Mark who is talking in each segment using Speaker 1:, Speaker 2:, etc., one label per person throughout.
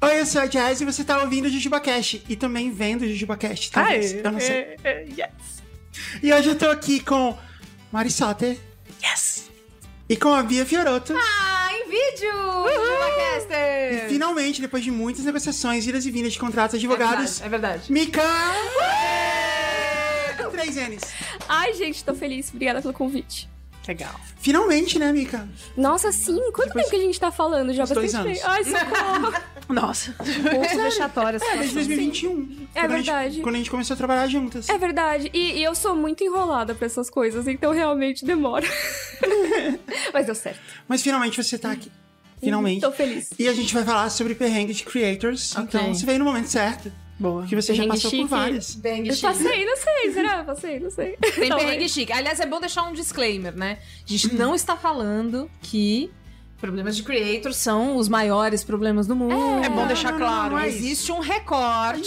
Speaker 1: Oi, eu sou a Jazz e você tá ouvindo o Jujubacast e também vendo o Jujubacast, talvez.
Speaker 2: Ai,
Speaker 1: eu não sei.
Speaker 2: é, é, yes.
Speaker 1: E hoje eu tô aqui com Mari Soter
Speaker 2: Yes.
Speaker 1: e com a Bia Fioroto.
Speaker 3: Ah, em vídeo!
Speaker 1: E
Speaker 3: JujubaCaster!
Speaker 1: finalmente, depois de muitas negociações, idas e vindas de contratos, advogados,
Speaker 3: É verdade.
Speaker 1: Mika! Com Três N's.
Speaker 4: Ai, gente, tô feliz. Obrigada pelo convite.
Speaker 2: Legal.
Speaker 1: Finalmente, né, Mika?
Speaker 4: Nossa, sim. Quanto tempo que a gente tá falando? Já
Speaker 1: Tipo Uns dois
Speaker 4: bastante
Speaker 1: anos.
Speaker 4: tempo. Ai, socorro.
Speaker 2: Nossa.
Speaker 3: Pouco vexatória essa
Speaker 1: É, desde 2021.
Speaker 4: É
Speaker 1: quando a gente-
Speaker 4: verdade.
Speaker 1: quando a gente começou a trabalhar juntas.
Speaker 4: É verdade. E, e eu sou muito enrolada pra essas coisas, então realmente demora. Mas deu certo.
Speaker 1: Mas finalmente você tá aqui. Finalmente.
Speaker 4: Tô feliz.
Speaker 1: E a gente vai falar sobre perrengues de creators. Então você veio no momento certo.
Speaker 2: Boa.
Speaker 1: Que você já
Speaker 4: Perrengue
Speaker 1: passou por
Speaker 4: chique.
Speaker 1: várias.
Speaker 3: Bang
Speaker 4: Eu passei, não sei. Será? Eu passei, não sei.
Speaker 3: Tem
Speaker 4: Talvez.
Speaker 3: perrengue chique. Aliás, é bom deixar um disclaimer, né? A
Speaker 2: Hum.
Speaker 3: gente não está falando que problemas de creators são os maiores problemas do mundo.
Speaker 2: É bom deixar
Speaker 1: Não, não, não,
Speaker 2: claro.
Speaker 1: não é isso.
Speaker 3: Existe um recorte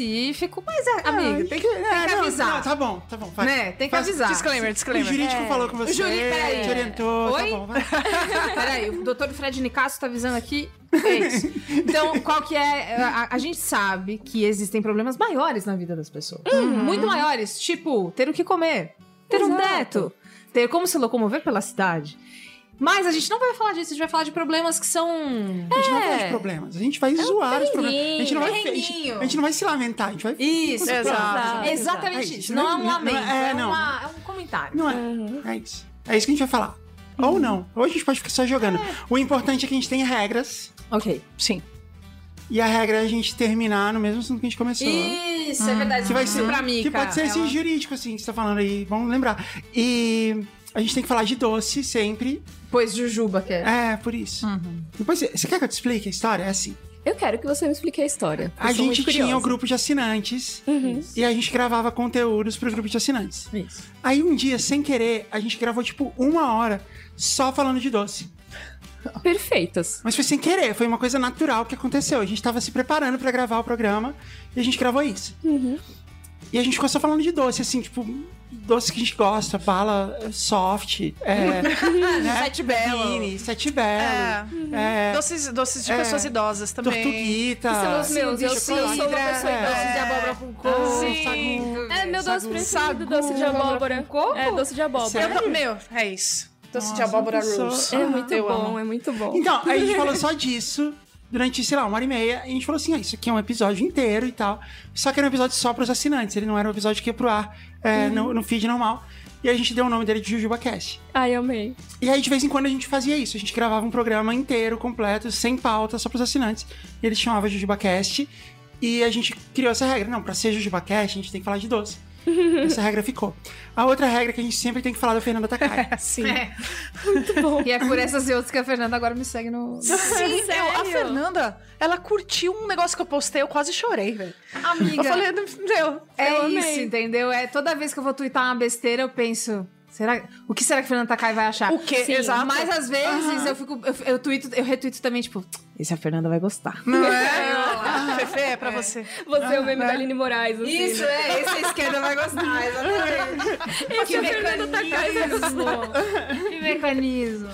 Speaker 3: específico, mas, é, amiga, tem que, tem
Speaker 1: É,
Speaker 3: que
Speaker 1: não,
Speaker 3: avisar.
Speaker 1: não, tá bom, tá bom. Vai.
Speaker 3: né? Tem que
Speaker 1: Faz-
Speaker 3: avisar.
Speaker 2: Disclaimer,
Speaker 1: O
Speaker 2: disclaimer.
Speaker 1: jurídico falou com você.
Speaker 3: O juri- peraí.
Speaker 1: Te orientou.
Speaker 3: Oi?
Speaker 1: Tá bom, vai.
Speaker 3: Peraí, o doutor Fred Nicasso tá avisando aqui. É isso. Então, qual que é. A, a gente sabe que existem problemas maiores na vida das pessoas. Hum, Uhum. Muito maiores. Tipo, ter o que comer, ter um
Speaker 4: Exato.
Speaker 3: teto, ter como se locomover pela cidade. Mas a gente não vai falar disso, a gente vai falar de problemas que são.
Speaker 1: A gente não vai falar de problemas. A gente vai zoar os problemas. A gente, não vai, a, gente,
Speaker 3: perrenguinho.
Speaker 1: a gente não vai se lamentar. A gente vai.
Speaker 3: Isso,
Speaker 2: Exato.
Speaker 3: pronto.
Speaker 1: É
Speaker 3: Exatamente
Speaker 1: isso,
Speaker 3: isso. Não é um
Speaker 1: não-
Speaker 3: lamento,
Speaker 1: não- é,
Speaker 3: é,
Speaker 1: não.
Speaker 3: uma- é um comentário.
Speaker 1: Não é. É isso. É isso que a gente vai falar. Ou não. Ou a gente pode ficar só jogando. O importante é que a gente tem regras.
Speaker 3: Ok.
Speaker 2: Sim.
Speaker 1: E a regra é a gente terminar no mesmo assunto que a gente começou.
Speaker 3: Isso, é verdade.
Speaker 1: Que vai
Speaker 3: isso
Speaker 1: ser.
Speaker 3: pra mim,
Speaker 1: que
Speaker 3: cara.
Speaker 1: pode ser
Speaker 3: É
Speaker 1: esse
Speaker 3: uma-
Speaker 1: jurídico, assim, que você tá falando aí. Vamos lembrar. E a gente tem que falar de doce sempre.
Speaker 3: Pois Jujuba quer.
Speaker 1: É, por isso. Depois, você você quer que eu te explique a história? É assim.
Speaker 4: Uhum. Eu quero que você me explique a história.
Speaker 1: a
Speaker 4: Eu sou
Speaker 1: gente
Speaker 4: muito
Speaker 1: tinha o
Speaker 4: curiosa.
Speaker 1: grupo de assinantes
Speaker 4: Uhum.
Speaker 1: e a gente gravava conteúdos pro grupo de assinantes.
Speaker 3: Isso.
Speaker 1: Aí um dia, sem querer, a gente gravou tipo uma hora só falando de doce.
Speaker 4: Perfeitas.
Speaker 1: Mas foi sem querer, foi uma coisa natural que aconteceu. A gente tava se preparando pra gravar o programa e a gente gravou isso. E a gente ficou só falando de doce, assim, tipo, doce que a gente gosta, bala eh, soft, é, né?
Speaker 3: Ah, Sete Belo.
Speaker 1: Fini, sete belo, é,
Speaker 2: Doces, doces de
Speaker 1: É.
Speaker 2: pessoas idosas também.
Speaker 1: tortuguita,
Speaker 4: Que são os meus. Eu,
Speaker 3: Doce
Speaker 4: sou- eu sou uma
Speaker 3: cidra,
Speaker 4: pessoa
Speaker 1: é.
Speaker 4: idosa.
Speaker 3: Doce de abóbora com
Speaker 1: Ah,
Speaker 3: coco.
Speaker 2: sim.
Speaker 1: sagu.
Speaker 4: É,
Speaker 3: né?
Speaker 4: meu doce preferido,
Speaker 3: Sagu.
Speaker 4: doce de abóbora.
Speaker 3: Com coco?
Speaker 4: É, doce de abóbora.
Speaker 2: Eu, meu, é isso. Doce de
Speaker 1: Nossa,
Speaker 2: abóbora
Speaker 1: eu sou-
Speaker 2: rules.
Speaker 4: É muito
Speaker 2: Eu
Speaker 4: bom,
Speaker 2: amo.
Speaker 4: é muito bom.
Speaker 1: Então, aí a gente falou só disso durante, sei lá, uma hora e meia. E a gente falou assim: ah, isso aqui é um episódio inteiro e tal. Só que era um episódio só pros assinantes, ele não era um episódio que ia pro ar é, no, no feed normal. E aí a gente deu o nome dele de JujubaCast.
Speaker 4: Ai, amei.
Speaker 1: E aí, de vez em quando, a gente fazia isso. A gente gravava um programa inteiro, completo, sem pauta, só pros assinantes. E eles chamavam JujubaCast. E a gente criou essa regra. Não, pra ser JujubaCast, a gente tem que falar de doce. Essa regra ficou. A outra regra que a gente sempre tem que falar é da Fernanda Takai.
Speaker 2: Sim.
Speaker 3: E é por essas e outras que a Fernanda agora me segue no.
Speaker 2: Sim, eu, a
Speaker 4: Sério?
Speaker 2: Fernanda, ela curtiu um negócio que eu postei, eu quase chorei, velho.
Speaker 3: Amiga.
Speaker 2: Eu falei, não deu.
Speaker 3: é
Speaker 4: eu amei.
Speaker 3: isso, entendeu? É toda vez que eu vou twittar uma besteira, eu penso. Será, o que será que a Fernanda Takai vai achar?
Speaker 2: O quê?
Speaker 3: Sim.
Speaker 2: Exato.
Speaker 3: Mas às vezes eu fico. Eu, eu, tuito, eu retuito também, tipo, esse a Fernanda vai gostar.
Speaker 2: Não é? Fefe, é pra você.
Speaker 4: Você é o meme
Speaker 1: Ah,
Speaker 4: da Aline Moraes, assim.
Speaker 3: Isso,
Speaker 4: né?
Speaker 3: é, esse a esquerda vai gostar, exatamente.
Speaker 4: Esse é o Fernando Takai.
Speaker 3: que mecanismo.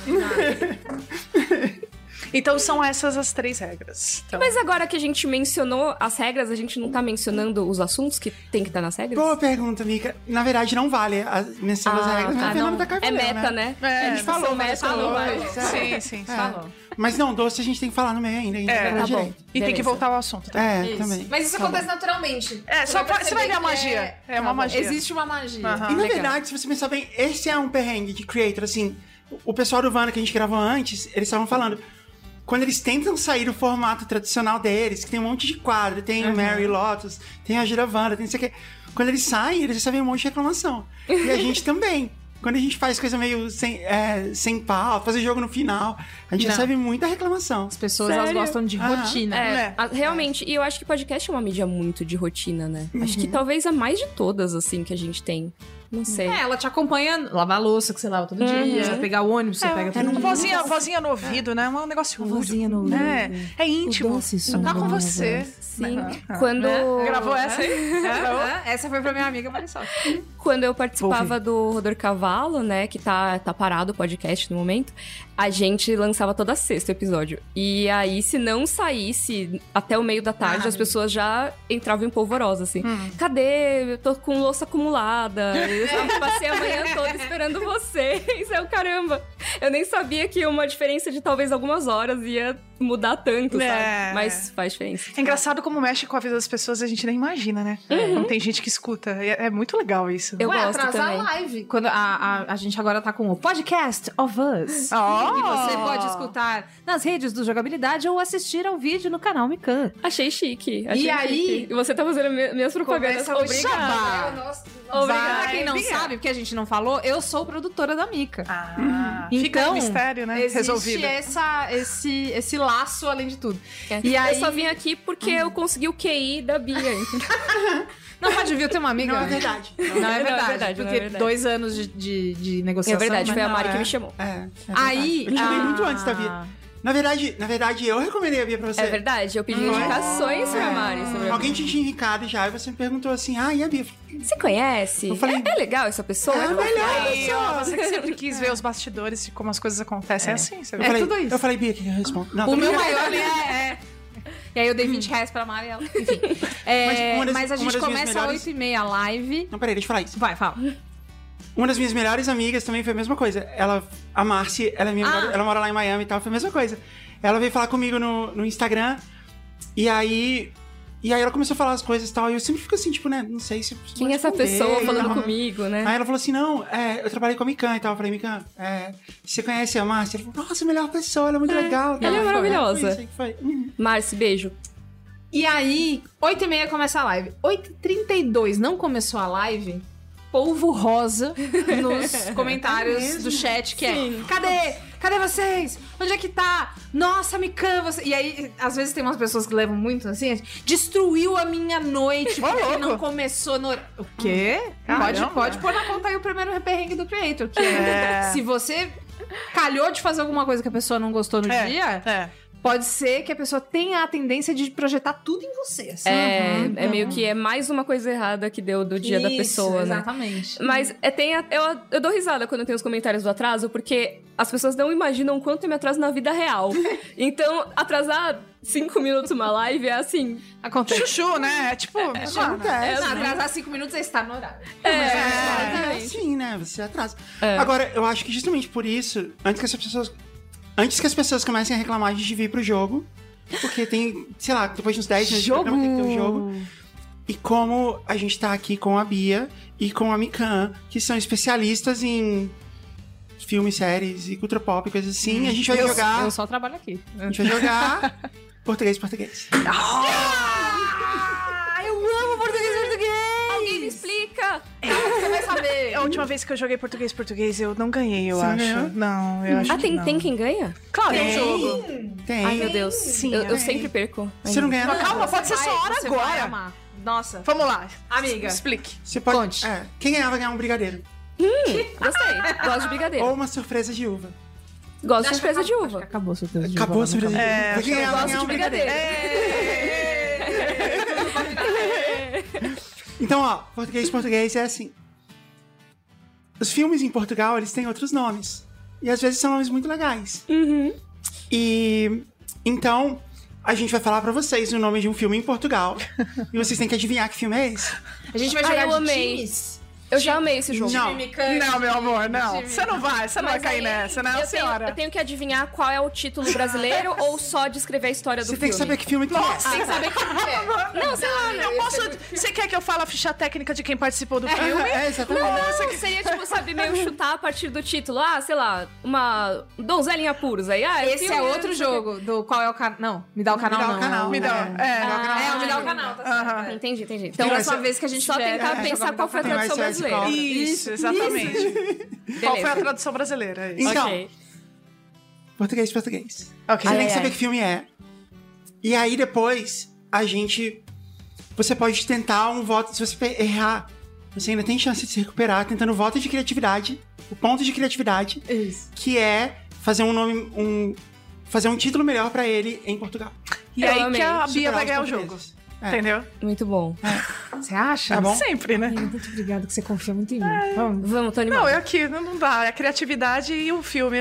Speaker 2: Então são essas as três regras. Então,
Speaker 4: Mas agora que a gente mencionou as regras, a gente não tá mencionando os assuntos que tem que estar nas regras?
Speaker 1: Boa pergunta, Mica. Na verdade, não vale a menção das
Speaker 3: Ah,
Speaker 1: regras. mas
Speaker 3: tá,
Speaker 1: a Fernanda
Speaker 3: não.
Speaker 1: Takai
Speaker 4: É
Speaker 1: valeu,
Speaker 4: meta, né?
Speaker 2: É,
Speaker 1: A gente falou, né?
Speaker 4: meta,
Speaker 1: mas
Speaker 4: falou, vai.
Speaker 2: Sim, sim, sim.
Speaker 3: Falou.
Speaker 1: é. Mas não, doce a gente tem que falar no meio ainda. A gente
Speaker 2: É,
Speaker 1: vai falar
Speaker 4: Tá bom.
Speaker 1: direito.
Speaker 2: E tem que
Speaker 4: Beleza.
Speaker 2: voltar ao assunto. tá?
Speaker 1: É, também.
Speaker 3: Mas isso
Speaker 1: Tá
Speaker 3: acontece naturalmente.
Speaker 2: É, só pra- você vai ver
Speaker 3: perceber que
Speaker 2: a magia. É uma
Speaker 3: tá bom.
Speaker 2: magia.
Speaker 3: Existe uma magia.
Speaker 2: Aham.
Speaker 1: E na
Speaker 3: Ah, Legal.
Speaker 1: verdade, se você pensar bem, esse é um perrengue de creator, assim. o- O pessoal do Vana que a gente gravou antes, eles estavam falando. Quando eles tentam sair do formato tradicional deles, que tem um monte de quadro, tem o Mary Lotus, tem a Giravanda, tem não sei o quê. Quando eles saem, eles recebem um monte de reclamação. E a gente também. Quando a gente faz coisa meio sem, é, sem pau, fazer jogo no final, a gente
Speaker 3: Não.
Speaker 1: recebe muita reclamação.
Speaker 3: As pessoas
Speaker 4: Sério?
Speaker 3: elas gostam de
Speaker 1: Aham.
Speaker 3: rotina.
Speaker 2: É.
Speaker 4: É, a- realmente, e eu acho que podcast é uma mídia muito de rotina, né? Acho que talvez a mais de todas, assim, que a gente tem. Não sei.
Speaker 3: É, ela te acompanha lavar a louça que você lava todo
Speaker 2: Uhum.
Speaker 3: dia, pegar o ônibus, você pega todo
Speaker 2: Uma
Speaker 3: dia.
Speaker 2: É, tipo vozinha, vozinha no ouvido, né? Um negócio
Speaker 3: Uma vozinha no
Speaker 2: né?
Speaker 3: ouvido.
Speaker 2: É íntimo.
Speaker 3: O doce som
Speaker 2: tá
Speaker 3: da
Speaker 2: com
Speaker 3: minha
Speaker 2: você.
Speaker 4: Sim. Quando,
Speaker 2: Né? Gravou essa aí? Gravou?
Speaker 3: Ah, essa foi pra minha amiga Marisol.
Speaker 4: quando eu participava do Rodor Cavalo, né? Que tá, tá parado o podcast no momento, a gente lançava toda sexta o episódio. E aí, se não saísse até o meio da tarde,
Speaker 3: Ah,
Speaker 4: as pessoas já entravam em polvorosa, assim.
Speaker 3: Hum.
Speaker 4: Cadê? Eu tô com louça acumulada. Eu passei a manhã toda esperando vocês. Eu, caramba, eu nem sabia que uma diferença de talvez algumas horas ia mudar tanto,
Speaker 2: É.
Speaker 4: sabe? Mas faz diferença.
Speaker 2: É engraçado como mexe com a vida das pessoas e a gente nem imagina, né? Não tem gente que escuta. É, é muito legal isso.
Speaker 4: Eu
Speaker 3: Ué,
Speaker 4: gosto
Speaker 3: atrasar
Speaker 4: também.
Speaker 3: a live. Quando a, a, a gente agora tá com o podcast of us.
Speaker 2: Oh!
Speaker 3: E você pode escutar nas redes do Jogabilidade ou assistir ao vídeo no canal Mikan.
Speaker 4: Achei chique. achei
Speaker 3: E aí-
Speaker 4: chique. E você tá fazendo me- minhas propagandas.
Speaker 2: Começa o
Speaker 4: Obrigada.
Speaker 2: jabá.
Speaker 4: Obrigada.
Speaker 3: Pra quem não
Speaker 2: Obrigada.
Speaker 3: sabe, porque a gente não falou, eu sou produtora da Mica.
Speaker 2: Ah,
Speaker 3: Uhum.
Speaker 2: fica
Speaker 3: Então,
Speaker 2: o mistério, né?
Speaker 3: Existe
Speaker 2: Resolvido.
Speaker 3: essa, esse, esse laço além de tudo.
Speaker 4: É.
Speaker 3: E aí-
Speaker 4: Eu só vim aqui porque eu consegui o QI da Bia. entendeu?
Speaker 3: Não, pode vir, eu tenho uma amiga.
Speaker 1: Não é verdade.
Speaker 3: Não, é
Speaker 4: Não, é
Speaker 3: verdade,
Speaker 4: verdade, não é
Speaker 3: porque
Speaker 4: verdade.
Speaker 3: dois anos de, de, de negociação.
Speaker 4: é verdade,
Speaker 3: mas-
Speaker 4: foi a
Speaker 2: não,
Speaker 4: Mari
Speaker 2: é.
Speaker 4: que me chamou.
Speaker 1: É, é verdade.
Speaker 3: Aí.
Speaker 1: Eu te chamei
Speaker 3: ah,
Speaker 1: muito antes da Bia. Na verdade, na verdade, eu recomendei a Bia pra você.
Speaker 4: É verdade, eu pedi
Speaker 1: Nossa.
Speaker 4: indicações pra Mari é sobre a
Speaker 1: Alguém tinha te indicado já e você me perguntou assim: ah, e a Bia?
Speaker 4: Você conhece?
Speaker 1: Eu falei-
Speaker 4: É, é legal essa pessoa?
Speaker 1: É a melhor
Speaker 2: Aí, ó,
Speaker 1: pessoa.
Speaker 2: você que sempre quis ver os bastidores de como as coisas acontecem. É, assim, você
Speaker 1: Eu
Speaker 2: vê.
Speaker 1: falei,
Speaker 3: tudo isso.
Speaker 1: Eu falei, Bia, o que que eu respondo? Não,
Speaker 3: O
Speaker 1: tá
Speaker 3: meu
Speaker 1: bom.
Speaker 3: maior
Speaker 4: né?
Speaker 3: é. é. E aí eu dei 20 reais pra Mari. ela- Enfim. É,
Speaker 1: Mas uma das- uma
Speaker 3: mas, a gente
Speaker 1: das minhas
Speaker 3: começa
Speaker 1: melhores-
Speaker 3: às 8h30 a live.
Speaker 1: Não, peraí, deixa eu falar isso.
Speaker 3: Vai, fala.
Speaker 1: Uma das minhas melhores amigas também foi a mesma coisa. Ela, a Marci, ela, é
Speaker 4: Ah.
Speaker 1: minha melhor- ela mora lá em Miami e tal, foi a mesma coisa. Ela veio falar comigo no, no Instagram e aí. E aí ela começou a falar as coisas e tal. E eu sempre fico assim, tipo, né? Não sei se. eu preciso
Speaker 4: Quem é essa
Speaker 1: responder
Speaker 4: pessoa
Speaker 1: e
Speaker 4: falando
Speaker 1: tal.
Speaker 4: comigo, né?
Speaker 1: Aí ela falou assim: não, é, eu trabalhei com a Mikan e tal. Eu falei, Mikan, é, você conhece a Márcia? Ela falou, nossa, melhor pessoa, ela é muito legal.
Speaker 4: ela é
Speaker 1: Foi,
Speaker 4: maravilhosa.
Speaker 1: Foi, isso aí que foi. Hum.
Speaker 4: Márcio, beijo.
Speaker 3: E aí, 8h30 começa a live. 8h32 não começou a live? Polvo rosa nos comentários do chat, que é Cadê? Cadê vocês? Onde é que tá? Nossa, Mikan, você... E aí, às vezes tem umas pessoas que levam muito assim, destruiu a minha noite porque
Speaker 2: louco.
Speaker 3: não começou no... O quê? Pode,
Speaker 2: Caramba.
Speaker 3: pode pôr na conta aí o primeiro perrengue do Creator, que é...
Speaker 2: É.
Speaker 3: se você calhou de fazer alguma coisa que a pessoa não gostou no
Speaker 2: É,
Speaker 3: dia...
Speaker 2: é.
Speaker 3: Pode ser que a pessoa tenha a tendência de projetar tudo em você. Assim.
Speaker 4: É, é
Speaker 1: tá
Speaker 4: meio que é mais uma coisa errada que deu do dia da pessoa, né?
Speaker 3: Exatamente.
Speaker 4: Mas é, tem a- eu, eu dou risada quando tem os comentários do atraso, porque as pessoas não imaginam o quanto eu me atraso na vida real. Então, atrasar cinco minutos uma live é assim.
Speaker 3: Acontece.
Speaker 2: Chuchu, né? É tipo. sei lá, né?
Speaker 1: Acontece.
Speaker 3: É, Não, atrasar cinco minutos, você está no horário.
Speaker 1: É, sim, né? Você atrasa. Agora, eu acho que justamente por isso, antes que as pessoas. Antes que as pessoas comecem a reclamar de vir pro jogo. Porque tem, sei lá, depois de uns 10 minutos de
Speaker 3: Jogo.
Speaker 1: programa tem que ter o jogo. E como a gente tá aqui com a Bia e com a Mikan, que são especialistas em filmes, séries e cultura pop e coisas assim, a gente vai jogar.
Speaker 3: só trabalho aqui.
Speaker 1: A gente vai jogar português, português.
Speaker 3: Ah, eu amo português português!
Speaker 4: Alguém me explica!
Speaker 3: Você vai saber.
Speaker 2: A última vez que eu joguei português português, eu não ganhei, eu
Speaker 1: Você não
Speaker 2: acho.
Speaker 1: ganhou?
Speaker 2: Não, eu acho
Speaker 4: Ah,
Speaker 2: que
Speaker 4: tem,
Speaker 2: não.
Speaker 4: tem quem ganha?
Speaker 2: Claro,
Speaker 1: Tem.
Speaker 2: é um jogo.
Speaker 1: Tem.
Speaker 4: Ai, meu Deus.
Speaker 2: Sim,
Speaker 4: eu, eu
Speaker 1: tem.
Speaker 4: sempre perco.
Speaker 1: Você não ganha nada.
Speaker 2: Calma, pode ser sua hora
Speaker 3: você Vai
Speaker 2: agora.
Speaker 3: amar. Nossa.
Speaker 2: Vamos lá.
Speaker 3: Amiga.
Speaker 2: Explique.
Speaker 1: Você pode.
Speaker 3: Conte.
Speaker 1: É, quem ganhar vai ganhar um brigadeiro.
Speaker 4: Gostei. Gosto de brigadeiro.
Speaker 1: Ou uma surpresa de uva.
Speaker 4: Gosto de surpresa de uva.
Speaker 3: Acabou o seu teu
Speaker 1: Acabou a surpresa de uva.
Speaker 2: É,
Speaker 1: Pra quem ganhar vai
Speaker 4: Gosto
Speaker 1: ganhar
Speaker 4: de
Speaker 1: um brigadeiro.
Speaker 4: brigadeiro.
Speaker 1: Então, ó, português português é assim. Os filmes em Portugal, eles têm outros nomes. E às vezes são nomes muito legais. E então, a gente vai falar pra vocês o nome de um filme em Portugal. e vocês têm que adivinhar que filme é esse.
Speaker 3: A gente vai
Speaker 4: Ah,
Speaker 3: jogar
Speaker 4: eu
Speaker 3: de
Speaker 4: amei.
Speaker 3: times.
Speaker 4: Eu já amei esse jogo.
Speaker 1: Não.
Speaker 2: Não, meu amor, não.
Speaker 3: Time.
Speaker 2: Você não vai, você não vai
Speaker 4: Mas
Speaker 2: cair
Speaker 4: aí,
Speaker 2: nessa, né,
Speaker 4: eu Tenho,
Speaker 2: senhora?
Speaker 4: eu tenho que adivinhar qual é o título brasileiro ou só descrever a história do
Speaker 1: Você tem
Speaker 4: filme.
Speaker 1: que saber que filme que
Speaker 2: Nossa,
Speaker 1: é.
Speaker 2: tem que saber
Speaker 3: que
Speaker 2: Ah, Não, sei lá, eu posso. Você quer que eu fale a ficha técnica de quem participou do filme?
Speaker 1: É, exatamente.
Speaker 4: Não, seria tipo, sabe, meio chutar a partir do título. Ah, sei lá, uma donzela em apuros aí. Ah,
Speaker 3: Esse
Speaker 4: filme,
Speaker 3: é
Speaker 4: não
Speaker 3: outro
Speaker 4: sei o quê.
Speaker 3: jogo do qual é o canal. Não, me dá o canal.
Speaker 1: dá o
Speaker 3: não.
Speaker 1: canal.
Speaker 2: Me dá. É.
Speaker 3: Ah, é,
Speaker 1: canal.
Speaker 3: o me dá o canal, tá certo.
Speaker 2: Aham.
Speaker 4: Entendi, entendi.
Speaker 1: Tem
Speaker 3: Então,
Speaker 4: Então,
Speaker 3: a
Speaker 1: vai
Speaker 3: próxima
Speaker 1: ser-
Speaker 3: vez que a gente
Speaker 4: só
Speaker 3: tiver-
Speaker 4: tentar
Speaker 3: é,
Speaker 4: pensar
Speaker 3: jogar
Speaker 4: qual foi a
Speaker 1: Tem mais
Speaker 4: tradução
Speaker 1: SOS
Speaker 4: brasileira.
Speaker 1: Cobra.
Speaker 2: Isso, exatamente. Qual foi a
Speaker 4: Beleza.
Speaker 2: tradução brasileira? Isso.
Speaker 1: Então,
Speaker 4: Ok.
Speaker 1: português português.
Speaker 2: Ok.
Speaker 1: Você
Speaker 4: Ai,
Speaker 1: tem que
Speaker 4: ai,
Speaker 1: saber
Speaker 4: ai.
Speaker 1: que filme é. E aí depois a gente. Você pode tentar um voto. Se você pe- errar Você ainda tem chance de se recuperar tentando votos de criatividade, o ponto de criatividade,
Speaker 3: Isso.
Speaker 1: que é fazer um nome, um fazer um título melhor pra ele em Portugal.
Speaker 2: E
Speaker 4: Eu
Speaker 2: aí
Speaker 4: amei.
Speaker 2: que a Bia
Speaker 1: Superar
Speaker 2: vai
Speaker 1: os
Speaker 2: ganhar o jogo.
Speaker 1: portugueses. É.
Speaker 2: Entendeu?
Speaker 4: Muito bom.
Speaker 3: Você acha?
Speaker 1: Tá bom.
Speaker 2: Sempre, né?
Speaker 3: Ai, Muito obrigada que você confia muito em mim. Vamos.
Speaker 4: Vamos, Tony.
Speaker 2: Não, eu aqui não- não dá. É a criatividade e o filme.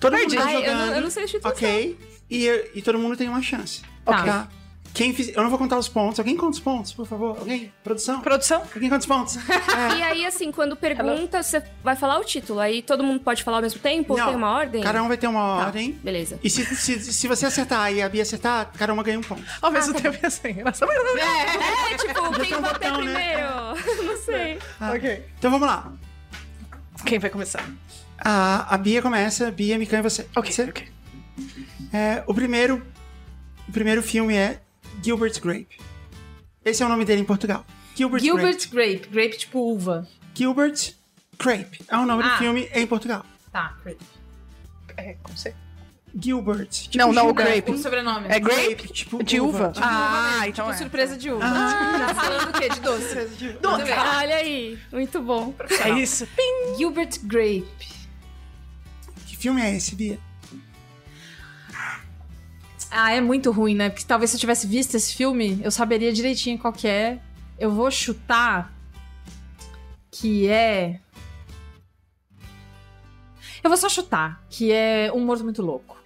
Speaker 1: Todo
Speaker 2: Perdi.
Speaker 1: mundo tá
Speaker 4: Ai, eu,
Speaker 1: jogando.
Speaker 4: não, eu não sei a instituição.
Speaker 1: Ok. E, eu- e todo mundo tem uma chance.
Speaker 3: Tá.
Speaker 1: Tá? Quem fiz, eu não vou contar os pontos. Alguém conta os pontos, por favor? Alguém? Produção?
Speaker 2: Produção?
Speaker 1: Alguém conta os pontos? É.
Speaker 4: E aí, assim, quando pergunta, você vai falar o título. Aí todo mundo pode falar ao mesmo tempo?
Speaker 1: Não,
Speaker 4: Tem uma ordem?
Speaker 1: Cada um vai ter uma
Speaker 4: Tá,
Speaker 1: ordem.
Speaker 4: Beleza.
Speaker 1: E se, se, se você acertar e a Bia acertar, cada uma ganha um ponto.
Speaker 2: Ao mesmo tempo é assim. Nossa, mas...
Speaker 4: É, tipo, quem
Speaker 1: tem um
Speaker 4: bater
Speaker 1: botão, né?
Speaker 4: primeiro? Não sei.
Speaker 1: Tá?
Speaker 2: Ok.
Speaker 1: Então vamos lá.
Speaker 2: Quem vai começar?
Speaker 1: A, a Bia começa, Bia, Mikan e você.
Speaker 2: Ok,
Speaker 1: Você-
Speaker 2: ok.
Speaker 1: É, o primeiro. O primeiro filme é Gilbert's Grape. Esse é o nome dele em Portugal. Gilbert's Grape.
Speaker 3: Gilbert Grape. Grape tipo uva.
Speaker 1: Gilbert's Grape. É o nome do
Speaker 3: Ah.
Speaker 1: filme em Portugal.
Speaker 3: Tá, Grape.
Speaker 2: É, como sei.
Speaker 1: Gilbert. tipo
Speaker 2: Não, não, o
Speaker 1: Gilbert.
Speaker 2: grape.
Speaker 3: Um sobrenome.
Speaker 2: É grape?
Speaker 1: Grape, tipo
Speaker 2: De uva?
Speaker 1: tipo
Speaker 2: Ah, então
Speaker 3: Tipo
Speaker 2: é.
Speaker 3: surpresa de uva.
Speaker 1: Ah.
Speaker 3: Tá falando o quê? De doce?
Speaker 1: surpresa de uva.
Speaker 3: Muito bem.
Speaker 4: Olha aí. Muito bom.
Speaker 2: É isso. Pim.
Speaker 3: Gilbert Grape.
Speaker 1: Que filme é esse, Bia?
Speaker 3: Ah, é muito ruim, né? Porque talvez se eu tivesse visto esse filme, eu saberia direitinho qual que é. Eu vou chutar que é. Eu vou só chutar que é um morto muito louco.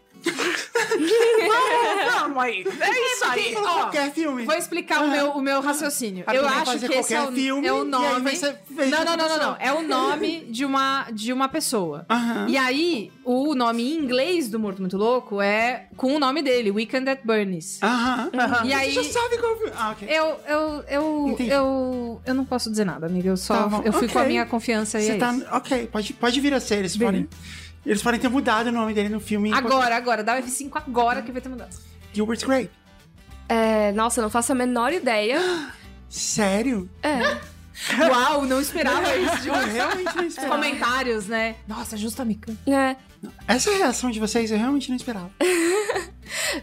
Speaker 2: Vamos aí. É isso aí.
Speaker 1: Fala
Speaker 3: ó,
Speaker 1: qualquer filme.
Speaker 3: Vou explicar o, meu, o meu raciocínio.
Speaker 1: Ah,
Speaker 3: eu
Speaker 1: também
Speaker 3: acho
Speaker 1: pode ser
Speaker 3: que esse é
Speaker 1: Ah. qualquer
Speaker 3: o,
Speaker 1: filme,
Speaker 3: é o
Speaker 1: e aí
Speaker 3: nome.
Speaker 1: vai ser- vai
Speaker 3: não,
Speaker 1: ser
Speaker 3: não, não, não,
Speaker 1: produção.
Speaker 3: não. É o nome de uma, de uma pessoa.
Speaker 1: Aham.
Speaker 3: E aí, o nome em inglês do Morto Muito Louco é com o nome dele, Weekend at Bernie's.
Speaker 1: Aham.
Speaker 3: E aí,
Speaker 1: Você já sabe qual filme. Ah, ok.
Speaker 3: Eu, eu, eu,
Speaker 1: Entendi.
Speaker 3: eu, eu não posso dizer nada, amiga. Eu
Speaker 1: Tá
Speaker 3: só,
Speaker 1: bom.
Speaker 3: eu fui com a
Speaker 1: Ok.
Speaker 3: minha confiança e
Speaker 1: Você
Speaker 3: é
Speaker 1: tá.
Speaker 3: isso.
Speaker 1: Ok, pode, pode vir a ser. Eles
Speaker 3: Beleza.
Speaker 1: podem, eles podem ter mudado o nome dele no filme. em
Speaker 3: Agora, agora. Dá o F5 agora que vai ter mudança.
Speaker 1: português. Gilbert's Grape.
Speaker 4: É, nossa, eu não faço a menor ideia.
Speaker 1: Sério?
Speaker 4: É.
Speaker 3: Uau, não esperava isso de
Speaker 1: Eu realmente É, não
Speaker 3: Os
Speaker 1: esperava.
Speaker 3: comentários, né? Nossa, justo amiga.
Speaker 4: é.
Speaker 1: Essa reação de vocês eu realmente não esperava.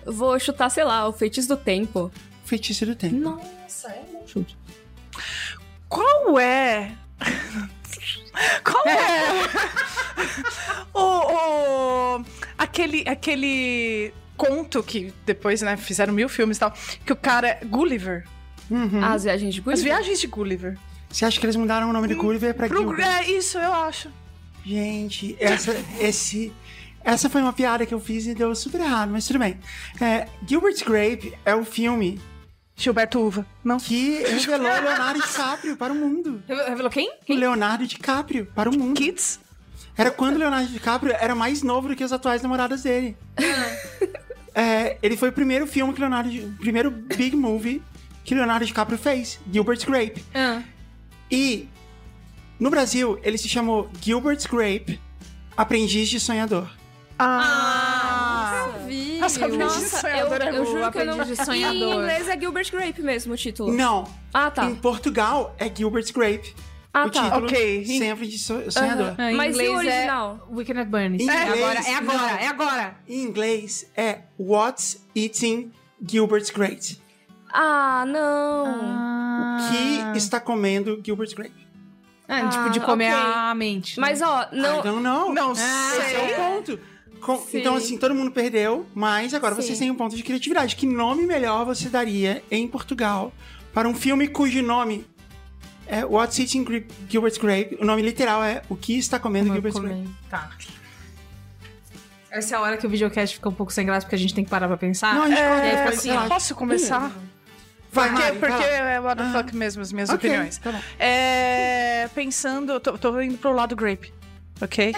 Speaker 4: Vou chutar, sei lá, o feitiço do tempo.
Speaker 1: Feitiço do Tempo.
Speaker 3: Nossa, é um chute.
Speaker 2: Qual é? Qual é? o, o- aquele aquele conto que depois, né, fizeram mil filmes e tal, que o cara é Gulliver.
Speaker 1: Uhum.
Speaker 4: As viagens de
Speaker 2: As
Speaker 4: Gulliver.
Speaker 2: viagens de Gulliver.
Speaker 1: Você acha que eles mudaram o nome do Gulliver pra
Speaker 2: Pro,
Speaker 1: Gilbert?
Speaker 2: é isso, eu acho.
Speaker 1: Gente, essa, esse, essa foi uma piada que eu fiz e deu super errado, mas tudo bem. É, Gilbert's Grape é o filme
Speaker 2: Gilberto Uva. Não.
Speaker 1: que revelou Leonardo DiCaprio para o mundo.
Speaker 3: Revelou quem?
Speaker 1: O Leonardo DiCaprio para o mundo.
Speaker 2: Kids?
Speaker 1: Era quando o Leonardo DiCaprio era mais novo do que as atuais namoradas dele.
Speaker 4: Ah.
Speaker 1: É, ele foi o primeiro filme que Leonardo, Di- o primeiro big movie que Leonardo DiCaprio fez, Gilbert's Grape.
Speaker 3: Ah.
Speaker 1: E no Brasil ele se chamou Gilbert's Grape, aprendiz de sonhador.
Speaker 2: Ah.
Speaker 3: Maravilha.
Speaker 2: Nossa, aprendi
Speaker 3: Nossa,
Speaker 2: de
Speaker 4: Nossa,
Speaker 2: sonhador é
Speaker 4: eu, eu
Speaker 3: bom.
Speaker 4: juro que eu não...
Speaker 3: Aprendiz de
Speaker 4: E
Speaker 3: sonhador.
Speaker 4: em inglês é Gilbert Grape mesmo o título.
Speaker 1: Não,
Speaker 4: Ah, tá.
Speaker 1: em Portugal é Gilbert's Grape.
Speaker 4: Ah,
Speaker 1: o
Speaker 4: tá.
Speaker 1: título
Speaker 2: Ok.
Speaker 1: sempre de so- sonhador.
Speaker 3: Ah, em
Speaker 4: Mas e o
Speaker 3: inglês é
Speaker 4: original?
Speaker 3: Weekend at Bernie's.
Speaker 1: Em
Speaker 2: Então,
Speaker 3: É
Speaker 1: inglês,
Speaker 3: agora, é agora,
Speaker 1: não.
Speaker 3: é agora.
Speaker 1: Em inglês é What's Eating Gilbert's Grape,
Speaker 4: Ah, não.
Speaker 1: que está comendo Gilbert's Grape.
Speaker 3: Ah, tipo, de
Speaker 4: Ah,
Speaker 3: comer
Speaker 4: ok.
Speaker 3: a mente. né?
Speaker 4: Mas, ó, não...
Speaker 1: I don't know.
Speaker 2: Não
Speaker 1: Esse é
Speaker 2: sei.
Speaker 1: o ponto. Com-
Speaker 4: Sim.
Speaker 1: então, assim, todo mundo perdeu, mas agora
Speaker 4: Sim.
Speaker 1: vocês têm um ponto de criatividade. Que nome melhor você daria em Portugal para um filme cujo nome é What's Eating Gri- Gilbert's Grape? O nome literal é O que está comendo
Speaker 3: Vamos
Speaker 1: Gilbert's Grape.
Speaker 3: comer. Tá. Essa é a hora que o videocast fica um pouco sem graça, porque a gente tem que parar pra pensar.
Speaker 1: Não, a gente
Speaker 2: É,
Speaker 1: corta
Speaker 3: é,
Speaker 1: depois,
Speaker 3: assim,
Speaker 1: sei lá.
Speaker 2: Posso começar?
Speaker 1: Vai,
Speaker 2: porque
Speaker 1: Mari, vai
Speaker 2: porque
Speaker 1: lá.
Speaker 2: é what the fuck mesmo as minhas
Speaker 1: Ok,
Speaker 2: opiniões.
Speaker 1: tá bom.
Speaker 2: É, pensando, eu tô, tô indo pro lado grape, ok?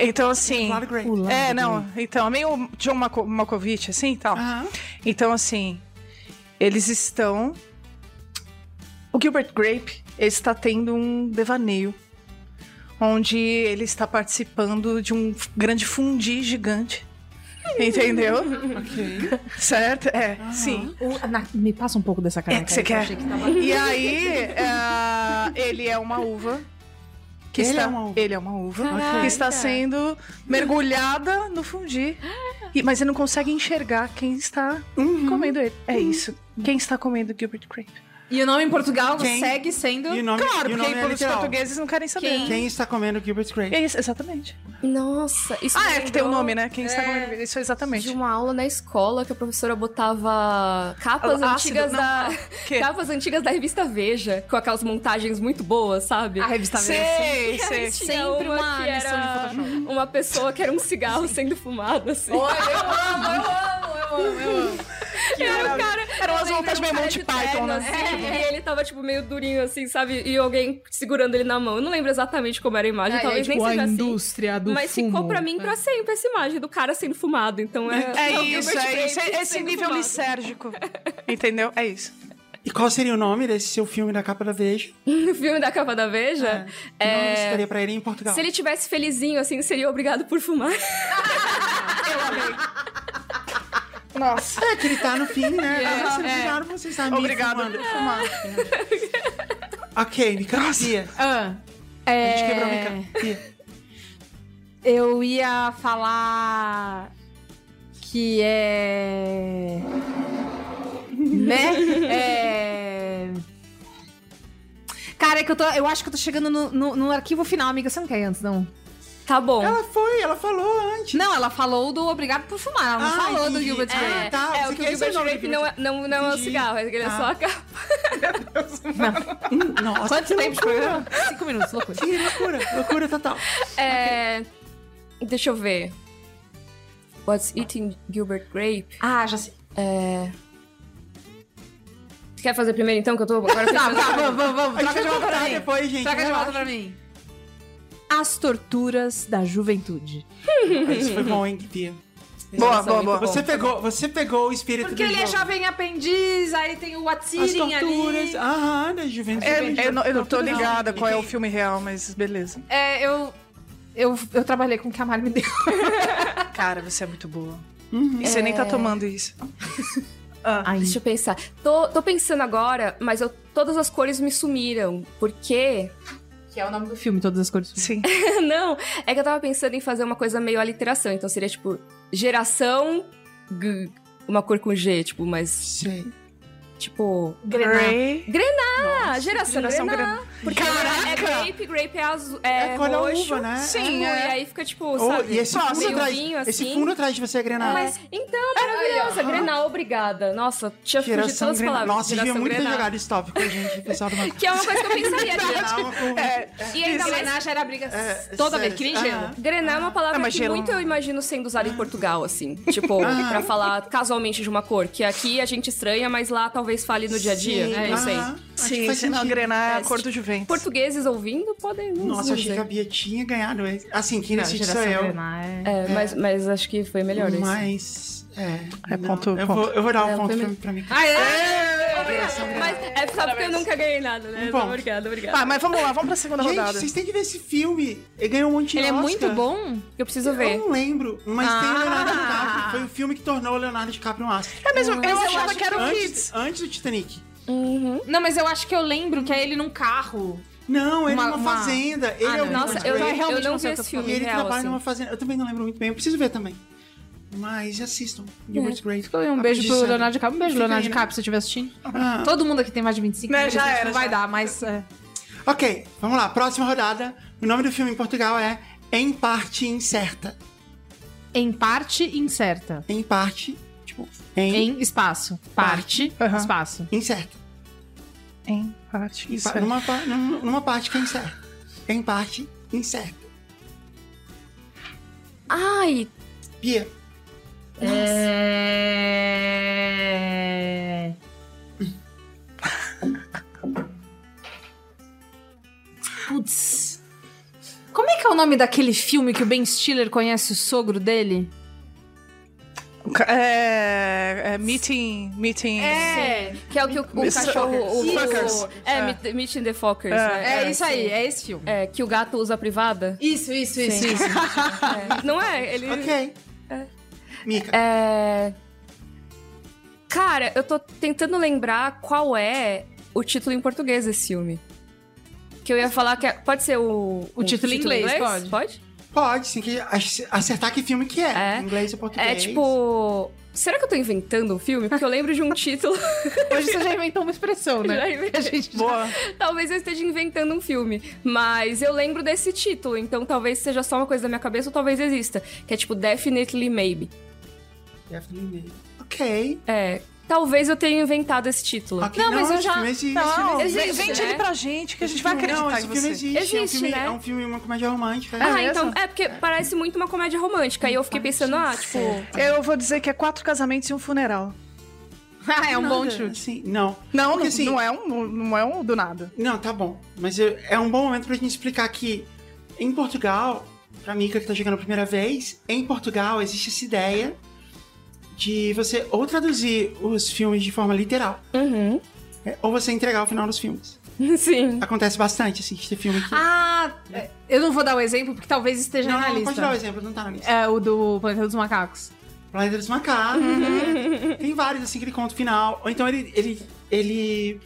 Speaker 2: então assim.
Speaker 1: Claro, Grape.
Speaker 3: Pula.
Speaker 2: É, não, então, é meio John Mako- Malkovich, assim e tal.
Speaker 1: Aham.
Speaker 2: Então, assim, eles estão. O Gilbert Grape ele está tendo um devaneio. Onde ele está participando de um f- grande fundi gigante. Entendeu? Certo? É, sim.
Speaker 3: O- na- me passa um pouco dessa cara.
Speaker 2: É, que você quer. E aí, é, ele é uma uva. Que
Speaker 1: Ele
Speaker 2: está,
Speaker 1: é uma uva.
Speaker 2: Ele é uma uva.
Speaker 4: Caraca.
Speaker 2: Que está sendo mergulhada no fundi. E- mas Uhum. ele não consegue enxergar quem está comendo ele. É isso. Quem está comendo Gilbert Grape?
Speaker 3: E o nome em Portugal
Speaker 1: Quem?
Speaker 3: segue sendo.
Speaker 1: E o nome,
Speaker 2: Claro,
Speaker 1: e o
Speaker 2: porque
Speaker 1: nome é
Speaker 2: aí os
Speaker 1: literal.
Speaker 2: portugueses não querem saber.
Speaker 4: Quem?
Speaker 2: né?
Speaker 1: Quem está comendo Gilbert Grape?
Speaker 2: É isso, exatamente.
Speaker 4: Nossa, isso
Speaker 2: Ah,
Speaker 4: me
Speaker 2: é que tem o
Speaker 4: lembrou
Speaker 2: nome, né? Quem está comendo. Isso, exatamente.
Speaker 4: De uma aula na escola que a professora botava capas
Speaker 2: Ah, ácido,
Speaker 4: antigas
Speaker 2: não,
Speaker 4: da.
Speaker 2: quê?
Speaker 4: capas antigas da revista Veja, com aquelas montagens muito boas, sabe?
Speaker 3: A revista Veja.
Speaker 2: Sei, sei.
Speaker 4: Tinha
Speaker 3: Sempre uma lição
Speaker 4: que
Speaker 3: de
Speaker 4: era
Speaker 3: Photoshop.
Speaker 4: uma pessoa que era um cigarro sendo fumado, assim.
Speaker 3: Olha, eu amo, eu amo, eu amo, eu amo.
Speaker 4: Era o
Speaker 2: maravilha.
Speaker 4: cara.
Speaker 2: Eram umas
Speaker 4: eu lembro,
Speaker 2: montagens meio
Speaker 4: um cara
Speaker 2: Monty
Speaker 4: de
Speaker 2: Python,
Speaker 4: terno,
Speaker 2: né?
Speaker 4: assim, E ele tava, tipo, meio durinho, assim, sabe? E alguém segurando ele na mão. Eu não lembro exatamente como era a imagem,
Speaker 3: É,
Speaker 4: talvez
Speaker 3: é,
Speaker 4: nem seja assim.
Speaker 5: indústria do
Speaker 4: Mas ficou pra mim pra sempre essa imagem do cara sendo fumado. Então é.
Speaker 2: É
Speaker 4: o
Speaker 2: isso,
Speaker 4: Gilbert
Speaker 2: é isso.
Speaker 4: Grape
Speaker 2: É Esse
Speaker 4: sendo
Speaker 2: nível
Speaker 4: fumado.
Speaker 2: lisérgico. Entendeu? É isso.
Speaker 1: E qual seria o nome desse seu filme da capa da Veja?
Speaker 4: No filme da capa da Veja,
Speaker 1: Que
Speaker 2: É.
Speaker 1: nome você daria pra ele em Portugal?
Speaker 4: se ele tivesse felizinho, assim, seria obrigado por fumar.
Speaker 2: Nossa.
Speaker 1: É que ele tá no fim, né?
Speaker 3: É,
Speaker 1: Nossa,
Speaker 3: é.
Speaker 1: Obrigado por vocês estarem me
Speaker 2: Obrigado
Speaker 1: informando.
Speaker 2: por fumar.
Speaker 1: Ok, micropia.
Speaker 3: Ah,
Speaker 1: A gente
Speaker 3: é,
Speaker 1: quebrou micropia.
Speaker 3: Eu ia falar que é. né? É. Cara, é que eu, tô, eu acho que eu tô chegando no, no- no arquivo final, amiga. Você não quer ir antes, não?
Speaker 4: Tá bom.
Speaker 1: Ela foi, ela falou antes.
Speaker 3: Não, ela falou do Obrigado por Fumar. Ela não
Speaker 1: Ah,
Speaker 3: falou do
Speaker 1: entendi.
Speaker 3: Gilbert
Speaker 1: É,
Speaker 3: Grape.
Speaker 1: tá,
Speaker 4: é,
Speaker 1: você
Speaker 4: o que o
Speaker 1: quer dizer
Speaker 4: Gilbert
Speaker 1: nome do
Speaker 4: Grape não é, não, não é um
Speaker 1: Entendi.
Speaker 4: cigarro, ele é só a capa.
Speaker 1: Nossa,
Speaker 3: Quanto
Speaker 1: que
Speaker 3: tempo de
Speaker 1: loucura.
Speaker 3: programa? Cinco minutos, loucura.
Speaker 1: Que loucura, loucura total.
Speaker 4: É, Deixa eu ver. What's Eating Gilbert Grape?
Speaker 3: Ah, já sei.
Speaker 4: É... Quer fazer primeiro então, que eu tô agora
Speaker 3: Tá, tá,
Speaker 4: pensando...
Speaker 3: vamos, vamos, vamos.
Speaker 1: A gente vai
Speaker 3: Troca de volta pra
Speaker 1: voltar
Speaker 3: mim.
Speaker 1: depois, né? gente.
Speaker 3: Troca de
Speaker 1: relaxa.
Speaker 3: volta pra mim. As torturas da juventude.
Speaker 1: Isso foi bom, hein, Guia?
Speaker 2: Boa, boa,
Speaker 4: Muito
Speaker 2: boa.
Speaker 4: bom.
Speaker 1: Você pegou, você pegou o espírito
Speaker 3: Porque
Speaker 1: do
Speaker 3: ele é
Speaker 1: jogo.
Speaker 3: jovem aprendiz, aí tem o
Speaker 1: As
Speaker 3: Atsirin
Speaker 1: torturas,
Speaker 3: ali.
Speaker 1: aham, da juventude.
Speaker 2: Eu, É, eu não- eu não tô
Speaker 1: Tortura não,
Speaker 2: ligada qual é o
Speaker 1: ninguém-
Speaker 2: filme real, mas beleza.
Speaker 3: É, eu, eu, eu trabalhei com o que a Mari me deu.
Speaker 2: Cara, você é muito boa. E você nem tá tomando isso. tá.
Speaker 4: Deixa eu pensar. Tô, tô pensando agora, mas eu- todas as cores me sumiram. Por quê?
Speaker 3: Que é o nome do filme, todas as cores.
Speaker 2: Sim.
Speaker 4: Não, é que eu tava pensando em fazer uma coisa meio aliteração. Então seria tipo, geração. G, uma cor com G, tipo, mas.
Speaker 1: Sei.
Speaker 4: Tipo.
Speaker 2: Grey.
Speaker 4: Ah, geração,
Speaker 2: Geração
Speaker 4: Grená.
Speaker 2: Grená.
Speaker 4: Porque
Speaker 2: Caraca!
Speaker 4: é grape, grape é azul. É,
Speaker 1: É cor da
Speaker 4: roxo.
Speaker 1: uva, né?
Speaker 2: Sim,
Speaker 4: E
Speaker 2: é.
Speaker 4: aí fica tipo,
Speaker 1: Oh,
Speaker 4: sabe?
Speaker 1: e esse
Speaker 4: meio
Speaker 1: fundo, atrás,
Speaker 4: vinho,
Speaker 1: esse
Speaker 4: assim.
Speaker 1: fundo atrás de você é granada.
Speaker 4: Mas, então, maravilhosa. Grenal, obrigada. Nossa, tinha fugido
Speaker 1: Geração
Speaker 4: todas as
Speaker 1: Grenal.
Speaker 4: palavras.
Speaker 1: um Nossa, devia
Speaker 4: Geração
Speaker 1: muito ter
Speaker 4: Grená.
Speaker 1: jogado esse tópico, gente. Pessoal do Mac.
Speaker 4: Que é uma coisa que eu pensaria. gente.
Speaker 1: Grenal, o-
Speaker 3: E ainda mais era briga
Speaker 1: É,
Speaker 3: toda
Speaker 1: sério.
Speaker 3: vez, que nem gelo.
Speaker 1: Aham.
Speaker 4: Grenar é uma palavra
Speaker 2: Ah, mas
Speaker 4: que
Speaker 2: gerou-
Speaker 4: muito eu imagino sendo usada em
Speaker 1: Ah.
Speaker 4: Portugal, assim. Tipo, pra falar casualmente de uma cor. Que aqui a gente estranha, mas lá talvez fale no dia a dia.
Speaker 1: Sim, Ah.
Speaker 4: né? Não sei.
Speaker 1: aham. Acho que
Speaker 2: Sim,
Speaker 1: faz
Speaker 2: sim. Não,
Speaker 1: sentido.
Speaker 2: Grenar é a
Speaker 4: Faz
Speaker 2: cor do Juventus.
Speaker 4: Portugueses ouvindo podem nos
Speaker 1: Nossa, achei que a
Speaker 4: dizer.
Speaker 1: Bia tinha ganhado. esse. Assim, quem decide sou eu.
Speaker 4: É, mas, mas acho que foi é melhor isso.
Speaker 1: Mas. É.
Speaker 2: É
Speaker 1: não,
Speaker 2: ponto,
Speaker 1: eu,
Speaker 2: ponto.
Speaker 1: Vou, eu vou dar um
Speaker 4: É,
Speaker 1: ponto
Speaker 4: foi
Speaker 1: pra, pra mim.
Speaker 3: Aê!
Speaker 4: Mas é só porque eu nunca ganhei nada, né?
Speaker 1: Bom.
Speaker 4: Obrigada, obrigada.
Speaker 2: Tá, mas vamos lá, vamos pra segunda
Speaker 1: Gente,
Speaker 2: rodada.
Speaker 1: vocês têm que ver esse filme. Ele ganhou um monte de
Speaker 3: Ele é
Speaker 1: Oscar.
Speaker 3: muito bom.
Speaker 4: Eu preciso
Speaker 1: Eu
Speaker 4: ver.
Speaker 1: não lembro, mas tem
Speaker 3: Ah.
Speaker 1: o Leonardo DiCaprio. Foi o filme que tornou o Leonardo DiCaprio um astro.
Speaker 2: É mesmo, eu
Speaker 3: eu
Speaker 2: achava
Speaker 3: acho
Speaker 2: que era o Kids.
Speaker 1: antes, antes do Titanic.
Speaker 4: Uhum.
Speaker 3: Não, mas eu acho que eu lembro que é ele num carro.
Speaker 1: Não, ele é
Speaker 3: Uma-
Speaker 1: numa
Speaker 3: uma-
Speaker 1: fazenda. Ele
Speaker 3: Ah,
Speaker 1: é o
Speaker 3: não,
Speaker 4: Nossa,
Speaker 1: Gilbert
Speaker 4: eu,
Speaker 1: Grape.
Speaker 3: realmente
Speaker 4: eu
Speaker 3: não
Speaker 4: não vi
Speaker 3: sei o que eu tô
Speaker 4: esse
Speaker 3: É,
Speaker 4: filme
Speaker 1: E ele
Speaker 4: real,
Speaker 1: trabalha
Speaker 4: assim.
Speaker 1: numa fazenda. Eu também não lembro muito bem. Eu preciso ver também. Mas assistam. Gilbert Grape.
Speaker 3: Um beijo pro
Speaker 1: Aprendi
Speaker 3: Leonardo DiCaprio. Um beijo,
Speaker 1: Fica
Speaker 3: Leonardo
Speaker 1: aí, né?
Speaker 3: DiCaprio, se eu estiver assistindo.
Speaker 1: Ah,
Speaker 3: Todo mundo aqui tem mais de 25
Speaker 2: Né,
Speaker 3: anos,
Speaker 2: já
Speaker 3: gente,
Speaker 2: era,
Speaker 3: Não vai
Speaker 2: já.
Speaker 3: dar, mas... é.
Speaker 1: Ok, vamos lá. Próxima rodada. O nome do filme em Portugal é Em Parte Incerta.
Speaker 3: Em parte incerta.
Speaker 1: Em parte, tipo, em,
Speaker 3: Em espaço. Parte,
Speaker 2: Aham.
Speaker 3: espaço.
Speaker 1: incerta.
Speaker 2: Em parte.
Speaker 1: Em
Speaker 2: Isso é.
Speaker 1: pa- numa, pa- num- numa parte que é incerta. Em parte incerta.
Speaker 4: Ai,
Speaker 1: Bia,
Speaker 3: É... Putz. Como é que é o nome daquele filme que o Ben Stiller conhece o sogro dele?
Speaker 2: É, é, meeting. Meeting.
Speaker 4: que é o que o, o
Speaker 2: Miss
Speaker 4: cachorro... O, o-
Speaker 2: Fuckers.
Speaker 4: é,
Speaker 2: É.
Speaker 4: Meet- Meet in the Fuckers,
Speaker 2: É.
Speaker 4: né?
Speaker 3: É isso aí, é esse filme.
Speaker 4: É, que o gato usa a privada.
Speaker 3: Isso, isso, isso,
Speaker 4: Sim.
Speaker 3: isso.
Speaker 4: É. Não é? Ele.
Speaker 1: ok. Mica,
Speaker 4: É. Cara, eu tô tentando lembrar qual é o título em português desse filme. Que eu ia falar que é... pode ser o.
Speaker 3: O título em inglês, pode.
Speaker 4: Pode?
Speaker 1: pode, sim, que ac- acertar que filme que é.
Speaker 4: É.
Speaker 1: Em Inglês ou português.
Speaker 4: É tipo. Será que eu tô inventando um filme? Porque eu lembro de um título.
Speaker 3: Hoje você já inventou uma expressão, né?
Speaker 4: Já inventei.
Speaker 3: A gente já-
Speaker 1: Boa.
Speaker 4: talvez eu esteja inventando um filme. Mas eu lembro desse título, então talvez seja só uma coisa da minha cabeça ou talvez exista. Que é tipo Definitely Maybe.
Speaker 1: Ok.
Speaker 4: É. Talvez eu tenha inventado esse título.
Speaker 1: ok.
Speaker 3: Não, mas eu
Speaker 1: esse
Speaker 3: já-
Speaker 1: filme existe,
Speaker 2: Não,
Speaker 1: esse filme existe.
Speaker 4: existe,
Speaker 2: vende
Speaker 4: né?
Speaker 2: ele pra gente que a gente vai acreditar
Speaker 1: Não, esse
Speaker 2: em
Speaker 1: filme
Speaker 2: você.
Speaker 1: existe. é, um
Speaker 4: Existe,
Speaker 1: filme,
Speaker 4: né?
Speaker 1: é um filme, uma comédia romântica.
Speaker 4: Ah,
Speaker 2: É
Speaker 4: então.
Speaker 2: mesmo?
Speaker 4: É porque parece muito uma comédia romântica. E eu fiquei pensando, ah, tipo.
Speaker 2: Eu vou dizer que é quatro casamentos e um funeral.
Speaker 3: Ah, é um bom chute.
Speaker 1: Assim, não.
Speaker 2: Não,
Speaker 1: Porque,
Speaker 2: não,
Speaker 1: assim,
Speaker 2: não é um, não é um do nada.
Speaker 1: Não, tá bom. Mas eu- é um bom momento pra gente explicar que em Portugal, pra Mica que tá chegando a primeira vez, em Portugal existe essa ideia de você ou traduzir os filmes de forma literal,
Speaker 4: Uhum.
Speaker 1: é, ou você entregar o final dos filmes.
Speaker 4: Sim.
Speaker 1: Acontece bastante, assim, de ter filme que...
Speaker 3: Ah, é, eu não vou dar o exemplo porque talvez esteja
Speaker 1: não,
Speaker 3: na
Speaker 1: não,
Speaker 3: lista.
Speaker 1: pode dar o exemplo, não tá na lista.
Speaker 3: É o do Planeta dos Macacos.
Speaker 1: Planeta dos Macacos.
Speaker 2: Uhum.
Speaker 1: né? Tem vários, assim, que ele conta o final. Ou então ele, ele, ele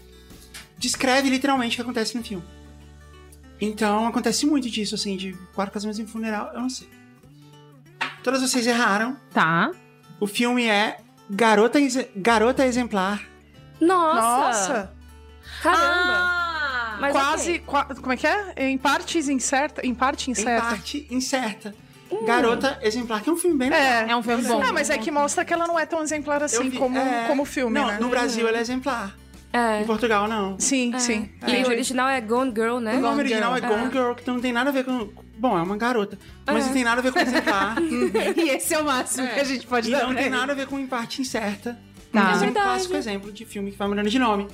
Speaker 1: descreve literalmente o que acontece no filme. Então acontece muito disso, assim, de quatro casamentos em funeral, eu não sei. Todas vocês erraram.
Speaker 3: Tá.
Speaker 1: O filme é Garota, Ex- Garota Exemplar.
Speaker 4: Nossa! Caramba!
Speaker 3: Ah!
Speaker 4: Mas
Speaker 2: quase,
Speaker 4: ok.
Speaker 2: qua- como é que é? Em partes incerta, em parte
Speaker 1: Em
Speaker 2: incerta. Hum.
Speaker 1: parte incerta. Garota Exemplar, que é um filme bem legal.
Speaker 2: É.
Speaker 3: É um filme bom.
Speaker 2: Ah, mas é que mostra que ela não é tão exemplar
Speaker 1: Eu
Speaker 2: assim
Speaker 1: vi-
Speaker 2: como
Speaker 1: é.
Speaker 2: como o filme,
Speaker 1: Não,
Speaker 2: né?
Speaker 1: no Brasil ela é exemplar.
Speaker 4: É.
Speaker 1: Em Portugal, não.
Speaker 2: Sim,
Speaker 4: é.
Speaker 2: sim.
Speaker 4: E
Speaker 1: É.
Speaker 4: o original é Gone Girl, né?
Speaker 1: O nome original é
Speaker 4: Girl.
Speaker 1: Gone Girl, que não tem nada a ver com... Bom, é uma garota. Mas
Speaker 4: É.
Speaker 1: não tem nada a ver com exemplar.
Speaker 3: E esse é o máximo que a gente pode
Speaker 1: E
Speaker 3: dar.
Speaker 1: não
Speaker 3: pra
Speaker 1: tem
Speaker 3: ele.
Speaker 1: nada a ver com em parte incerta.
Speaker 3: Tá.
Speaker 1: Mas é
Speaker 4: É
Speaker 1: um
Speaker 4: verdade.
Speaker 1: clássico exemplo de filme que vai mudando de nome.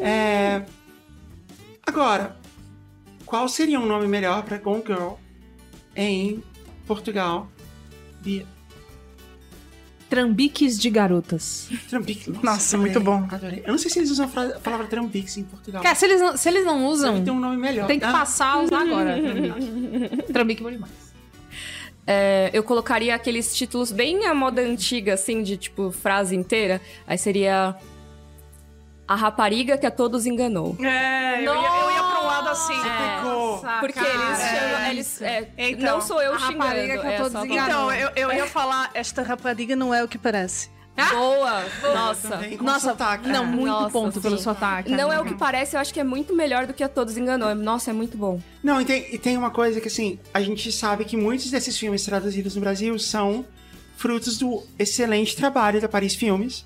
Speaker 1: É... Agora, qual seria um nome melhor pra Gone Girl em Portugal? Bia.
Speaker 3: Trambiques de garotas.
Speaker 1: Trampix. Nossa,
Speaker 2: Nossa,
Speaker 1: adorei,
Speaker 2: muito bom.
Speaker 1: Adorei. Eu não sei se eles usam a fra- a palavra trampix em Portugal.
Speaker 3: Cara, se eles não, se eles não
Speaker 1: Deve
Speaker 3: usam,
Speaker 1: ter um nome melhor.
Speaker 3: tem que
Speaker 1: Ah,
Speaker 3: passar a usar agora. Trambique bom demais.
Speaker 4: É, eu colocaria aqueles títulos bem à moda antiga, assim, de tipo frase inteira. Aí seria. A rapariga que a todos enganou.
Speaker 2: É, eu ia, eu ia pra um lado assim.
Speaker 1: pegou.
Speaker 4: Porque
Speaker 3: Ah,
Speaker 4: eles chamam. Eles, é,
Speaker 2: Então,
Speaker 4: não sou eu
Speaker 3: a
Speaker 4: xingando.
Speaker 3: rapariga que a
Speaker 4: é
Speaker 3: todos
Speaker 4: só-
Speaker 3: enganou.
Speaker 2: Então, eu, eu ia falar, esta rapariga não é o que parece.
Speaker 4: Boa! Nossa!
Speaker 1: também com
Speaker 3: Nossa,
Speaker 1: sotaque.
Speaker 3: não, muito
Speaker 4: Nossa,
Speaker 3: ponto pelo
Speaker 4: sim.
Speaker 3: sotaque. né?
Speaker 4: Não é o que
Speaker 3: amiga.
Speaker 4: parece, eu acho que é muito melhor do que a todos enganou. É- Nossa, é muito bom.
Speaker 1: Não, e tem, e tem uma coisa que, assim, a gente sabe que muitos desses filmes traduzidos no Brasil são frutos do excelente trabalho da Paris Filmes,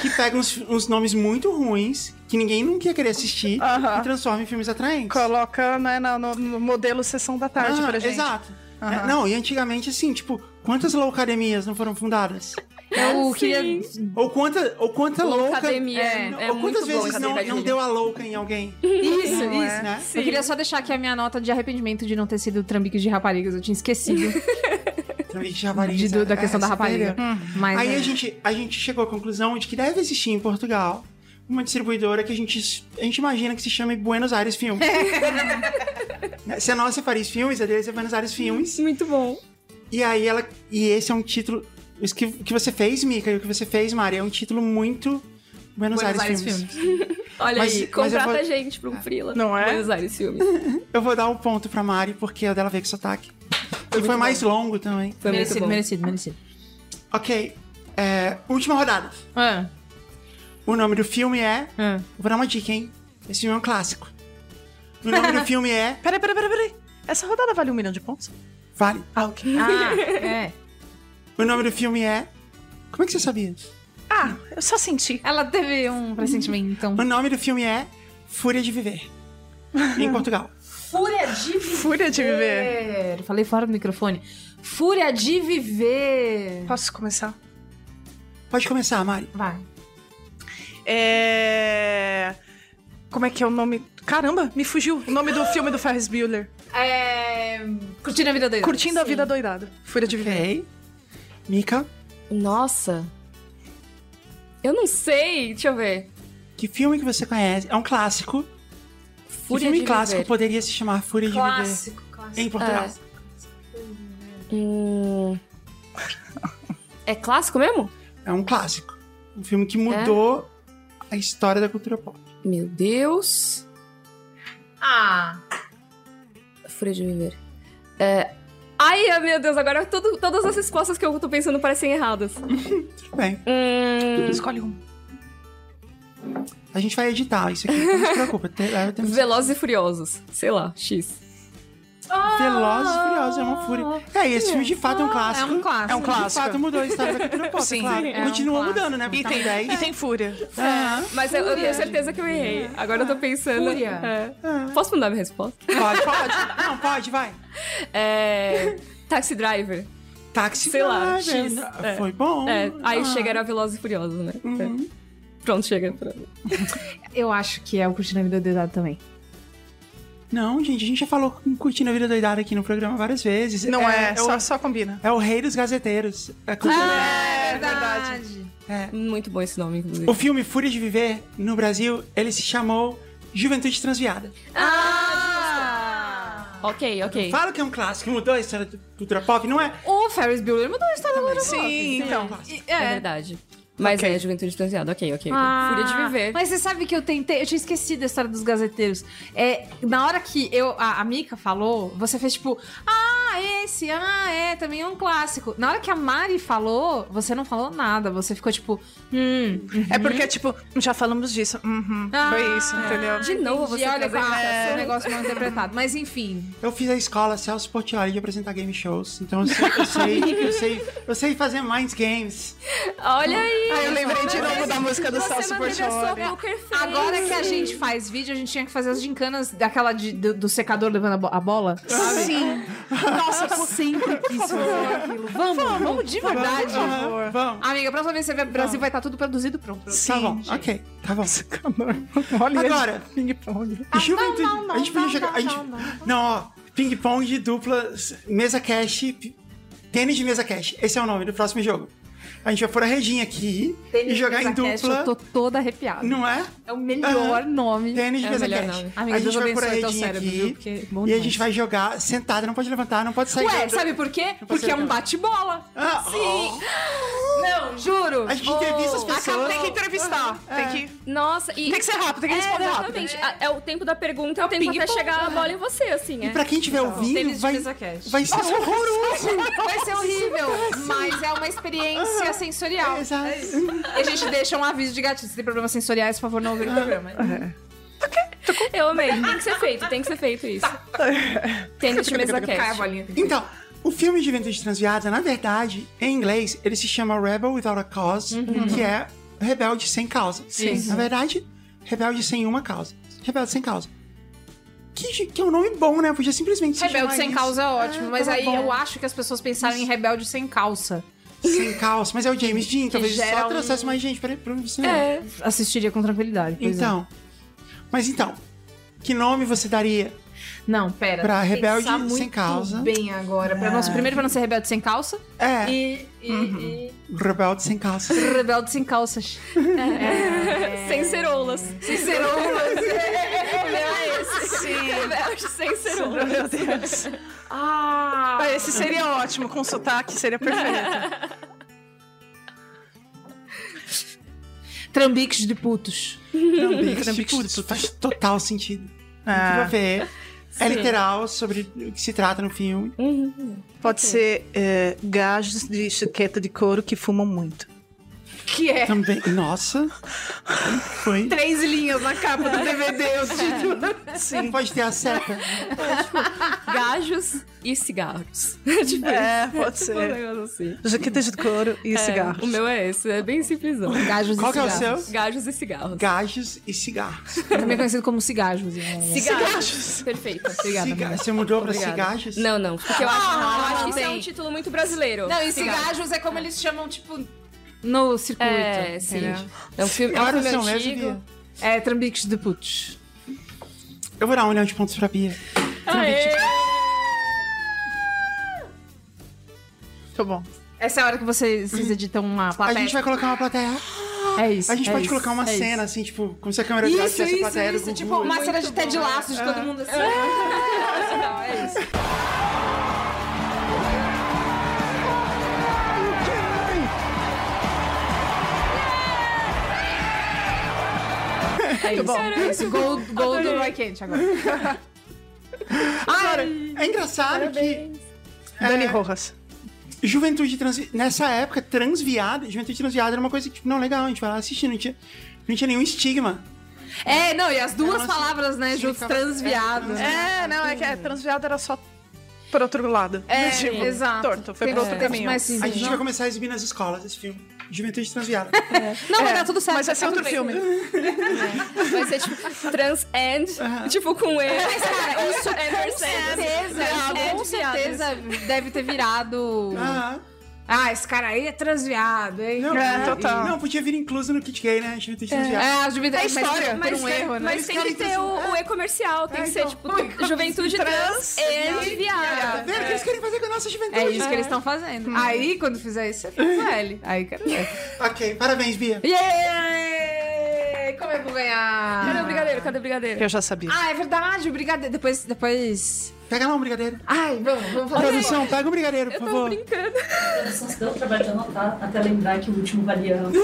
Speaker 1: que pega uns, uns nomes muito ruins, que ninguém nunca ia querer assistir,
Speaker 2: Aham.
Speaker 1: e transforma em filmes atraentes.
Speaker 2: Coloca né, na- no, no modelo Sessão da Tarde
Speaker 1: Ah,
Speaker 2: pra gente.
Speaker 1: Exato.
Speaker 2: Aham.
Speaker 1: É, não, e antigamente, assim, tipo, quantas loucademias não foram fundadas?
Speaker 3: É Eu
Speaker 4: Ah, Sim.
Speaker 3: queria.
Speaker 1: Ou quanta, ou quanta louca...
Speaker 4: Loucademia.
Speaker 3: é,
Speaker 4: É,
Speaker 1: ou quantas
Speaker 4: muito bom
Speaker 1: vezes não,
Speaker 4: Academia.
Speaker 1: não deu a louca em alguém,
Speaker 3: Isso,
Speaker 2: Não
Speaker 3: isso.
Speaker 2: é?
Speaker 1: né?
Speaker 4: Sim.
Speaker 3: Eu queria só deixar aqui a minha nota de arrependimento de não ter sido trambiques de raparigas. Eu tinha esquecido
Speaker 1: Também de rapariga,
Speaker 3: de- do- da
Speaker 1: é,
Speaker 3: questão da
Speaker 1: essa
Speaker 3: rapariga. Mas
Speaker 1: Aí
Speaker 3: é.
Speaker 1: a gente, a gente chegou à conclusão de que deve existir em Portugal uma distribuidora que a gente, a gente imagina que se chame Buenos Aires Filmes. Né? se a nossa é Paris Filmes, a deles é Buenos Aires Filmes.
Speaker 4: Muito bom.
Speaker 1: E aí ela. E esse é um título. Isso que, o que você fez, Mica, e o que você fez, Mari, é um título muito Buenos,
Speaker 3: Buenos
Speaker 1: Aires,
Speaker 3: Aires
Speaker 1: Filmes.
Speaker 4: Olha
Speaker 1: Mas-
Speaker 4: aí,
Speaker 1: mas eu
Speaker 4: contrata
Speaker 1: vou-
Speaker 4: a gente pra um Frila.
Speaker 2: Não é?
Speaker 4: Buenos Aires Filmes.
Speaker 1: Eu vou dar um ponto pra Mari, porque a dela veio com sotaque.
Speaker 3: É
Speaker 1: E foi mais longo também.
Speaker 4: Foi
Speaker 3: merecido,
Speaker 4: muito bom.
Speaker 3: merecido, merecido.
Speaker 1: Ok. é, última rodada.
Speaker 3: Ah,
Speaker 1: O nome do filme é.
Speaker 3: ah.
Speaker 1: Vou dar uma dica, hein? Esse filme é um clássico. O nome do filme é.
Speaker 2: Peraí, peraí, peraí, peraí. Essa rodada vale um milhão de pontos?
Speaker 1: Vale.
Speaker 2: Ah, ok.
Speaker 3: Ah, é.
Speaker 1: O nome do filme é. Como é que você sabia?
Speaker 2: Ah, eu só senti.
Speaker 3: Ela teve um pressentimento, então.
Speaker 1: O nome do filme é Fúria de Viver. Em Portugal.
Speaker 3: Fúria de
Speaker 2: Fúria de viver.
Speaker 3: viver. Falei fora do microfone. Fúria de viver.
Speaker 2: Posso começar?
Speaker 1: Pode começar, Mari.
Speaker 3: Vai.
Speaker 2: É... Como é que é o nome? Caramba, me fugiu. O nome do filme do Ferris Bueller.
Speaker 3: É... Curtindo a vida doida.
Speaker 2: Curtindo a vida doidada. Fúria de viver.
Speaker 1: Ok. Mika,
Speaker 4: Nossa. Eu não sei. Deixa eu ver.
Speaker 1: que filme que você conhece? É um clássico. Que
Speaker 4: Fúria
Speaker 1: filme
Speaker 4: de
Speaker 1: clássico
Speaker 4: Viver. É.
Speaker 1: poderia se chamar Fúria de
Speaker 3: Clássico, clássico.
Speaker 1: Viver? Em Portugal.
Speaker 4: Hum. É clássico mesmo?
Speaker 1: É. um clássico. Um filme que mudou a
Speaker 4: É?
Speaker 1: história da cultura pop.
Speaker 4: Meu Deus.
Speaker 3: Ah,
Speaker 4: Fúria de Viver. É... Ai, Ai, meu Deus, agora tudo- todas as respostas que eu tô pensando parecem erradas.
Speaker 1: Tudo bem.
Speaker 4: Hum,
Speaker 2: Escolhe um.
Speaker 1: A gente vai editar isso aqui. Não se preocupa. Te- um leva tempo.
Speaker 4: Velozes e Furiosos. Sei lá, X.
Speaker 1: Velozes e Furiosos é uma fúria. É, e esse filme de fato é um clássico.
Speaker 3: É um clássico.
Speaker 1: É um clássico.
Speaker 2: Clássico.
Speaker 1: De fato mudou a história da cultura pop,
Speaker 2: Sim,
Speaker 1: claro.
Speaker 4: é um
Speaker 1: Continua
Speaker 3: clássico.
Speaker 1: mudando, né?
Speaker 2: E
Speaker 1: Porque tá
Speaker 2: tem,
Speaker 1: no 10.
Speaker 2: e tem fúria.
Speaker 1: Aham.
Speaker 4: Mas eu, eu
Speaker 3: Fúria.
Speaker 4: tenho certeza que eu errei. Agora eu tô pensando.
Speaker 3: Fúria.
Speaker 4: É. Posso mudar minha resposta?
Speaker 1: Pode, pode. Não, pode, vai.
Speaker 4: É. Taxi Driver.
Speaker 1: Táxi
Speaker 4: Sei lá,
Speaker 1: Driver.
Speaker 4: X.
Speaker 1: Não,
Speaker 4: É.
Speaker 1: Foi bom.
Speaker 4: É, aí
Speaker 1: Ah.
Speaker 4: chega era Velozes e Furiosos, né?
Speaker 1: Uhum.
Speaker 4: É. Pronto, chega.
Speaker 3: Eu acho que é o Curtindo a Vida Doidado também.
Speaker 1: Não, gente, a gente já falou com Curtindo a Vida Doidada aqui no programa várias vezes.
Speaker 2: Não é,
Speaker 1: o-
Speaker 2: só, só combina.
Speaker 1: É o rei dos gazeteiros. É com-
Speaker 2: É
Speaker 1: É.
Speaker 4: Muito bom esse nome, inclusive.
Speaker 1: O filme Fúria de Viver, no Brasil, ele se chamou Juventude Transviada.
Speaker 3: Ah!
Speaker 4: Ok, ok.
Speaker 1: Fala que é um clássico, mudou a história da cultura pop, não é? um
Speaker 3: O Ferris Bueller mudou a história do
Speaker 2: Sim, então.
Speaker 4: É verdade. Mas
Speaker 2: Ok.
Speaker 4: é Juventude Transeada, ok, ok. ok.
Speaker 3: Ah,
Speaker 4: Fúria de viver.
Speaker 3: Mas você sabe que eu tentei, eu tinha esquecido a história dos gazeteiros. É, na hora que eu, a, a Mika falou, você fez tipo, ah, esse, ah, é, também é um clássico. Na hora que a Mari falou, você não falou nada, você ficou tipo, hum,
Speaker 2: É porque, tipo, já falamos disso. Uhum,
Speaker 3: Ah,
Speaker 2: foi isso, entendeu?
Speaker 4: De novo você um
Speaker 3: olha,
Speaker 4: trazer
Speaker 3: cara,
Speaker 4: essa-
Speaker 3: seu negócio mal interpretado. Mas enfim,
Speaker 1: Eu fiz a escola Celso Portioli de apresentar game shows, então eu sei, eu sei, eu sei, eu sei fazer mind games.
Speaker 4: Olha aí!
Speaker 2: Ah, eu lembrei de novo da música do
Speaker 4: Você
Speaker 2: Celso
Speaker 4: manteve a sua
Speaker 2: Portiolli.
Speaker 4: poker face.
Speaker 3: agora que a gente faz vídeo, a gente tinha que fazer as gincanas daquela de- do, do secador levando a, bo- a bola.
Speaker 2: Sim.
Speaker 3: Nossa, eu sempre quis fazer aquilo. Vamos, vamos, de verdade.
Speaker 1: Aham, Ah, Vamos.
Speaker 3: Amiga, a próxima vez que você vier pro Brasil vai estar tudo produzido e pronto.
Speaker 1: Tá bom,
Speaker 2: gente.
Speaker 1: ok, tá bom.
Speaker 2: Olha
Speaker 1: Agora.
Speaker 2: esse ping-pong.
Speaker 1: Juventude.
Speaker 3: não, não,
Speaker 1: a gente podia
Speaker 3: não,
Speaker 1: chegar.
Speaker 3: não,
Speaker 1: a gente-
Speaker 3: não, não.
Speaker 1: Não, ó. Ping-pong de dupla, s- mesa cash, p- tênis de mesa cash. Esse é o nome do próximo jogo. A gente vai pôr a redinha aqui e jogar em
Speaker 3: Mesa Cash,
Speaker 1: dupla.
Speaker 3: Eu tô toda arrepiada.
Speaker 1: Não é?
Speaker 3: É o melhor nome.
Speaker 1: Tênis de
Speaker 4: É o
Speaker 1: mesa
Speaker 4: melhor
Speaker 1: cash.
Speaker 4: nome.
Speaker 3: Amiga,
Speaker 1: a gente
Speaker 3: Deus
Speaker 1: vai pôr a
Speaker 3: abençoe teu
Speaker 1: redinha
Speaker 3: cérebro,
Speaker 1: aqui.
Speaker 3: viu? Porque é bom
Speaker 1: e a
Speaker 3: demais.
Speaker 1: gente vai jogar sentada, não pode levantar, não pode sair.
Speaker 3: Ué,
Speaker 1: do-
Speaker 3: sabe por quê?
Speaker 1: posso
Speaker 3: Porque é um
Speaker 1: lembrar.
Speaker 3: bate-bola.
Speaker 1: Ah,
Speaker 3: Sim. Não, juro.
Speaker 1: A gente entrevista Ah. as pessoas.
Speaker 2: Tem que entrevistar. Tem que...
Speaker 4: Nossa, e.
Speaker 2: Tem que ser rápido, tem que
Speaker 4: É,
Speaker 2: responder rápido.
Speaker 4: exatamente. A- É. o tempo da pergunta, é o tempo até
Speaker 2: ping-pong.
Speaker 4: chegar a bola em você, assim.
Speaker 1: E
Speaker 4: É.
Speaker 1: pra quem estiver ouvindo,
Speaker 3: tênis de
Speaker 1: vai,
Speaker 3: mesa cash.
Speaker 1: vai ser horroroso.
Speaker 3: Vai ser horrível, mas é uma experiência sensorial.
Speaker 1: Exato.
Speaker 3: E a gente deixa um aviso de gatilho. Se tem problemas sensoriais, por favor, não
Speaker 1: Ah.
Speaker 3: ouvir o programa.
Speaker 4: Eu amei. Tem que ser feito, tem que ser feito isso. Tênis de mesa
Speaker 3: Cai a
Speaker 4: cast.
Speaker 3: bolinha. tem que-
Speaker 1: Então, o filme de Juventude Transviada, na verdade, em inglês, ele se chama Rebel Without a Cause, que é rebelde sem causa.
Speaker 3: Uhum. Sim.
Speaker 1: Na verdade, rebelde sem uma causa. Rebelde sem causa. Que, que é um nome bom, né? Podia simplesmente se
Speaker 3: Rebelde
Speaker 1: chamar
Speaker 3: sem
Speaker 1: isso.
Speaker 3: causa é ótimo,
Speaker 1: É,
Speaker 3: mas
Speaker 1: tava
Speaker 3: aí
Speaker 1: bom.
Speaker 3: eu acho que as pessoas pensaram em rebelde sem calça.
Speaker 1: Sem causa, mas é o James Dean, talvez
Speaker 3: gera
Speaker 1: só
Speaker 3: um-
Speaker 1: trouxesse mais gente para o cinema.
Speaker 4: É.
Speaker 3: Assistiria com tranquilidade. pois é.
Speaker 1: Então, mas então, que nome você daria?
Speaker 3: Não, pera.
Speaker 1: Pra
Speaker 3: tem que
Speaker 1: rebelde
Speaker 3: pensar muito
Speaker 1: sem causa.
Speaker 3: bem agora. Pra nosso, primeiro pra não ser rebelde sem calça.
Speaker 1: É,
Speaker 3: E, e- e
Speaker 1: rebelde sem causa.
Speaker 3: rebelde sem calças.
Speaker 4: Sem ceroulas. Sem ceroulas. é esse. Rebelde sem ceroulas.
Speaker 2: Meu Deus.
Speaker 3: Ah!
Speaker 2: Ah, Esse seria ótimo, com sotaque seria perfeito.
Speaker 3: Trambiques de putos.
Speaker 1: Trambiques, tipo, isso faz total
Speaker 3: É.
Speaker 1: sentido. Tudo a
Speaker 2: Ah,
Speaker 1: ver. É
Speaker 4: Sim.
Speaker 1: literal sobre o que se trata no filme.
Speaker 2: pode ser é, gajos de chiqueta de couro que fumam muito.
Speaker 3: Que é
Speaker 1: Também. Nossa! Foi.
Speaker 3: três linhas na capa do DVD. o título.
Speaker 1: Sim. Pode ter a seta.
Speaker 4: Gajos e cigarros. tipo,
Speaker 2: É, pode
Speaker 4: tipo um
Speaker 2: ser.
Speaker 4: negócio assim.
Speaker 2: Jaquetas de couro e cigarros.
Speaker 4: O meu é esse, é bem simplesão.
Speaker 3: Gajos
Speaker 1: Qual
Speaker 3: e
Speaker 1: que é o
Speaker 3: cigarros.
Speaker 1: seu?
Speaker 4: Gajos e cigarros.
Speaker 1: Gajos e cigarros.
Speaker 3: Também conhecido como cigajos. né?
Speaker 4: Cigarros. Perfeito.
Speaker 3: Obrigada,
Speaker 1: Ciga-
Speaker 3: amiga.
Speaker 1: Você mudou pra
Speaker 4: Obrigada.
Speaker 1: cigarros?
Speaker 4: Não, não. Porque eu acho,
Speaker 3: Ah,
Speaker 4: eu acho que isso é
Speaker 3: tem.
Speaker 4: um título muito brasileiro.
Speaker 3: Não, e
Speaker 4: Cigarros.
Speaker 3: cigajos é como eles chamam, tipo, no circuito.
Speaker 4: É, sim.
Speaker 3: entendeu?
Speaker 4: É um filme, é um
Speaker 1: Agora
Speaker 4: filme
Speaker 1: são né,
Speaker 4: antigo.
Speaker 1: lésbica.
Speaker 3: É, trambiques de putos.
Speaker 1: Eu vou dar um milhão de pontos pra Bia.
Speaker 4: Aê!
Speaker 2: Tá bom.
Speaker 3: Essa é a hora que vocês, vocês editam uma plateia.
Speaker 1: A gente vai colocar uma plateia.
Speaker 3: Tá É isso.
Speaker 1: A gente
Speaker 3: é
Speaker 1: pode
Speaker 3: isso,
Speaker 1: colocar uma
Speaker 3: é isso.
Speaker 1: cena, assim, tipo, como se a câmera
Speaker 3: Isso,
Speaker 1: virada tivesse a
Speaker 3: isso,
Speaker 1: plateia do
Speaker 3: isso.
Speaker 1: Gugu. né?
Speaker 3: Tipo, uma cena de Ted Laço de todo mundo assim. Não, é isso. É isso.
Speaker 4: bom.
Speaker 3: É isso. Gol, gol do
Speaker 4: Adorei.
Speaker 3: Roy Kent agora.
Speaker 1: Agora, é engraçado que
Speaker 2: Dani Rojas.
Speaker 1: Juventude Transviada. Nessa época, transviada, Juventude Transviada era uma coisa que, tipo, não, legal, a gente vai lá assistir, não tinha, não tinha nenhum estigma.
Speaker 3: É, não, e as duas
Speaker 1: Nossa,
Speaker 3: palavras, né, juntos,
Speaker 1: significava-
Speaker 3: transviados.
Speaker 1: é,
Speaker 2: É, não, é que é, transviado era só pro outro lado.
Speaker 3: É,
Speaker 2: tipo,
Speaker 3: exato.
Speaker 2: Torto, foi
Speaker 3: Tem-
Speaker 2: pro outro
Speaker 3: tem
Speaker 2: caminho.
Speaker 3: mais
Speaker 1: A
Speaker 3: sentido,
Speaker 1: gente
Speaker 3: não?
Speaker 1: vai começar a exibir nas escolas esse filme. Juventude Transviada.
Speaker 3: Não,
Speaker 2: É,
Speaker 3: vai dar tudo certo.
Speaker 2: Mas vai ser
Speaker 3: tá
Speaker 2: outro
Speaker 3: tudo bem.
Speaker 2: filme.
Speaker 4: Vai ser tipo trans and, tipo com E.
Speaker 3: Cara, isso
Speaker 4: É
Speaker 3: com
Speaker 4: Mercedes.
Speaker 3: certeza,
Speaker 4: É,
Speaker 3: com
Speaker 4: é desviado.
Speaker 3: certeza deve ter virado...
Speaker 1: Ah,
Speaker 3: Ah, esse cara aí é transviado, hein?
Speaker 1: não,
Speaker 2: É, total.
Speaker 1: não, podia vir incluso no Kit Gay, né? Juventude Transviada.
Speaker 3: É, as dividendas.
Speaker 2: É história,
Speaker 3: mas,
Speaker 2: por um
Speaker 3: mas-
Speaker 2: erro, né?
Speaker 4: Mas tem que
Speaker 1: caras
Speaker 4: ter o, o E comercial, tem que ser tipo juventude trans,
Speaker 2: Trans
Speaker 4: and
Speaker 2: e
Speaker 1: Tá
Speaker 4: viada.
Speaker 1: vendo o que eles querem fazer com a nossa juventude?
Speaker 3: É isso que eles estão fazendo. Aí, quando fizer isso, você fez o L. Aí, quero ver.
Speaker 1: Ok, parabéns, Bia.
Speaker 3: Yay! Como é eu vou ganhar?
Speaker 4: Cadê o brigadeiro? Cadê o brigadeiro?
Speaker 2: Eu já sabia.
Speaker 3: Ah, é verdade, o brigadeiro. Depois, depois...
Speaker 1: Pega lá um brigadeiro.
Speaker 3: Ai, vamos, vamos falar disso.
Speaker 1: Produção, pega um brigadeiro, por
Speaker 4: Eu
Speaker 1: favor.
Speaker 4: tô brincando.
Speaker 5: Só se deu o trabalho de anotar até lembrar que o último valia. anos.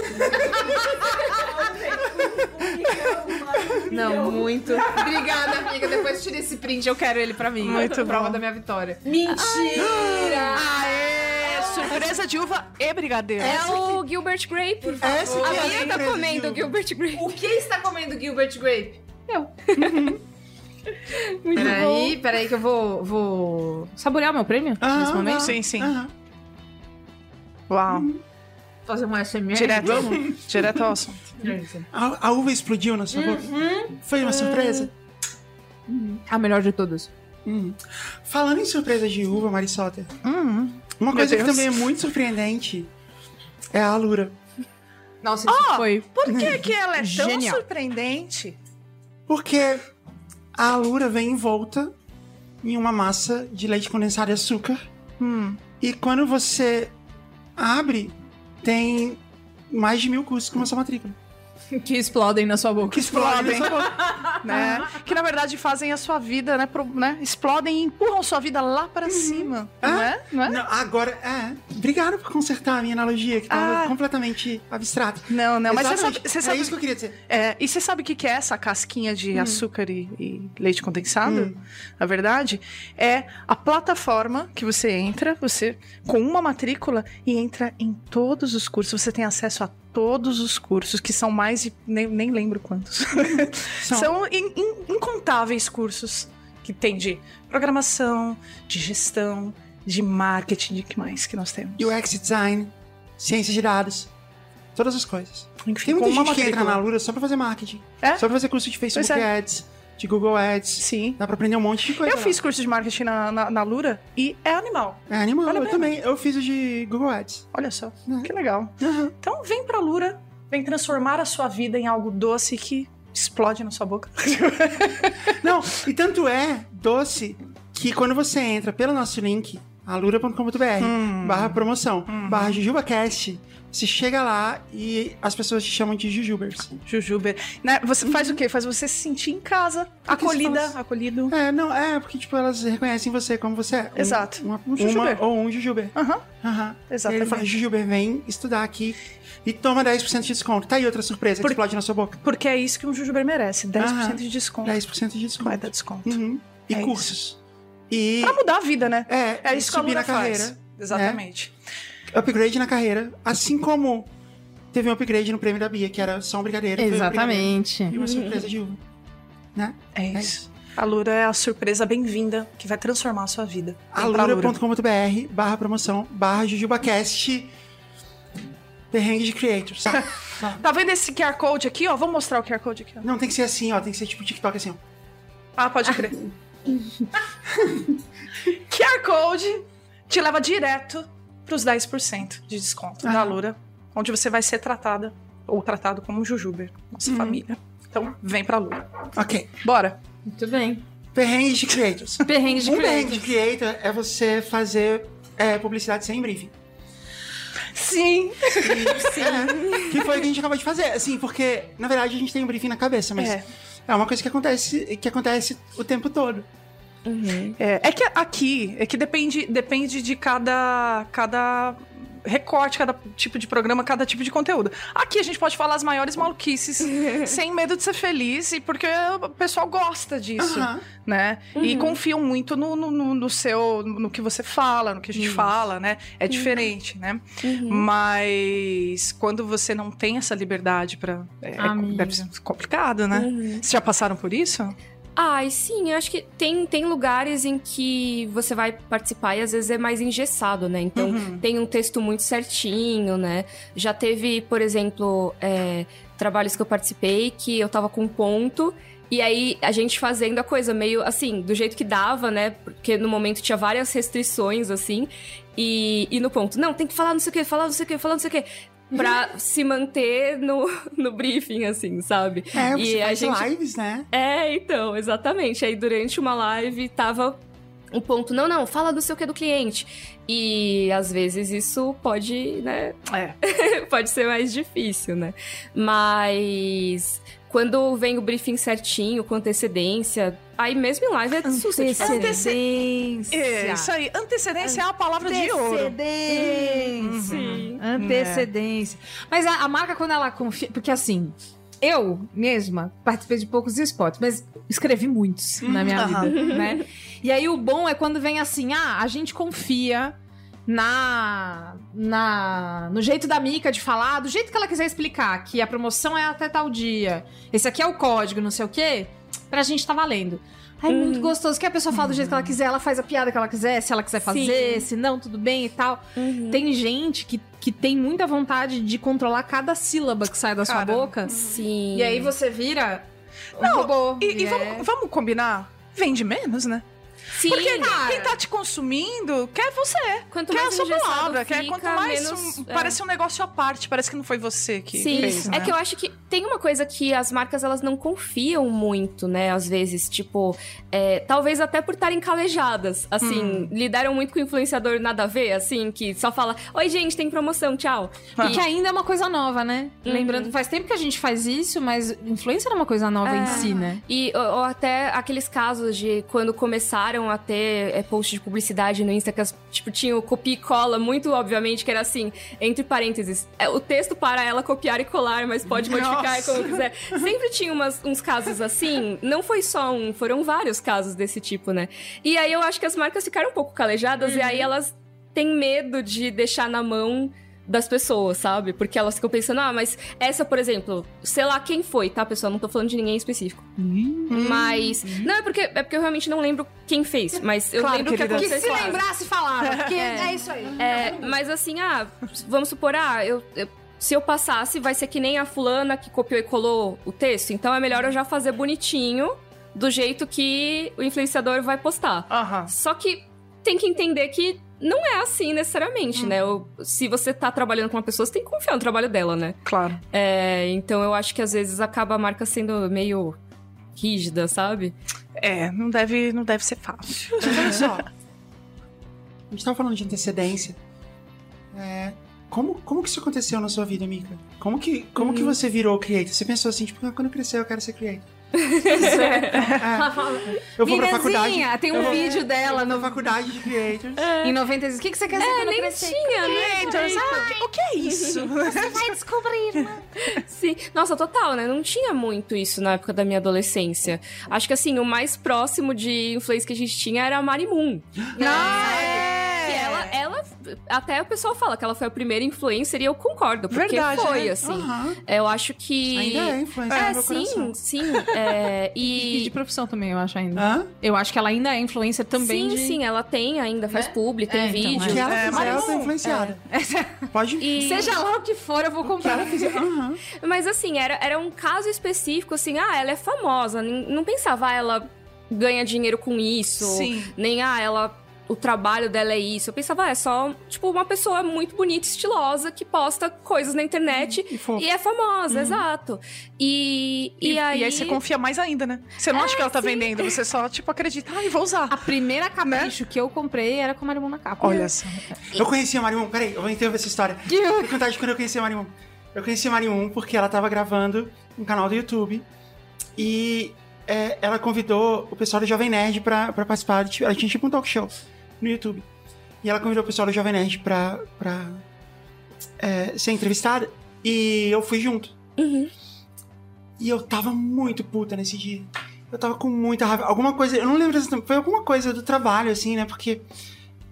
Speaker 3: Não, muito. Obrigada, amiga. Depois tira esse print, eu quero ele pra mim.
Speaker 2: Muito
Speaker 3: Prova
Speaker 2: bom.
Speaker 3: da minha vitória.
Speaker 5: Mentira!
Speaker 3: Ah,
Speaker 4: Ah,
Speaker 2: Aê! Surpresa de uva e brigadeiro.
Speaker 4: É o Gilbert Grape.
Speaker 1: Essa
Speaker 4: A
Speaker 1: que é
Speaker 4: Bia tá
Speaker 1: surpresa,
Speaker 4: comendo
Speaker 1: viu?
Speaker 4: o Gilbert Grape.
Speaker 3: O que está comendo Gilbert Grape? Uhum.
Speaker 4: Muito bom.
Speaker 3: Peraí, peraí que eu vou, vou saborear o meu prêmio
Speaker 1: Aham,
Speaker 3: nesse momento.
Speaker 1: aham,
Speaker 2: Sim, sim.
Speaker 1: aham.
Speaker 2: Uau.
Speaker 3: Fazer um SMR.
Speaker 2: Direto, ao- direto ao assunto.
Speaker 1: A, a uva explodiu na sua boca.
Speaker 4: Uhum.
Speaker 1: Foi uma surpresa?
Speaker 3: A melhor de todas.
Speaker 1: Hum. Falando em surpresa de uva, Marisota, uma coisa que
Speaker 2: Uhum. Deus.
Speaker 1: também é muito surpreendente é a Alura.
Speaker 3: Nossa, isso
Speaker 2: Ó,
Speaker 3: foi...
Speaker 2: Por que, que ela é tão
Speaker 3: Genial.
Speaker 2: surpreendente?
Speaker 1: Porque a Alura vem envolta em uma massa de leite condensado e açúcar.
Speaker 2: Hum.
Speaker 1: E quando você abre, tem mais de mil cursos com a sua matrícula.
Speaker 3: Que explodem na sua boca.
Speaker 1: Que explodem.
Speaker 2: né? Que na verdade fazem a sua vida, né? pro- né? Explodem e empurram sua vida lá pra cima. Não é? Não é?
Speaker 1: Uhum. Não, agora, é. Obrigado por consertar a minha analogia, que tava
Speaker 2: Ah.
Speaker 1: completamente abstrata.
Speaker 2: Não, não. Mas você
Speaker 1: Exatamente.
Speaker 2: sabe. Você sabe
Speaker 1: É isso que eu Hum. queria dizer.
Speaker 2: é, e você sabe o que, que é essa casquinha de açúcar e, e leite condensado?
Speaker 1: Hum.
Speaker 2: Na verdade, é a plataforma que você entra, você com uma matrícula e entra em todos os cursos. Você tem acesso a todos os cursos, que são mais de. nem, nem lembro quantos.
Speaker 1: São-
Speaker 2: São in- in- incontáveis cursos que tem de programação, de gestão, de marketing, de que mais que nós temos?
Speaker 1: UX design, ciência de dados, todas as coisas.
Speaker 2: Enfim,
Speaker 1: Tem muita
Speaker 2: com uma
Speaker 1: gente que entra
Speaker 2: matrícula.
Speaker 1: na Lura só pra fazer marketing.
Speaker 2: É?
Speaker 1: Só pra fazer curso de Facebook
Speaker 2: Pois é.
Speaker 1: Ads, de Google Ads.
Speaker 2: Sim.
Speaker 1: Dá pra aprender um monte de coisa.
Speaker 2: Eu
Speaker 1: lá.
Speaker 2: fiz curso de marketing na, na, na Lura e é animal.
Speaker 1: É animal,
Speaker 2: Vale a
Speaker 1: eu
Speaker 2: pena.
Speaker 1: também. Eu fiz o de Google Ads.
Speaker 2: Olha só,
Speaker 1: Uhum.
Speaker 2: que legal.
Speaker 1: Aham.
Speaker 2: Então vem pra Lura, vem transformar a sua vida em algo doce que explode na sua boca.
Speaker 1: Não, e tanto é doce que quando você entra pelo nosso link, alura.com.br,
Speaker 2: Hum.
Speaker 1: barra promoção, barra JujubaCast, você chega lá e as pessoas te chamam de Jujubers.
Speaker 2: Jujuber. Né? Você faz o quê? Faz você se sentir em casa, acolhida,
Speaker 1: faz-
Speaker 2: acolhido.
Speaker 1: É, não, é, porque, tipo, elas reconhecem você como você é. Um-
Speaker 2: Exato.
Speaker 1: Uma,
Speaker 2: Um jujuber.
Speaker 1: uma- ou um Jujuber.
Speaker 2: Aham.
Speaker 1: Aham.
Speaker 2: Exatamente.
Speaker 1: E ele fala, Jujuber, vem estudar aqui e toma 10% de desconto. Tá aí outra surpresa
Speaker 2: Por-
Speaker 1: que explode na sua boca.
Speaker 2: Porque é isso que um Jujuber merece: 10%
Speaker 1: Aham.
Speaker 2: de desconto.
Speaker 1: 10% de desconto.
Speaker 2: Vai dar desconto.
Speaker 1: Uhum. E
Speaker 2: É
Speaker 1: cursos. E...
Speaker 2: Pra mudar a vida, né?
Speaker 1: É,
Speaker 2: É
Speaker 1: e
Speaker 2: isso que a
Speaker 1: subir
Speaker 2: Lura
Speaker 1: na carreira.
Speaker 2: faz. Exatamente.
Speaker 1: Upgrade na carreira. Assim como teve um upgrade no prêmio da Bia, que era só um brigadeiro. foi um brigadeiro
Speaker 3: Exatamente.
Speaker 1: E uma surpresa de uva. Né?
Speaker 2: É,
Speaker 1: É
Speaker 2: isso.
Speaker 1: isso.
Speaker 2: A Lura é a surpresa bem-vinda que vai transformar a sua vida. Vem pra
Speaker 1: alura.com.br barra promoção barra jujubacast perrengue de creators.
Speaker 2: Tá vendo esse QR Code aqui, ó? Vamos mostrar o QR Code aqui, ó.
Speaker 1: Não, tem que ser assim, ó. Tem que ser tipo TikTok, assim, ó.
Speaker 2: Ah, pode crer. QR Code te leva direto pros 10% de desconto
Speaker 1: Ah.
Speaker 2: da Lura, onde você vai ser tratada ou tratado como um jujuber,
Speaker 1: Uhum.
Speaker 2: nossa família. Então, vem pra Lura.
Speaker 1: Ok.
Speaker 2: Bora.
Speaker 3: Muito bem.
Speaker 1: Perrengue de creators.
Speaker 3: Perrengue de
Speaker 1: um perrengue de
Speaker 3: cliente.
Speaker 1: creator é você fazer é, publicidade sem briefing.
Speaker 2: Sim.
Speaker 1: Sim. que foi o que a gente acabou de fazer. Assim, porque, na verdade, a gente tem um briefing na cabeça, mas
Speaker 2: É.
Speaker 1: é, uma coisa que acontece, que acontece o tempo todo.
Speaker 2: É, é que aqui, é que depende, depende de cada, cada recorte, cada tipo de programa, cada tipo de conteúdo. Aqui a gente pode falar as maiores maluquices, sem medo de ser feliz, e porque o pessoal gosta disso,
Speaker 1: Aham.
Speaker 2: né? E confiam muito no, no- no- no seu, no que você fala, no que a gente fala, né? É diferente, né? Mas quando você não tem essa liberdade para é, é-
Speaker 3: Amiga.
Speaker 2: deve ser complicado, né?
Speaker 4: Uhum.
Speaker 2: Vocês já passaram por isso?
Speaker 4: Ai, sim, eu acho que tem, tem lugares em que você vai participar e às vezes é mais engessado, né? Então tem um texto muito certinho, né? Já teve, por exemplo, é, trabalhos que eu participei que eu tava com um ponto. E aí, a gente fazendo a coisa meio assim, do jeito que dava, né? Porque no momento tinha várias restrições, assim. E, e no ponto, não, tem que falar não sei o que, falar não sei o que, falar não sei o que. Pra se manter no, no briefing, assim, sabe?
Speaker 1: É,
Speaker 4: E
Speaker 1: você
Speaker 4: a
Speaker 1: faz
Speaker 4: gente-
Speaker 1: lives, né?
Speaker 4: É, então, exatamente. Aí durante uma live tava um ponto, não, não, fala do seu que é do cliente. E às vezes isso pode, né,
Speaker 2: É.
Speaker 4: pode ser mais difícil, né? Mas quando vem o briefing certinho, com antecedência, aí mesmo em live é sucesso.
Speaker 2: É, isso aí. Antecedência é a palavra de ouro. Uhum.
Speaker 3: Antecedência.
Speaker 4: Sim.
Speaker 3: Antecedência. Mas a, a marca, quando ela confia. Porque assim, eu mesma participei de poucos esportes, mas escrevi muitos na minha
Speaker 2: aham.
Speaker 3: vida, né? E aí o bom é quando vem assim: ah, a gente confia. Na, na no jeito da Mica de falar, do jeito que ela quiser explicar que a promoção é até tal dia. Esse aqui é o código, não sei o quê. Pra gente tá valendo. Aí muito gostoso que a pessoa fala do jeito que ela quiser, ela faz a piada que ela quiser, se ela quiser fazer, se não, tudo bem e tal.
Speaker 4: Uhum.
Speaker 3: Tem gente que, que tem muita vontade de controlar cada sílaba que sai da sua
Speaker 2: Cara,
Speaker 3: boca.
Speaker 4: Sim.
Speaker 3: E aí você vira um
Speaker 2: Não,
Speaker 3: robô.
Speaker 2: E, e
Speaker 3: é-
Speaker 2: vamos, vamos combinar? Vende menos, né?
Speaker 4: Sim,
Speaker 2: Porque quem-
Speaker 4: cara.
Speaker 2: quem tá te consumindo quer você,
Speaker 4: quanto
Speaker 2: quer a
Speaker 4: mais
Speaker 2: sua
Speaker 4: engessado
Speaker 2: é palavra,
Speaker 4: fica,
Speaker 2: quer quanto mais.
Speaker 4: menos,
Speaker 2: um-
Speaker 4: é.
Speaker 2: Parece um negócio à parte, parece que não foi você que
Speaker 4: Sim,
Speaker 2: fez.
Speaker 4: é
Speaker 2: né?
Speaker 4: que eu acho que tem uma coisa que as marcas elas não confiam muito, né? Às vezes, tipo, é, talvez até por estarem calejadas, assim, lidaram muito com influenciador nada a ver, assim, que só fala, oi gente, tem promoção, tchau.
Speaker 3: E que ainda é uma coisa nova, né? Lembrando, faz tempo que a gente faz isso, mas influencer é uma coisa nova em si, né?
Speaker 4: E ou, ou até aqueles casos de quando começaram a ter é, post de publicidade no Insta que as, tipo, tinha o copia e cola muito, obviamente, que era assim, entre parênteses, é, o texto para ela copiar e colar, mas pode modificar
Speaker 1: Nossa.
Speaker 4: como quiser. Sempre tinha umas- uns casos assim, não foi só um, foram vários casos desse tipo, né? E aí eu acho que as marcas ficaram um pouco calejadas e
Speaker 2: Uhum.
Speaker 4: aí elas têm medo de deixar na mão das pessoas, sabe? Porque elas ficam pensando, ah, mas essa, por exemplo, sei lá quem foi, tá, pessoal? Não tô falando de ninguém em específico.
Speaker 2: Uhum.
Speaker 4: Mas. Não, é porque, é porque eu realmente não lembro quem fez, mas eu
Speaker 2: Claro,
Speaker 4: lembro que
Speaker 2: querida.
Speaker 4: aconteceu.
Speaker 3: Que se lembrasse falava, porque é. isso aí.
Speaker 4: É, mas assim, ah, vamos supor, ah, eu, eu- se eu passasse, vai ser que nem a fulana que copiou e colou o texto. Então é melhor eu já fazer bonitinho, do jeito que o influenciador vai postar.
Speaker 2: Aham.
Speaker 4: Só que tem que entender que não é assim necessariamente, né? O- se você tá trabalhando com uma pessoa, você tem que confiar no trabalho dela, né?
Speaker 2: Claro.
Speaker 4: É, então eu acho que às vezes acaba a marca sendo meio rígida, sabe?
Speaker 2: É, não deve, não deve ser fácil.
Speaker 1: Mas olha só. A gente tava falando de antecedência. É, como, como que isso aconteceu na sua vida, Mika? Como que, como que você virou creator? Você pensou assim, tipo, "Ah, quando eu crescer eu quero ser creator. É, eu vou pra faculdade.
Speaker 3: Menininha, tem um
Speaker 1: eu vou-
Speaker 3: vídeo dela
Speaker 1: Na
Speaker 3: no,
Speaker 1: faculdade de creators.
Speaker 3: em 90 O que, que você quer ser é quando
Speaker 4: É, nem
Speaker 3: crescer?
Speaker 4: tinha, né?
Speaker 2: Haters, ah, o que- o que é isso?
Speaker 3: Vai descobrir, né?
Speaker 4: Sim. Nossa, total, né? Não tinha muito isso na época da minha adolescência. Acho que assim, o mais próximo de influência que a gente tinha era a Mari Moon.
Speaker 2: Ah,
Speaker 4: Que
Speaker 2: é.
Speaker 4: ela, ela. Até o pessoal fala que ela foi a primeira influencer e eu concordo, porque
Speaker 2: Verdade,
Speaker 4: foi,
Speaker 2: né?
Speaker 4: assim.
Speaker 1: Aham.
Speaker 4: Eu acho que.
Speaker 1: Ainda é influencer
Speaker 4: É,
Speaker 1: no meu coração.
Speaker 4: sim, sim. é,
Speaker 3: E de
Speaker 4: e.
Speaker 3: profissão também, eu acho ainda.
Speaker 1: Hã?
Speaker 3: Eu acho que ela ainda é influencer também
Speaker 4: sim,
Speaker 3: de...
Speaker 4: sim, ela tem ainda, faz publi, tem
Speaker 3: É, então,
Speaker 4: vídeos.
Speaker 1: O que ela
Speaker 2: É,
Speaker 1: fizer,
Speaker 2: mas
Speaker 1: eu tô
Speaker 2: não-
Speaker 1: influenciada.
Speaker 3: É.
Speaker 1: Pode...
Speaker 4: E-
Speaker 3: Seja lá o que for, eu vou comprar.
Speaker 1: Aham.
Speaker 4: Mas assim, era, era um caso específico, assim, ah, ela é famosa. nem- Não pensava, ah, ela ganha dinheiro com isso.
Speaker 2: Sim.
Speaker 4: Nem, ah, ela. O trabalho dela é isso. Eu pensava, ah, é só, tipo, uma pessoa muito bonita, estilosa, que posta coisas na internet
Speaker 1: E fofo.
Speaker 4: e é famosa, exato. E, e, aí. Ah,
Speaker 2: você confia mais ainda, né? Você não acha que ela tá vendendo, você só, tipo, acredita. Ai, vou usar.
Speaker 3: A primeira capricho que eu comprei era com a Marimun na capa.
Speaker 2: Olha só.
Speaker 1: Eu conheci a Marimum, peraí, eu vou interromper essa história. Vou contar de quando eu conheci a Marimum. Eu conheci a Marimum porque ela tava gravando um canal do YouTube e é, ela convidou o pessoal do Jovem Nerd pra, pra participar. de- Ela tinha tipo um talk show no YouTube. E ela convidou o pessoal do Jovem Nerd pra, pra é, ser entrevistada e eu fui junto.
Speaker 4: Uhum.
Speaker 1: E eu tava muito puta nesse dia. Eu tava com muita raiva. Alguma coisa, eu não lembro exatamente, foi alguma coisa do trabalho, assim, né? Porque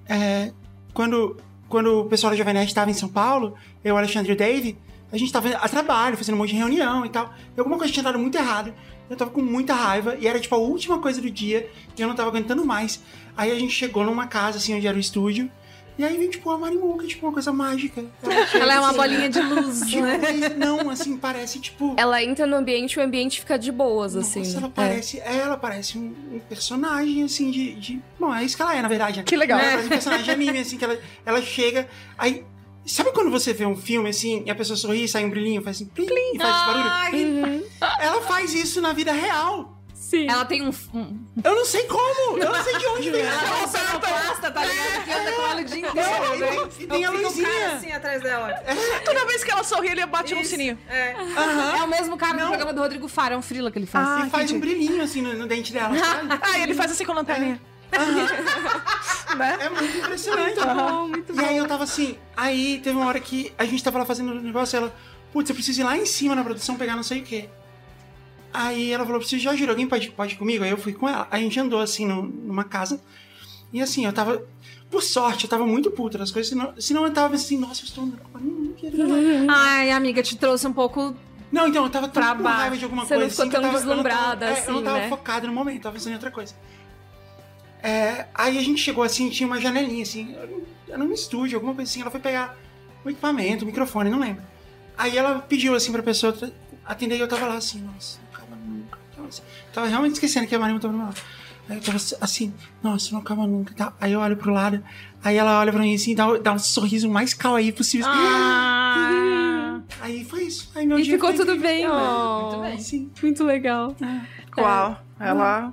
Speaker 1: é, quando, quando o pessoal da Jovem Nerd tava em São Paulo, eu, Alexandre e o Dave, a gente tava a trabalho, fazendo um monte de reunião e tal. E alguma coisa tinha dado muito errado. Eu tava com muita raiva e era tipo a última coisa do dia e eu não tava aguentando mais. Aí a gente chegou numa casa, assim, onde era o estúdio. E aí vem, tipo, a Marimuca, tipo, uma coisa mágica. Ela chega,
Speaker 3: Ela é uma
Speaker 1: assim,
Speaker 3: bolinha de luz,
Speaker 1: Tipo,
Speaker 3: né?
Speaker 1: mas não, assim, parece tipo.
Speaker 4: Ela entra no ambiente e o ambiente fica de boas,
Speaker 1: Nossa,
Speaker 4: assim.
Speaker 1: ela
Speaker 4: É.
Speaker 1: parece, ela parece um, um personagem, assim, de, de- Bom, é isso que ela é, na verdade. né?
Speaker 2: Que legal.
Speaker 1: Ela parece um personagem de anime, assim, que ela, ela chega. Aí. Sabe quando você vê um filme assim e a pessoa sorri, sai um brilhinho, faz assim, plim, e faz esse barulho?
Speaker 3: Ai,
Speaker 4: Uhum.
Speaker 1: Ela faz isso na vida real.
Speaker 4: Sim.
Speaker 3: Ela tem um. um
Speaker 1: Eu não sei como! Eu não sei de onde vem
Speaker 3: ela
Speaker 1: isso.
Speaker 3: é uma sonoplasta, tá ligado? Que anda com ela o dia
Speaker 1: Não,
Speaker 3: inteiro.
Speaker 1: e tem- e tem a
Speaker 3: Fica um cara
Speaker 1: luzinha.
Speaker 3: assim atrás dela.
Speaker 2: Toda vez que ela sorri, ele bate um
Speaker 3: Isso.
Speaker 2: sininho.
Speaker 3: É.
Speaker 1: Aham.
Speaker 3: É o mesmo cara
Speaker 1: Não.
Speaker 3: do programa do Rodrigo Faro, é um frila que ele faz.
Speaker 2: Ah,
Speaker 1: E faz
Speaker 2: entendi.
Speaker 1: um brilhinho assim no, no dente dela. sabe?
Speaker 2: Ah, e ele faz assim com a lanterninha.
Speaker 1: É muito impressionante.
Speaker 4: Bom, muito
Speaker 1: E aí eu tava assim, aí teve uma hora que a gente tava lá fazendo o negócio, ela, putz, eu preciso ir lá em cima na produção pegar não sei o quê. Aí ela falou, preciso já Júlio, alguém pode, pode ir comigo? Aí eu fui com ela. A gente andou assim no- numa casa. E assim, eu tava. Por sorte, eu tava muito puta das coisas, senão, senão eu tava assim, nossa, eu estou andando com nenhum, querido.
Speaker 3: Ai, amiga, te trouxe um pouco.
Speaker 1: Não, então, eu tava tão
Speaker 3: Pra
Speaker 1: com
Speaker 3: baixo.
Speaker 1: raiva de alguma
Speaker 4: Você não
Speaker 1: coisa.
Speaker 4: ficou
Speaker 1: assim, que eu
Speaker 4: tão
Speaker 1: tava- eu não tava-
Speaker 4: deslumbrada,
Speaker 1: é, Eu não
Speaker 4: assim,
Speaker 1: tava
Speaker 4: né?
Speaker 1: focado no momento, tava pensando em outra coisa. É, aí a gente chegou assim, tinha uma janelinha, assim, era um estúdio, alguma coisa assim. Ela foi pegar o equipamento, o microfone, não lembro. Aí ela pediu assim pra pessoa tra- atender e eu tava lá assim, nossa, calma nunca. calma, assim. Tava realmente esquecendo que a Marina tava no meu lado. Aí eu tava assim, nossa, não acaba nunca. tá? Aí eu olho pro lado, aí ela olha pra mim assim, dá, o- dá um sorriso mais aí possível. Uhum.
Speaker 3: Ah.
Speaker 1: Aí foi isso. Aí meu
Speaker 3: E
Speaker 1: dia
Speaker 3: ficou
Speaker 1: foi assim.
Speaker 3: tudo bem,
Speaker 4: Oh,
Speaker 3: né?
Speaker 1: incrível, Sim.
Speaker 4: Muito legal.
Speaker 2: Né? Uau, ela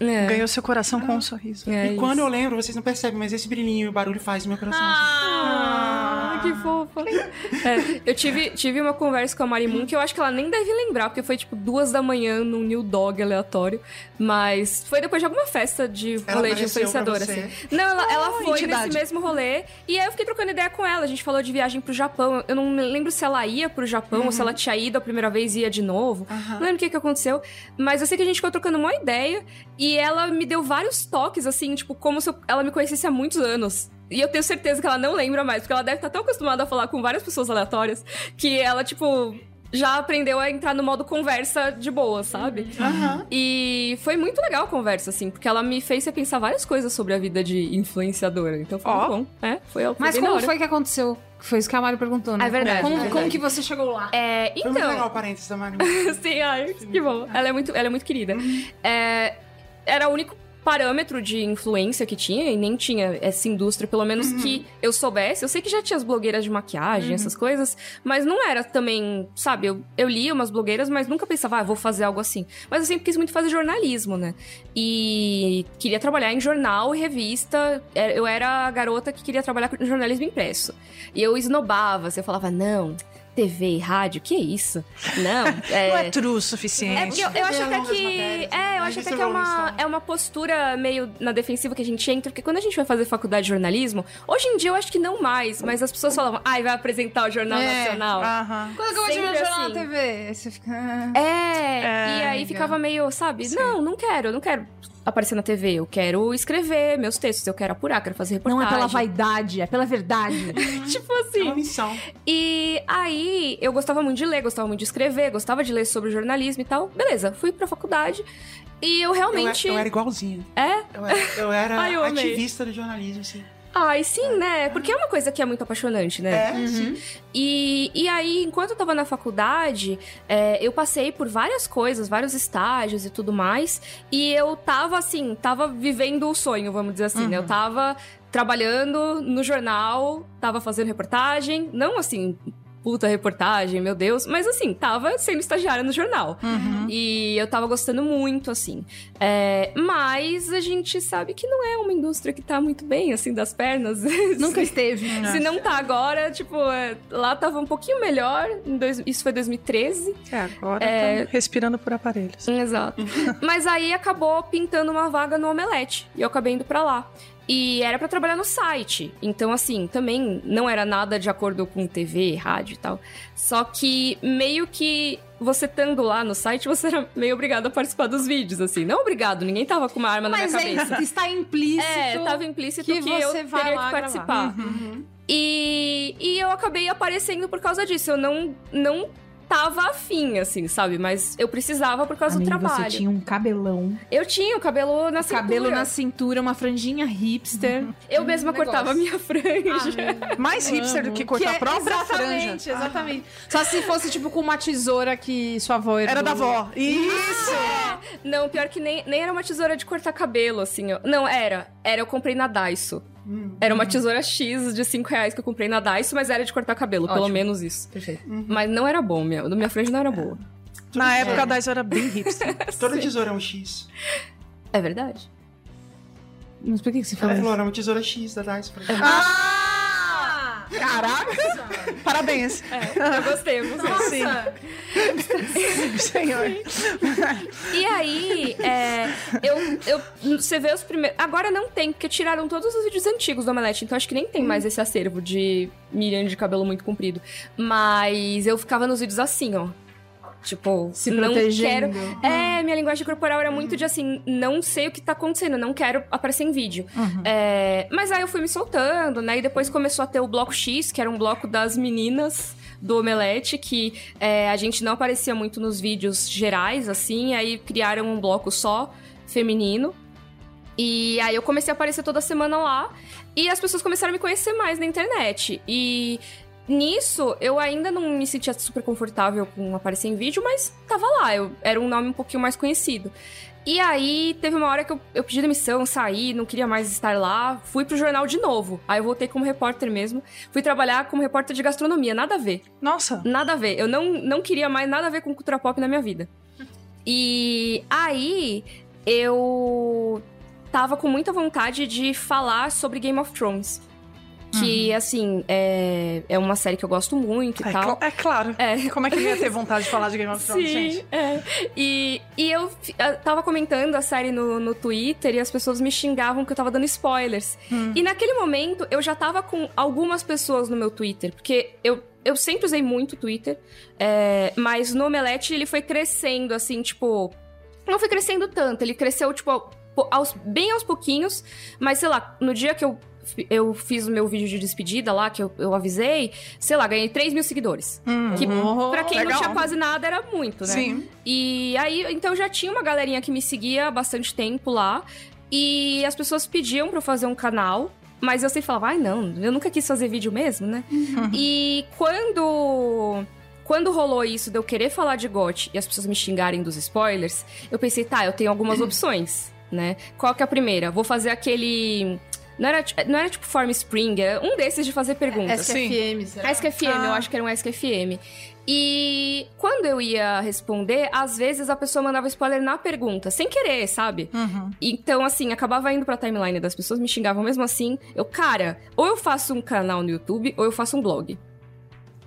Speaker 4: É.
Speaker 2: ganhou seu coração com um sorriso.
Speaker 4: É
Speaker 1: e
Speaker 4: isso.
Speaker 1: quando eu lembro, vocês não percebem, mas esse brilhinho e o barulho faz no meu coração. assim.
Speaker 4: Ah, que fofa. É, eu tive, tive uma conversa com a Mari Moon que eu acho que ela nem deve lembrar, porque foi tipo duas da manhã num New Dog aleatório. Mas foi depois de alguma festa de
Speaker 1: Ela
Speaker 4: rolê de
Speaker 1: apareceu pra
Speaker 4: influenciadora,
Speaker 1: você?
Speaker 4: assim. Não, ela, ela foi
Speaker 2: entidade.
Speaker 4: nesse mesmo rolê. E aí eu fiquei trocando ideia com ela. A gente falou de viagem pro Japão. Eu não me lembro se ela ia pro Japão ou se ela tinha ido a primeira vez e ia de novo. Não lembro o que, que aconteceu. Mas eu sei que a gente ficou trocando uma ideia. E ela me deu vários toques, assim, tipo, como se eu- ela me conhecesse há muitos anos. E eu tenho certeza que ela não lembra mais, porque ela deve estar tão acostumada a falar com várias pessoas aleatórias que ela, tipo, já aprendeu a entrar no modo conversa de boa, sabe?
Speaker 1: Aham.
Speaker 4: E foi muito legal a conversa, assim, porque ela me fez repensar várias coisas sobre a vida de influenciadora. Então foi
Speaker 2: Ó.
Speaker 4: muito bom. É, foi, foi
Speaker 3: Mas
Speaker 4: bem da
Speaker 3: como
Speaker 4: hora.
Speaker 3: foi que aconteceu? Foi isso que a Mari perguntou, né?
Speaker 4: É verdade,
Speaker 3: Como,
Speaker 4: é verdade.
Speaker 3: como que você chegou lá?
Speaker 4: É,
Speaker 1: Foi muito legal
Speaker 4: então.
Speaker 1: o parênteses da Mari.
Speaker 4: Sim, ai, que bom. Ela é muito, ela é muito querida. É, era o único parâmetro de influência que tinha, e nem tinha essa indústria, pelo menos que eu soubesse. Eu sei que já tinha as blogueiras de maquiagem, essas coisas, mas não era também, sabe, eu, eu lia umas blogueiras, mas nunca pensava, ah, vou fazer algo assim. Mas eu sempre quis muito fazer jornalismo, né? E queria trabalhar em jornal e revista. É, Eu era a garota que queria trabalhar com jornalismo impresso. E eu esnobava, assim, eu falava, não, TV, rádio, que é isso? Não,
Speaker 2: Não é true o suficiente.
Speaker 4: é porque eu, eu acho
Speaker 1: Bem
Speaker 4: até
Speaker 1: longas
Speaker 4: que.
Speaker 1: matérias, né?
Speaker 4: É, eu
Speaker 1: A
Speaker 4: acho até
Speaker 1: revista
Speaker 4: que é
Speaker 1: Rolling
Speaker 4: uma,
Speaker 1: Stone.
Speaker 4: é uma postura meio na defensiva que a gente entra, porque quando a gente vai fazer faculdade de jornalismo, hoje em dia eu acho que não mais, mas as pessoas falavam, ai, vai apresentar o Jornal
Speaker 3: É.
Speaker 4: Nacional.
Speaker 2: Aham.
Speaker 3: Quando que eu vou te ver
Speaker 4: sempre
Speaker 3: jornal
Speaker 4: assim.
Speaker 3: na TV? Aí Você fica. ah.
Speaker 4: ah, É, e
Speaker 2: É,
Speaker 4: aí
Speaker 3: legal.
Speaker 4: ficava meio, sabe, não, não quero, eu não quero aparecer na TV, eu quero escrever meus textos, eu quero apurar, quero fazer reportagem.
Speaker 3: Não é pela vaidade, é pela verdade.
Speaker 4: tipo
Speaker 1: É
Speaker 4: assim.
Speaker 1: uma missão.
Speaker 4: E aí, eu gostava muito de ler, gostava muito de escrever, gostava de ler sobre jornalismo e tal. Beleza, fui pra faculdade. E eu
Speaker 1: Eu,
Speaker 4: é realmente.
Speaker 1: era- eu era igualzinha.
Speaker 4: É?
Speaker 1: Eu era, eu era
Speaker 4: Ai, eu amei.
Speaker 1: ativista do jornalismo, assim.
Speaker 4: Ai, sim, né? Porque é uma coisa que é muito apaixonante, né?
Speaker 1: É, sim.
Speaker 4: E, e aí, enquanto eu tava na faculdade, é, eu passei por várias coisas, vários estágios e tudo mais. E eu tava, assim, tava vivendo o sonho, vamos dizer assim, né? Eu tava trabalhando no jornal, tava fazendo reportagem, não assim. Puta reportagem, meu Deus. Mas assim, tava sendo estagiária no jornal.
Speaker 2: Uhum.
Speaker 4: E eu tava gostando muito, assim. É, mas a gente sabe que não é uma indústria que tá muito bem, assim, das pernas.
Speaker 3: Nunca esteve.
Speaker 4: Se não tá agora, tipo, é, lá tava um pouquinho melhor. em dois- isso foi 2013.
Speaker 2: É, agora tá respirando por aparelhos.
Speaker 4: Exato. Mas aí acabou pintando uma vaga no Omelete. E eu acabei indo pra lá. E E era pra trabalhar no site. Então, assim, também não era nada de acordo com TV, rádio e tal. Só que meio que você estando lá no site, você era meio obrigado a participar dos vídeos, assim. Não obrigado, ninguém tava com uma arma
Speaker 3: Mas
Speaker 4: na minha cabeça.
Speaker 3: é, está implícito.
Speaker 4: É, tava implícito
Speaker 3: que
Speaker 4: que, eu
Speaker 3: você
Speaker 4: teria
Speaker 3: vai lá
Speaker 4: que
Speaker 3: gravar. Uhum.
Speaker 4: participar. E, e eu acabei aparecendo por causa disso. Eu não, não tava afim, assim, sabe? Mas eu precisava por causa
Speaker 3: Amigo,
Speaker 4: do trabalho.
Speaker 3: Você tinha um cabelão,
Speaker 4: Eu tinha o cabelo na
Speaker 3: cabelo
Speaker 4: cintura.
Speaker 3: na cintura, uma franjinha hipster.
Speaker 4: Eu mesma
Speaker 3: negócio. Ah,
Speaker 4: cortava a minha franja.
Speaker 2: Mais hipster do que cortar
Speaker 3: Que é-
Speaker 2: a própria franja.
Speaker 3: exatamente, Exatamente, Só se fosse, tipo, com uma tesoura que sua avó
Speaker 2: Era
Speaker 3: herdou.
Speaker 2: da avó. Isso!
Speaker 4: Não, pior que nem, nem era uma tesoura de cortar cabelo, assim. ó. Não, era. Era, eu comprei na Daiso.
Speaker 3: Hum.
Speaker 4: Era uma tesoura X de 5 reais que eu comprei na Daiso, mas era de cortar cabelo, pelo
Speaker 3: Ótimo.
Speaker 4: menos isso. Perfeito. Mas não era bom, minha, minha franja não era boa.
Speaker 2: Na época a Daiso era bem hipster.
Speaker 1: Toda tesoura é um X.
Speaker 4: É verdade.
Speaker 3: Mas por que, que você
Speaker 4: É.
Speaker 1: Ela
Speaker 3: falou isso?
Speaker 1: falou, era uma tesoura é X da Dice. pra-
Speaker 3: Ah!
Speaker 2: Caraca! Parabéns.
Speaker 4: Eu gostei, eu gostei.
Speaker 2: Sim. Senhor.
Speaker 4: E aí, é, eu, eu, você vê os primeiros. Agora não tem, porque tiraram todos os vídeos antigos do Omelete, então acho que nem
Speaker 3: Hum.
Speaker 4: tem mais esse acervo de Miriam de cabelo muito comprido. Mas eu ficava nos vídeos assim, ó. Tipo,
Speaker 3: Se
Speaker 4: não quero.
Speaker 3: protegendo.
Speaker 4: É, minha linguagem corporal era muito de assim, não sei o que tá acontecendo, não quero aparecer em vídeo. É, mas aí eu fui me soltando, né? E depois começou a ter o bloco X, que era um bloco das meninas do Omelete, que é, a gente não aparecia muito nos vídeos gerais, assim, aí criaram um bloco só feminino. E aí eu comecei a aparecer toda semana lá e as pessoas começaram a me conhecer mais na internet. E nisso eu ainda não me sentia super confortável com aparecer em vídeo, mas tava lá, eu era um nome um pouquinho mais conhecido. E aí teve uma hora que eu, eu pedi demissão, saí, não queria mais estar lá, fui pro jornal de novo. Aí eu voltei como repórter mesmo, fui trabalhar como repórter de gastronomia, nada a ver.
Speaker 2: Nossa.
Speaker 4: Nada a ver. Eu não, não queria mais nada a ver com cultura pop na minha vida. E aí eu tava com muita vontade de falar sobre Game of Thrones. Que, assim, é, é uma série que eu gosto muito e
Speaker 2: É,
Speaker 4: tal.
Speaker 2: cla- é claro.
Speaker 4: É.
Speaker 2: Como é que eu ia ter vontade de falar de Game of Thrones, gente?
Speaker 4: é. E, e eu fi- eu tava comentando a série no, no Twitter e as pessoas me xingavam que eu tava dando spoilers.
Speaker 2: Hum.
Speaker 4: E naquele momento eu já tava com algumas pessoas no meu Twitter, porque eu, eu sempre usei muito o Twitter, é, mas no Omelete ele foi crescendo, assim, tipo. Não foi crescendo tanto, ele cresceu, tipo, ao- po- aos- bem aos pouquinhos, mas sei lá, no dia que eu. fi- Eu fiz o meu vídeo de despedida lá, que eu, eu avisei, sei lá, ganhei 3 mil seguidores. Que pra quem
Speaker 2: Uhum. legal.
Speaker 4: não tinha quase nada era muito, né?
Speaker 2: Sim.
Speaker 4: E aí, então já tinha uma galerinha que me seguia há bastante tempo lá. E as pessoas pediam pra eu fazer um canal. Mas eu sempre falava, ai não, eu nunca quis fazer vídeo mesmo, né?
Speaker 2: Uhum.
Speaker 4: E quando. Quando rolou isso de eu querer falar de GOT e as pessoas me xingarem dos spoilers, eu pensei, tá, eu tenho algumas
Speaker 2: Uhum.
Speaker 4: opções, né? Qual que é a primeira? Vou fazer aquele. Não era, ti- não era tipo Form Spring, era um desses de fazer perguntas.
Speaker 3: SFM, será?
Speaker 4: SQFM,
Speaker 2: Ah.
Speaker 4: eu acho que era um SQFM. E quando eu ia responder, às vezes a pessoa mandava spoiler na pergunta, sem querer, sabe? Então, assim, acabava indo pra timeline das pessoas, me xingavam mesmo assim. Eu, cara, ou eu faço um canal no YouTube, ou eu faço um blog.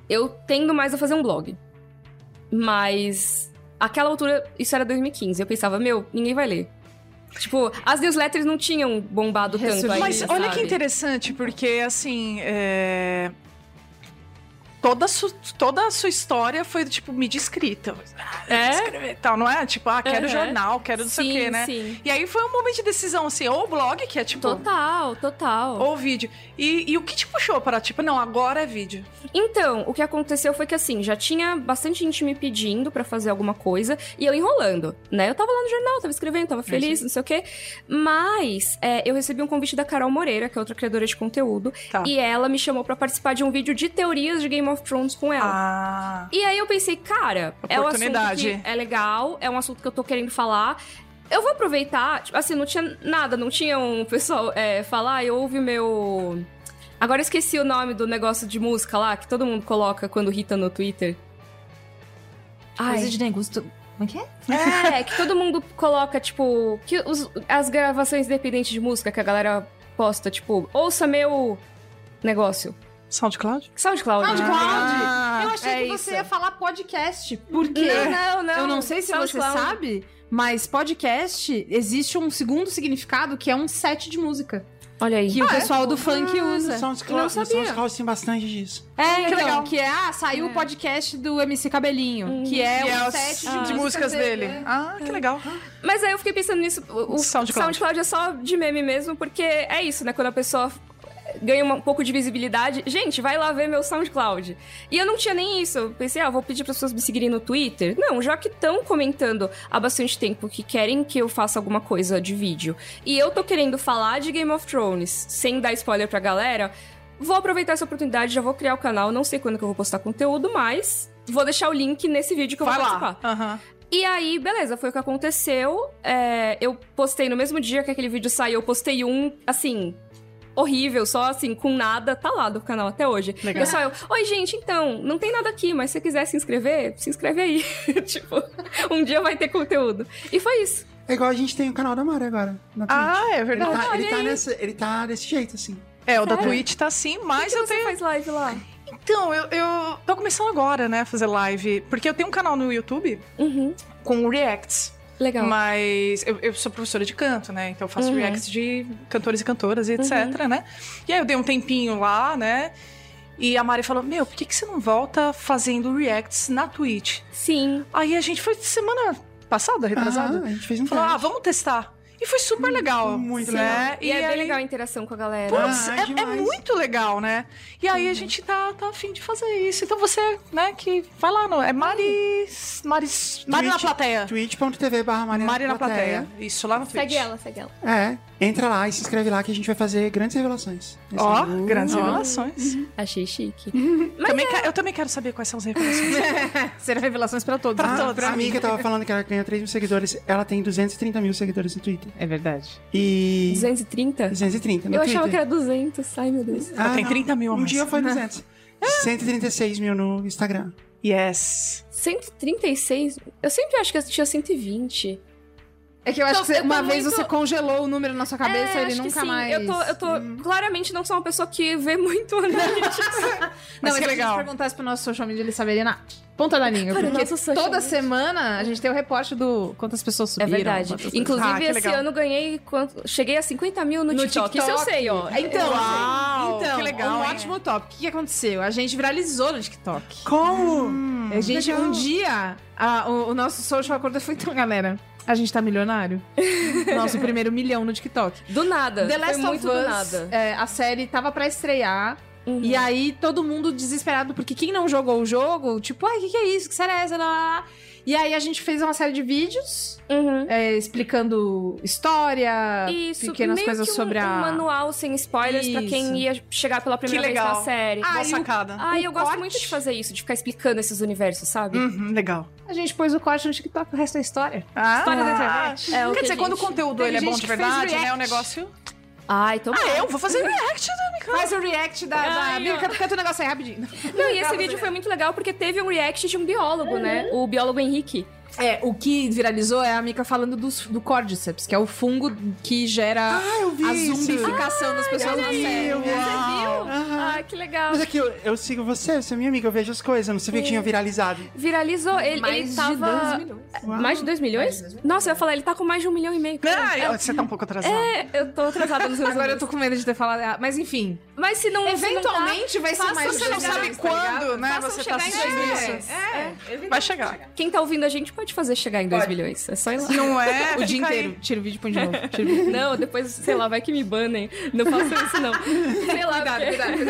Speaker 4: Eu tendo mais a fazer um blog. Mas, aquela altura, isso era 2015, eu pensava, meu, ninguém vai ler. Tipo, as newsletters não tinham bombado tanto
Speaker 3: Ressurgiu.
Speaker 4: ainda,
Speaker 2: Mas olha que
Speaker 4: sabe?
Speaker 2: interessante, porque assim. é, Toda, su- toda a sua história foi do tipo mídia escrita.
Speaker 4: É?
Speaker 2: Escrever e tal, não é? Tipo, ah, quero
Speaker 4: Uhum.
Speaker 2: jornal, quero não sei o
Speaker 4: Sim,
Speaker 2: quê, né?
Speaker 4: sim.
Speaker 2: E aí foi um momento de decisão, assim, ou o blog, que é tipo.
Speaker 4: Total, total.
Speaker 2: Ou o vídeo. E, e o que te puxou para, tipo, não, agora é vídeo?
Speaker 4: Então, o que aconteceu foi que assim, já tinha bastante gente me pedindo pra fazer alguma coisa e eu enrolando, né? Eu tava lá no jornal, tava escrevendo, tava feliz, não sei o quê. Mas é, eu recebi um convite da Carol Moreira, que é outra criadora de conteúdo,
Speaker 2: Tá.
Speaker 4: e ela me chamou pra participar de um vídeo de teorias de Game of Thrones com ela.
Speaker 2: Ah.
Speaker 4: E aí eu pensei, cara, é um assunto
Speaker 2: Oportunidade.
Speaker 4: que é legal, é um assunto que eu tô querendo falar. Eu vou aproveitar, tipo, assim, não tinha nada, não tinha um pessoal é, falar, eu ouvi meu. Agora eu esqueci o nome do negócio de música lá, que todo mundo coloca quando irrita no Twitter.
Speaker 5: Coisa
Speaker 4: Ai,
Speaker 5: de negócio. Como é que é?
Speaker 4: é, que todo mundo coloca, tipo, que os- as gravações dependentes de música que a galera posta, tipo, ouça meu negócio.
Speaker 2: SoundCloud?
Speaker 4: SoundCloud. né?
Speaker 3: SoundCloud? eu achei
Speaker 4: é
Speaker 3: que você
Speaker 4: isso.
Speaker 3: ia falar podcast. Por quê?
Speaker 4: Não, não, não.
Speaker 3: Eu não sei se você
Speaker 4: SoundCloud.
Speaker 3: sabe, mas podcast existe um segundo significado que é um set de música.
Speaker 4: Olha aí.
Speaker 3: Que o pessoal do funk usa.
Speaker 1: São os
Speaker 4: Não
Speaker 1: Cláudios
Speaker 4: sabia.
Speaker 1: tem bastante disso.
Speaker 3: É, então, que,
Speaker 2: legal.
Speaker 3: é, ah, saiu o podcast do MC Cabelinho, que é
Speaker 2: que
Speaker 3: um
Speaker 2: é os-
Speaker 3: set
Speaker 2: de,
Speaker 3: de,
Speaker 2: músicas dele. Ah, que legal.
Speaker 4: tá- Mas aí eu fiquei pensando nisso. O, o
Speaker 2: SoundCloud.
Speaker 4: SoundCloud. é só de meme mesmo, porque é isso, né? Quando a pessoa ganha uma- um pouco de visibilidade. Gente, vai lá ver meu SoundCloud. E eu não tinha nem isso. Eu pensei, ah, vou pedir para pessoas me seguirem no Twitter. Não, já que estão comentando há bastante tempo que querem que eu faça alguma coisa de vídeo. E eu tô querendo falar de Game of Thrones, sem dar spoiler pra galera. Vou aproveitar essa oportunidade, já vou criar o canal. Não sei quando que eu vou postar conteúdo, mas vou deixar o link nesse vídeo que eu
Speaker 2: Vai
Speaker 4: vou
Speaker 2: lá.
Speaker 4: participar.
Speaker 2: Aham.
Speaker 4: E aí, beleza, foi o que aconteceu. É, eu postei no mesmo dia que aquele vídeo saiu, eu postei um, assim, horrível, só assim, com nada, tá lá do canal até hoje.
Speaker 2: Legal.
Speaker 4: Eu só eu, oi gente, então, não tem nada aqui, mas se você quiser se inscrever, se inscreve aí. tipo, um dia vai ter conteúdo. E foi isso.
Speaker 1: É igual a gente tem o canal da Mari agora. Na Twitch.
Speaker 2: Ah, é
Speaker 1: ele
Speaker 2: verdade.
Speaker 1: tá, ele,
Speaker 4: olha
Speaker 1: tá
Speaker 4: aí.
Speaker 1: nessa, ele tá desse jeito, assim.
Speaker 2: É, o da Twitch tá assim,
Speaker 4: Por
Speaker 2: mas
Speaker 4: que
Speaker 2: eu
Speaker 4: você
Speaker 2: tenho.
Speaker 4: faz live lá.
Speaker 2: Então, eu, eu tô começando agora, né, a fazer live. Porque eu tenho um canal no YouTube
Speaker 4: Uhum.
Speaker 2: com reacts.
Speaker 4: Legal.
Speaker 2: Mas eu, eu sou professora de canto, né? Então eu faço
Speaker 4: Uhum.
Speaker 2: reacts de cantores e cantoras e etc, né? E aí eu dei um tempinho lá, né? E a Mari falou: Meu, por que, que você não volta fazendo reacts na Twitch?
Speaker 4: Sim.
Speaker 2: Aí a gente foi semana passada, retrasada.
Speaker 1: Aham, a gente fez
Speaker 4: é
Speaker 1: um
Speaker 2: falou: Ah,
Speaker 1: teste.
Speaker 2: vamos testar. E foi super legal.
Speaker 1: muito legal.
Speaker 2: né?
Speaker 4: E, é
Speaker 2: aí-
Speaker 4: bem legal a interação com a galera.
Speaker 2: Putz,
Speaker 1: Ah,
Speaker 2: é- é,
Speaker 1: demais.
Speaker 2: muito legal, né? E aí a gente tá, tá afim de fazer isso. Então você, né, que vai lá, no, é Mari. Mari, Mari na
Speaker 1: Twitch-
Speaker 2: plateia.
Speaker 1: twitch.tv barra Mari
Speaker 2: Mari "Ah, na plateia. Isso, lá no Twitch.
Speaker 4: Segue ela, segue ela.
Speaker 1: É, entra lá e se inscreve lá que a gente vai fazer grandes revelações. Esse
Speaker 2: Ó,
Speaker 1: ano.
Speaker 2: grandes
Speaker 1: Ó.
Speaker 2: revelações.
Speaker 4: Achei chique.
Speaker 2: Também que- Eu também quero saber quais são as revelações.
Speaker 3: Será revelações pra todos.
Speaker 2: Pra
Speaker 3: né?
Speaker 2: todos.
Speaker 1: A amiga tava falando que ela ganha 3 mil seguidores, ela tem 230 mil seguidores no Twitter.
Speaker 3: É verdade.
Speaker 1: E.
Speaker 4: 230?
Speaker 1: 230 no
Speaker 4: Eu
Speaker 1: Twitter.
Speaker 4: achava que era 200. Ai, meu Deus.
Speaker 2: Ela tem
Speaker 1: não.
Speaker 2: 30 mil a
Speaker 1: Um
Speaker 2: mais.
Speaker 1: dia foi 200.
Speaker 2: Ah.
Speaker 1: 136 mil no Instagram.
Speaker 2: Yes.
Speaker 4: 136? Eu sempre acho que eu tinha 120.
Speaker 3: É que eu acho
Speaker 4: Então,
Speaker 3: que você-
Speaker 4: eu tô
Speaker 3: uma vez
Speaker 4: muito-
Speaker 3: você congelou o número na sua cabeça
Speaker 4: É,
Speaker 3: e ele
Speaker 4: acho que
Speaker 3: nunca
Speaker 4: sim.
Speaker 3: mais. Hum.
Speaker 4: Eu tô, eu tô claramente não sou uma pessoa que vê muito analytics.
Speaker 2: Mas
Speaker 3: não,
Speaker 2: que
Speaker 3: mas se a
Speaker 2: legal.
Speaker 3: gente perguntasse pro nosso social media, ele saberia na ponta da língua.
Speaker 4: Cara, o
Speaker 3: porque
Speaker 4: nosso social
Speaker 3: toda
Speaker 4: media.
Speaker 3: semana a gente tem o reporte do quantas pessoas
Speaker 4: é
Speaker 3: subiram.
Speaker 4: verdade.
Speaker 3: quantas pessoas-
Speaker 4: Inclusive,
Speaker 2: Ah, que
Speaker 4: esse
Speaker 2: legal.
Speaker 4: ano ganhei. quanto- Cheguei a 50 mil no, TikTok. É, Isso eu sei, ó.
Speaker 3: Então,
Speaker 2: Uau,
Speaker 3: então
Speaker 2: que legal,
Speaker 3: um
Speaker 2: hein?
Speaker 3: ótimo top. O que que aconteceu? A gente viralizou no TikTok.
Speaker 1: Como?
Speaker 2: Uhum.
Speaker 3: a gente,
Speaker 1: legal.
Speaker 3: um dia, a- o, o nosso social acordo foi então, galera. A gente tá milionário. Nosso primeiro milhão no TikTok.
Speaker 4: Do nada.
Speaker 3: The Last
Speaker 4: Foi muito
Speaker 3: of Us,
Speaker 4: do nada.
Speaker 3: é, a série tava pra estrear.
Speaker 4: Uhum.
Speaker 3: E aí todo mundo desesperado, porque quem não jogou o jogo, tipo, ai, o que, que é isso? Que série é essa? Lá, lá, lá. E aí a gente fez uma série de vídeos
Speaker 4: Uhum.
Speaker 3: é, explicando história,
Speaker 4: Isso,
Speaker 3: pequenas
Speaker 4: meio
Speaker 3: coisas
Speaker 4: que um,
Speaker 3: sobre a.
Speaker 4: um manual sem spoilers pra quem
Speaker 3: Isso.
Speaker 4: ia chegar pela primeira
Speaker 2: Que
Speaker 4: vez
Speaker 2: legal.
Speaker 4: na série.
Speaker 2: Boa
Speaker 3: Ah, e o-
Speaker 2: sacada.
Speaker 4: Ai, eu gosto
Speaker 3: corte.
Speaker 4: muito de fazer isso, de ficar explicando esses universos, sabe?
Speaker 2: Uhum, legal.
Speaker 3: A gente pôs o corte no TikTok, o resto é história.
Speaker 2: Ah,
Speaker 3: História da internet.
Speaker 4: É o
Speaker 2: Quer
Speaker 4: que a
Speaker 2: dizer, quando o
Speaker 4: gente-
Speaker 2: conteúdo
Speaker 3: Tem
Speaker 2: ele é bom
Speaker 3: gente
Speaker 2: de
Speaker 3: que fez
Speaker 2: verdade, né? O
Speaker 3: react.
Speaker 2: negócio.
Speaker 4: Ai, tô
Speaker 2: Ah, eu vou fazer react, né, cara?
Speaker 3: Faz o react da. da...
Speaker 4: Ai,
Speaker 3: Miriam,
Speaker 4: ó.
Speaker 3: canta- canta o negócio aí rapidinho.
Speaker 4: Não, e esse vídeo foi muito legal porque teve um react de um biólogo, né? O biólogo Henrique.
Speaker 3: É, o que viralizou é a Mika falando dos- do Cordyceps, que é o fungo que gera
Speaker 1: vi
Speaker 3: a
Speaker 1: isso.
Speaker 3: zumbificação das pessoas
Speaker 1: olha
Speaker 3: na
Speaker 1: aí.
Speaker 3: série.
Speaker 1: Eu vi.
Speaker 4: Você viu?
Speaker 1: Aham.
Speaker 4: Ah, que legal.
Speaker 1: Mas aqui, eu, eu sigo você, você é minha amiga, eu vejo as coisas, eu não sabia que tinha viralizado.
Speaker 4: Viralizou. Ele,
Speaker 3: Mais
Speaker 4: ele
Speaker 3: de
Speaker 4: tava.
Speaker 3: dois milhões.
Speaker 1: Uau.
Speaker 4: Mais de 2 milhões? Nossa, eu ia falar, ele tá com mais de um milhão e meio.
Speaker 2: Ai, ó, você tá um pouco atrasado.
Speaker 4: É, eu tô atrasada nos meus
Speaker 3: Agora eu
Speaker 4: números.
Speaker 3: tô com medo de ter falado. ah, Mas enfim.
Speaker 4: Mas se não.
Speaker 3: Eventualmente vai ser
Speaker 4: façam
Speaker 3: mais. um
Speaker 2: Você não
Speaker 4: chegar,
Speaker 2: sabe
Speaker 4: tá
Speaker 2: quando, né?
Speaker 4: Façam
Speaker 2: Você tá
Speaker 4: chegar em
Speaker 2: assistindo
Speaker 4: dois
Speaker 2: isso.
Speaker 4: milhões.
Speaker 3: É,
Speaker 2: É. Vai chegar.
Speaker 4: se não, quem tá ouvindo a gente pode fazer chegar em 2 milhões. É só ir lá.
Speaker 2: Não é?
Speaker 3: O dia
Speaker 2: Fica aí.
Speaker 3: inteiro. Tira o vídeo e põe de novo. Tira o vídeo.
Speaker 4: Não, depois, sei lá, vai que me banem. Não façam isso, não. Sei lá. porque-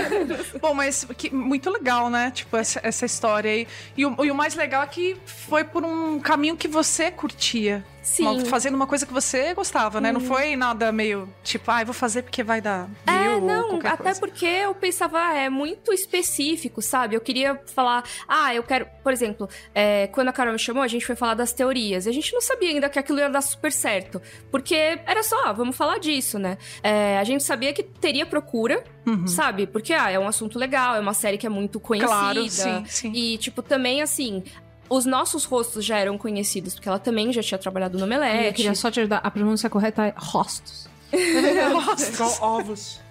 Speaker 2: Bom, mas que, muito legal, né? Tipo, essa, essa história aí. E o, e o mais legal é que foi por um caminho que você curtia.
Speaker 4: Sim.
Speaker 2: Uma- fazendo uma coisa que você gostava, né? Não foi nada meio tipo, ah, eu vou fazer porque vai dar.
Speaker 4: É,
Speaker 2: view ou
Speaker 4: não,
Speaker 2: qualquer
Speaker 4: até
Speaker 2: coisa.
Speaker 4: porque eu pensava, ah, é muito específico, sabe? Eu queria falar, ah, eu quero. Por exemplo, é, quando a Carol me chamou, a gente foi falar das teorias. E a gente não sabia ainda que aquilo ia dar super certo. Porque era só, ah, vamos falar disso, né? É, a gente sabia que teria procura,
Speaker 2: Uhum.
Speaker 4: sabe? Porque, ah, é um assunto legal, é uma série que é muito conhecida.
Speaker 2: Claro, sim, sim.
Speaker 4: E, tipo, também assim. Os nossos rostos já eram conhecidos, porque ela também já tinha trabalhado no Omelete.
Speaker 3: Eu queria só te ajudar. A pronúncia correta é rostos.
Speaker 1: Igual ovos.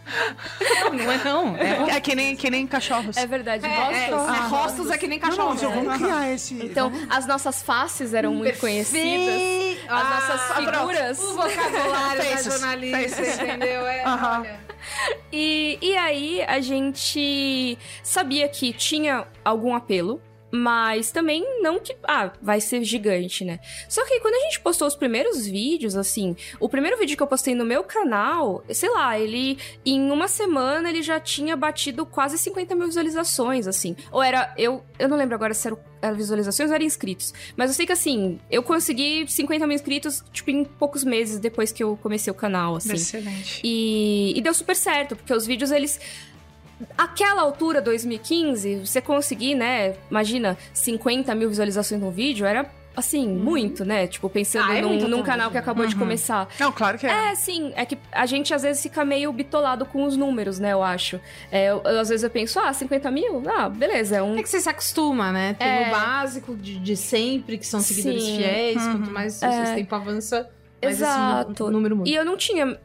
Speaker 3: Não é não. É,
Speaker 2: É que nem, que nem cachorros.
Speaker 4: É verdade,
Speaker 3: é,
Speaker 4: rostos.
Speaker 1: Ah,
Speaker 3: é, rostos é que nem
Speaker 1: Não,
Speaker 3: cachorro.
Speaker 1: não, eu vou criar esse.
Speaker 4: Então, as nossas faces eram muito conhecidas. as
Speaker 2: Ah,
Speaker 4: nossas figuras.
Speaker 3: O vocabulário da
Speaker 2: Faces,
Speaker 3: jornalista,
Speaker 2: faces.
Speaker 3: entendeu? É,
Speaker 2: Aham.
Speaker 3: olha.
Speaker 4: E, e aí a gente sabia que tinha algum apelo, mas também não que. Ah, vai ser gigante, né? Só que quando a gente postou os primeiros vídeos, assim, o primeiro vídeo que eu postei no meu canal, sei lá, ele. Em uma semana ele já tinha batido quase 50 mil visualizações, assim. Ou era. Eu, eu não lembro agora se era, era visualizações ou era inscritos. Mas eu sei que assim, eu consegui 50 mil inscritos, tipo, em poucos meses depois que eu comecei o canal, assim.
Speaker 2: Excelente.
Speaker 4: E, e deu super certo, porque os vídeos eles. Aquela altura, 2015, você conseguir, né? Imagina, 50 mil visualizações num vídeo era assim, muito, né? Tipo, pensando
Speaker 3: Uhum. Ah, é
Speaker 4: num,
Speaker 3: muito
Speaker 4: num
Speaker 3: tanto,
Speaker 4: canal que
Speaker 3: né?
Speaker 4: acabou de começar.
Speaker 2: Não, claro que é.
Speaker 4: É, sim, é que a gente às vezes fica meio bitolado com os números, né? Eu acho. É, eu- eu, às vezes eu penso, ah, 50 mil? Ah, beleza, é um.
Speaker 3: É que você se acostuma, né? Tem
Speaker 4: É.
Speaker 3: o básico de, de sempre, que são seguidores
Speaker 4: Sim.
Speaker 3: fiéis.
Speaker 2: Uhum.
Speaker 3: Quanto mais o seu tempo avança, mais esse
Speaker 4: Exato.
Speaker 3: nu- número muda.
Speaker 4: E eu não tinha.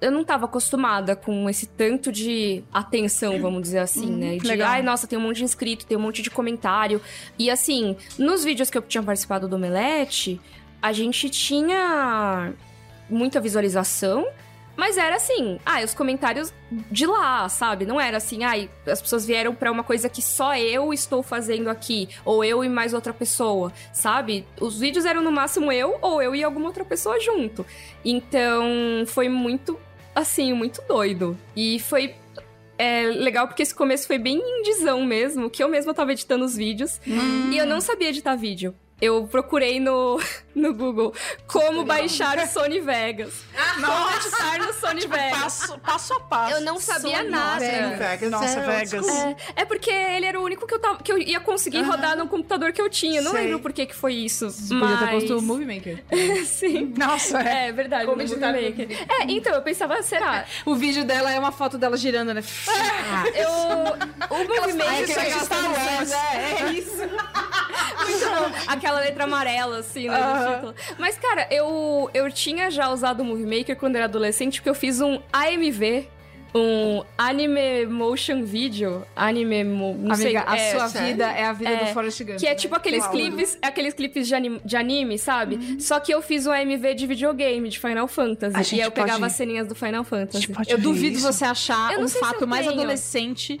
Speaker 4: Eu não tava acostumada com esse tanto de atenção, vamos dizer assim, né? E De,
Speaker 2: legal.
Speaker 4: ai, nossa, tem um monte de inscrito, tem um monte de comentário. E assim, nos vídeos que eu tinha participado do Omelete, a gente tinha muita visualização, mas era assim, ai, os comentários de lá, sabe? Não era assim, ai, as pessoas vieram pra uma coisa que só eu estou fazendo aqui, ou eu e mais outra pessoa, sabe? Os vídeos eram no máximo eu ou eu e alguma outra pessoa junto. Então, foi muito, assim, muito doido. E foi é, legal porque esse começo foi bem indizão mesmo, que eu mesma tava editando os vídeos. E eu não sabia editar vídeo. Eu procurei no, no Google como baixar o Sony Vegas. Como editar no Sony
Speaker 3: Tipo,
Speaker 4: Vegas.
Speaker 2: tipo, Passo, passo a passo.
Speaker 4: Eu não sabia nada.
Speaker 1: Vegas,
Speaker 2: Nossa,
Speaker 1: é,
Speaker 2: Vegas.
Speaker 1: desculpa.
Speaker 4: É porque ele era o único que eu, tava, que eu ia conseguir rodar no computador que eu tinha. Não
Speaker 1: Sei.
Speaker 4: lembro por que, que foi isso.
Speaker 3: Você
Speaker 4: mas...
Speaker 3: podia ter posto o Movie Maker.
Speaker 4: Sim.
Speaker 2: Nossa, é.
Speaker 4: É verdade,
Speaker 3: Como
Speaker 4: no
Speaker 3: editar
Speaker 4: Movie
Speaker 3: no
Speaker 4: Maker. É, então, eu pensava, será?
Speaker 3: O vídeo dela é uma foto dela girando, né?
Speaker 4: Eu... O Movie Maker...
Speaker 2: que assim, nem Star Wars.
Speaker 3: É, é isso.
Speaker 4: Muito bom. Aquela letra amarela, assim, né? do
Speaker 2: Aham.
Speaker 4: título. Mas, cara, eu, eu tinha já usado o Movie Maker quando era adolescente, porque eu fiz um AMV, um Anime Motion Video. Anime... Mo, não sei,
Speaker 3: Amiga, a
Speaker 4: é,
Speaker 3: sua
Speaker 1: sério?
Speaker 3: vida é a vida
Speaker 4: É,
Speaker 3: do Forrest Gump.
Speaker 4: Que é
Speaker 3: né?
Speaker 4: tipo aqueles
Speaker 3: Uau.
Speaker 4: clipes, aqueles clipes de anime, de anime, sabe? Só que eu fiz um AMV de videogame de Final Fantasy.
Speaker 2: Uhum. A gente
Speaker 4: e aí eu
Speaker 2: pode-
Speaker 4: pegava as ceninhas do Final
Speaker 2: A
Speaker 4: Fantasy.
Speaker 2: gente pode
Speaker 3: Eu
Speaker 2: ver
Speaker 3: duvido
Speaker 2: tipo isso.
Speaker 3: você achar
Speaker 4: Eu não
Speaker 3: um
Speaker 4: sei se eu
Speaker 3: fato mais
Speaker 4: tenho.
Speaker 3: adolescente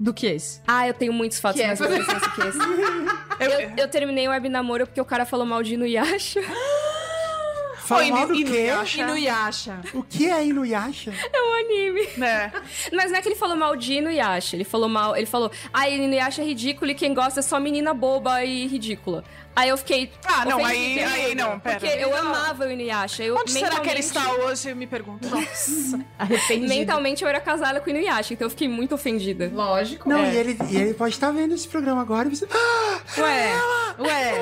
Speaker 3: do que esse.
Speaker 4: Ah, eu tenho muitos fatos
Speaker 3: Que é?
Speaker 4: mais interessantes que esse.
Speaker 2: Eu-
Speaker 4: Eu, eu terminei o web namoro porque o cara falou mal de Inuyasha.
Speaker 1: Fala
Speaker 2: Oi,
Speaker 1: mal do
Speaker 2: e- e
Speaker 1: quê?
Speaker 2: Inuyasha.
Speaker 3: Inuyasha.
Speaker 1: O que é Inuyasha?
Speaker 4: É um anime.
Speaker 2: Né?
Speaker 4: Mas não é que ele falou mal de Inuyasha, ele falou mal, ele falou, ai, Inuyasha é ridículo e quem gosta é só menina boba e ridícula. Aí eu fiquei.
Speaker 2: Ah, não, aí,
Speaker 4: ofendida,
Speaker 2: aí não, pera.
Speaker 4: Porque eu amava o Inuyasha. Eu,
Speaker 2: Onde será que ele
Speaker 4: mentalmente-
Speaker 2: está hoje? Eu me pergunto. Nossa.
Speaker 3: Arrependido.
Speaker 4: Mentalmente eu era casada com o Inuyasha, então eu fiquei muito ofendida.
Speaker 3: Lógico. É.
Speaker 1: Não, e, ele, e ele pode estar vendo esse programa agora e você... ah,
Speaker 3: Ué, ué.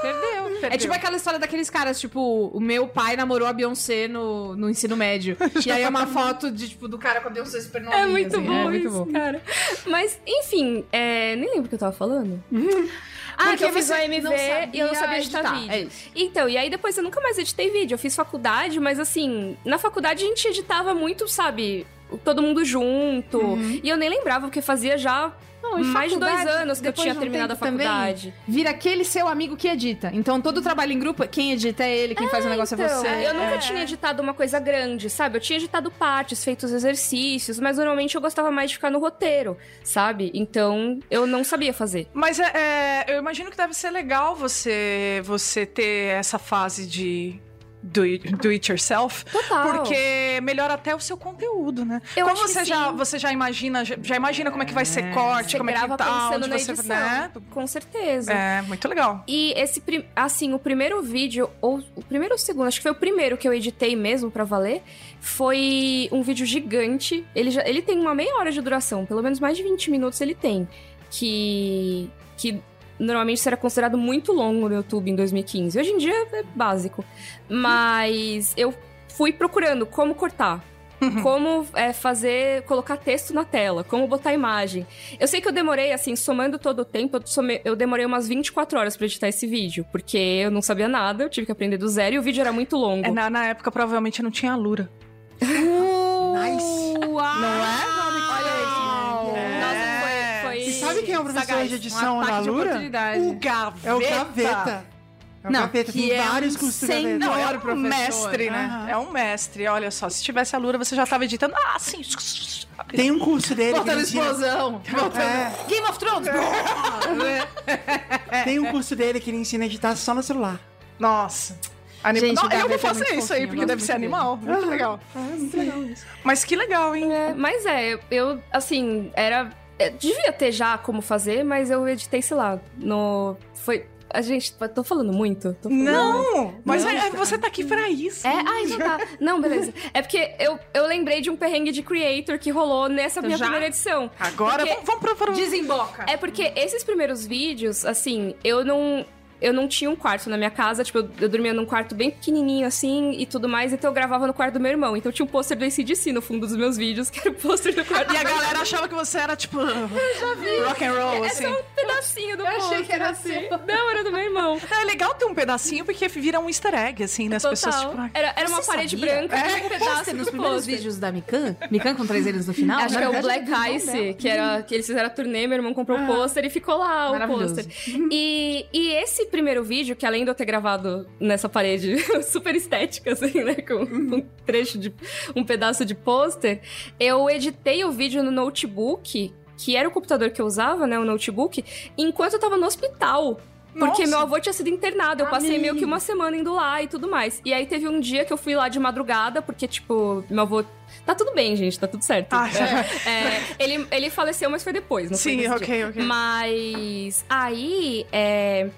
Speaker 3: Perdeu, É tipo aquela história daqueles caras, tipo, o meu pai namorou a Beyoncé no, no ensino médio. e aí é uma foto de, tipo, do cara com a Beyoncé super novinha.
Speaker 4: É muito
Speaker 3: assim.
Speaker 4: bom
Speaker 3: é muito
Speaker 4: isso,
Speaker 3: bom.
Speaker 4: cara. Mas, enfim, é, nem lembro o que eu tava falando. Ah,
Speaker 3: Porque
Speaker 4: que eu fiz o
Speaker 3: você
Speaker 4: AMV
Speaker 3: não
Speaker 4: e eu não sabia editar, vídeo.
Speaker 3: É isso.
Speaker 4: Então, e aí depois eu nunca mais editei vídeo. Eu fiz faculdade, mas assim, na faculdade a gente editava muito, sabe? Todo mundo junto. E eu nem lembrava, porque fazia já
Speaker 3: Uhum. Não, e
Speaker 4: mais de dois
Speaker 3: faculdade,
Speaker 4: anos que eu
Speaker 3: depois
Speaker 4: tinha
Speaker 3: de um
Speaker 4: terminado a
Speaker 3: tempo também, Então,
Speaker 4: faculdade.
Speaker 3: Vira aquele seu amigo que edita. Então, todo trabalho em grupo, quem edita é ele, quem faz o negócio é
Speaker 4: Então,
Speaker 3: você.
Speaker 4: eu nunca
Speaker 3: É.
Speaker 4: tinha editado uma coisa grande, sabe? Eu tinha editado partes, feito os exercícios, mas normalmente eu gostava mais de ficar no roteiro, sabe? Então eu não sabia fazer.
Speaker 2: Mas é, é, eu imagino que deve ser legal você, você ter essa fase de do, it- do it yourself.
Speaker 4: Total.
Speaker 2: Porque melhora até o seu conteúdo, né?
Speaker 4: Eu
Speaker 2: como
Speaker 4: acho que
Speaker 2: você já
Speaker 4: sim.
Speaker 2: você já imagina, já já imagina como é que vai ser corte,
Speaker 4: Você
Speaker 2: como é que
Speaker 4: grava
Speaker 2: tá,
Speaker 4: pensando
Speaker 2: onde
Speaker 4: na
Speaker 2: você,
Speaker 4: edição,
Speaker 2: né?
Speaker 4: com certeza.
Speaker 2: É, muito legal.
Speaker 4: E esse, prim- assim, o primeiro vídeo, ou o primeiro ou o segundo, acho que foi o primeiro que eu editei mesmo pra valer, foi um vídeo gigante. Ele, já, ele tem uma meia hora de duração, pelo menos mais de 20 minutos ele tem. Que. que normalmente isso era considerado muito longo no YouTube em 2015. Hoje em dia é básico. Mas eu fui procurando como cortar.
Speaker 2: Uhum.
Speaker 4: Como é, fazer, colocar texto na tela, como botar imagem. Eu sei que eu demorei, assim, somando todo o tempo, eu, some- eu demorei umas 24 horas pra editar esse vídeo, porque eu não sabia nada, eu tive que aprender do zero e o vídeo era muito longo.
Speaker 2: É, na, na época, provavelmente, não tinha Lura.
Speaker 3: Oh.
Speaker 1: Nice.
Speaker 3: Uau!
Speaker 2: Não é?
Speaker 3: Olha isso.
Speaker 1: É.
Speaker 4: Nossa, foi, foi...
Speaker 1: E sabe quem é o professor
Speaker 4: sagaz.
Speaker 1: de
Speaker 3: Um
Speaker 1: edição da
Speaker 3: ataque de
Speaker 1: Lura?
Speaker 3: oportunidade.
Speaker 2: É O Gaveta.
Speaker 1: É o Gaveta. É o capeta,
Speaker 3: que
Speaker 1: tem
Speaker 3: é
Speaker 1: vários
Speaker 3: um
Speaker 1: cursos do
Speaker 3: senhor,
Speaker 1: capeta.
Speaker 2: Não, é um
Speaker 3: professor.
Speaker 2: mestre, né?
Speaker 1: Aham.
Speaker 2: É um mestre. Olha só, se tivesse a Lura, você já tava editando. Ah, sim.
Speaker 1: Tem um curso dele que
Speaker 3: Voltando
Speaker 1: ele ensina-
Speaker 3: explosão. Voltando.
Speaker 1: É.
Speaker 3: Game of Thrones.
Speaker 2: É.
Speaker 3: É,
Speaker 1: Tem um curso dele que ele ensina a editar só no celular.
Speaker 2: Nossa. Anima...
Speaker 3: Gente, o
Speaker 2: Não, eu
Speaker 3: Gaveta
Speaker 2: vou
Speaker 3: é
Speaker 2: fazer
Speaker 3: muito
Speaker 2: isso aí,
Speaker 3: fofinho,
Speaker 2: porque
Speaker 3: eu
Speaker 2: deve
Speaker 3: gosto
Speaker 2: ser
Speaker 3: muito
Speaker 2: animal. Muito legal.
Speaker 3: Ah,
Speaker 2: Mas que legal, hein?
Speaker 4: É, mas é, eu, assim, era. é, devia ter já como fazer, mas eu editei, sei lá, no. Foi. A gente. Tô falando muito? Tô falando
Speaker 2: Não! Mas
Speaker 4: Não,
Speaker 2: é- é- você tá aqui pra isso.
Speaker 4: É, ai, não tá. Não, beleza. É porque eu, eu lembrei de um perrengue de creator que rolou nessa minha
Speaker 3: Já?
Speaker 4: primeira edição.
Speaker 2: Agora,
Speaker 4: Porque-
Speaker 2: vamos, vamos pro- pro-
Speaker 3: Desemboca.
Speaker 4: É porque esses primeiros vídeos, assim, eu não. Eu não tinha um quarto na minha casa, tipo, eu, eu dormia num quarto bem pequenininho, assim, e tudo mais, então eu gravava no quarto do meu irmão. Então tinha um pôster do ACDC no fundo dos meus vídeos, que era o pôster do quarto
Speaker 2: E
Speaker 4: do
Speaker 2: a
Speaker 4: meu irmão.
Speaker 2: galera achava que você era, tipo, rock and roll,
Speaker 4: É
Speaker 2: assim.
Speaker 4: só um pedacinho do
Speaker 3: Eu achei
Speaker 4: pôster,
Speaker 3: que era
Speaker 4: assim.
Speaker 3: seu.
Speaker 4: Não, era do meu irmão.
Speaker 2: É legal ter um pedacinho, porque vira um easter egg, assim, né? As
Speaker 4: Total.
Speaker 2: pessoas, tipo... "Ai,
Speaker 4: era, era uma
Speaker 3: Você
Speaker 4: parede
Speaker 3: sabia?
Speaker 4: branca, com um pedaço
Speaker 3: Poster nos
Speaker 4: do
Speaker 3: primeiros
Speaker 4: pôster.
Speaker 3: vídeos da Mikan. Mikan com três eles no final.
Speaker 4: Acho
Speaker 3: na
Speaker 4: que é o
Speaker 3: verdade,
Speaker 4: Black
Speaker 3: é do
Speaker 4: Ice, que, era, que eles fizeram a turnê, meu irmão comprou o pôster e ficou lá o
Speaker 3: Ah, Maravilhoso.
Speaker 4: pôster. E, e esse primeiro vídeo, que além de eu ter gravado nessa parede super estética, assim, né? Com
Speaker 3: Uhum.
Speaker 4: um trecho de. um pedaço de pôster, eu editei o vídeo no notebook. Que era o computador que eu usava, né? O notebook, enquanto eu tava no hospital. Porque
Speaker 2: nossa,
Speaker 4: meu avô tinha sido internado, eu passei meio que uma semana indo lá e tudo mais. E aí teve um dia que eu fui lá de madrugada, porque, tipo, meu avô. Tá tudo bem, gente, tá tudo certo.
Speaker 2: Ah,
Speaker 4: É, ele, ele faleceu, mas foi depois, não foi?
Speaker 2: Sim,
Speaker 4: nesse dia.
Speaker 2: ok, ok.
Speaker 4: Mas aí, é,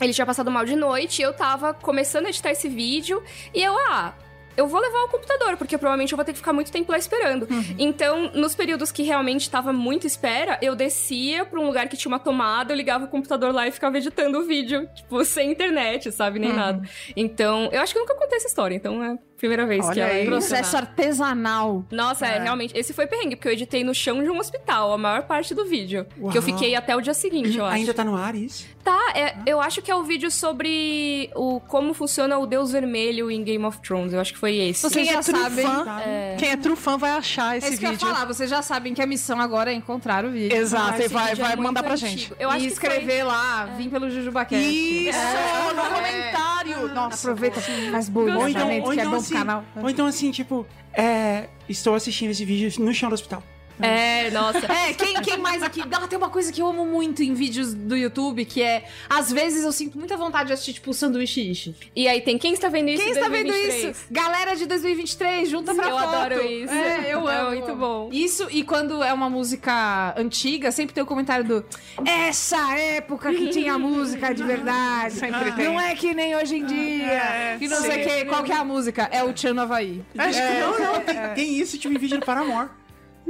Speaker 4: ele tinha passado mal de noite, eu tava começando a editar esse vídeo e eu, ah, eu vou levar o computador, porque provavelmente eu vou ter que ficar muito tempo lá esperando.
Speaker 2: Uhum.
Speaker 4: Então, nos períodos que realmente tava muito espera, eu descia pra um lugar que tinha uma tomada, eu ligava o computador lá e ficava editando o vídeo, tipo, sem internet, sabe,
Speaker 2: Uhum.
Speaker 4: nem nada. Então, eu acho que eu nunca contei essa história, então é a primeira vez
Speaker 2: Olha
Speaker 4: que ela é
Speaker 2: aí.
Speaker 3: Processo
Speaker 4: mencionada.
Speaker 3: artesanal.
Speaker 4: Nossa, é.
Speaker 2: É.
Speaker 4: realmente. Esse foi perrengue, porque eu editei no chão de um hospital a maior parte do vídeo. Que eu
Speaker 1: Uau.
Speaker 4: fiquei até o dia seguinte, eu acho.
Speaker 1: Ainda tá no ar isso?
Speaker 4: Tá, é, eu acho que é o vídeo sobre o como funciona o Deus Vermelho em Game of Thrones. Eu acho que foi esse.
Speaker 3: Você- Vocês
Speaker 2: Quem é
Speaker 3: já sabem.
Speaker 2: trufã, quem é trufã vai achar
Speaker 3: É
Speaker 2: esse
Speaker 3: isso que eu ia
Speaker 2: vídeo.
Speaker 3: falar. Vocês já sabem que a missão agora é encontrar o vídeo.
Speaker 4: Ah,
Speaker 2: Exato, e
Speaker 4: esse
Speaker 2: vai,
Speaker 4: vídeo é
Speaker 2: vai
Speaker 4: muito
Speaker 2: mandar pra
Speaker 4: antigo.
Speaker 2: gente.
Speaker 4: Eu acho
Speaker 3: e
Speaker 4: que
Speaker 3: escrever lá, vim pelo Jujubacast.
Speaker 2: É. Isso, no
Speaker 3: É.
Speaker 2: comentário. Nossa,
Speaker 3: Aproveita, faz bullying,
Speaker 1: Ou então,
Speaker 3: que
Speaker 1: ou
Speaker 3: é
Speaker 1: então
Speaker 3: bom
Speaker 1: assim,
Speaker 3: pro canal.
Speaker 1: ou então assim, tipo, é, estou assistindo esse vídeo no chão do hospital.
Speaker 4: foi... É, nossa.
Speaker 3: É, quem, quem mais aqui? Ah, tem uma coisa que eu amo muito em vídeos do YouTube, que é... Às vezes eu sinto muita vontade de assistir, tipo, sanduíche ishi.
Speaker 4: E aí tem quem está vendo isso?
Speaker 3: Quem
Speaker 4: em
Speaker 3: está vendo
Speaker 4: 2023?
Speaker 3: isso? Galera de 2023, junta pra
Speaker 4: Eu
Speaker 3: foto.
Speaker 4: adoro isso.
Speaker 3: É, eu
Speaker 4: É
Speaker 3: amo.
Speaker 4: muito bom.
Speaker 3: Isso, e quando é uma música antiga, sempre tem o comentário do... Essa época que tinha música de verdade.
Speaker 2: Sempre tem.
Speaker 3: Não é que nem hoje em dia.
Speaker 2: É,
Speaker 3: e não
Speaker 2: sim.
Speaker 3: sei o que. Qual que é a música? É o Tchan no Havaí.
Speaker 2: Acho que
Speaker 1: É,
Speaker 2: não,
Speaker 1: não, tem, tem isso, tipo, em vídeo do Paramore.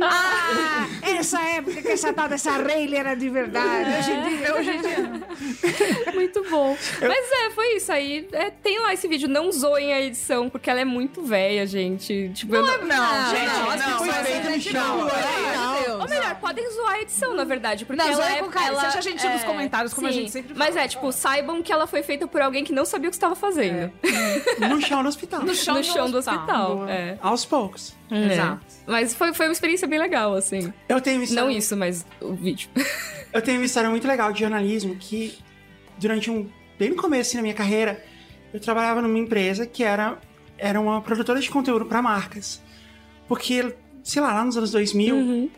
Speaker 3: Ah, essa época que essa tal dessa Rayleigh era de
Speaker 2: É.
Speaker 3: verdade. Hoje em dia- hoje em dia.
Speaker 4: É Muito bom. Mas é, foi isso aí. É, tem lá esse vídeo. Não zoem a edição, porque ela é muito velha, gente. Tipo, eu não,
Speaker 2: Não, gente,
Speaker 3: não,
Speaker 2: não.
Speaker 3: acho que foi
Speaker 2: mas-
Speaker 1: é
Speaker 3: feito no chão.
Speaker 2: não,
Speaker 3: Ai, meu
Speaker 4: Ou
Speaker 3: Deus.
Speaker 4: melhor, podem zoar a edição, na verdade. Porque
Speaker 3: Não,
Speaker 4: ela
Speaker 3: zoa
Speaker 4: é,
Speaker 3: com carinho,
Speaker 4: ela,
Speaker 3: seja gentil nos comentários, como a gente sempre
Speaker 4: Mas é, tipo, saibam que ela foi feita por alguém que não sabia o que estava fazendo.
Speaker 1: No chão do hospital.
Speaker 3: É. No chão,
Speaker 4: no chão do hospital.
Speaker 1: Boa.
Speaker 4: É.
Speaker 1: Aos poucos.
Speaker 4: É.
Speaker 3: Exato.
Speaker 4: Mas foi, foi uma experiência bem legal, assim.
Speaker 1: Eu tenho uma história,
Speaker 4: Não isso, mas o vídeo.
Speaker 1: Eu tenho uma história muito legal de jornalismo que, durante um... Bem no começo, assim, da minha carreira, eu trabalhava numa empresa que era, era uma produtora de conteúdo para marcas. Porque, sei lá, lá nos anos 2000,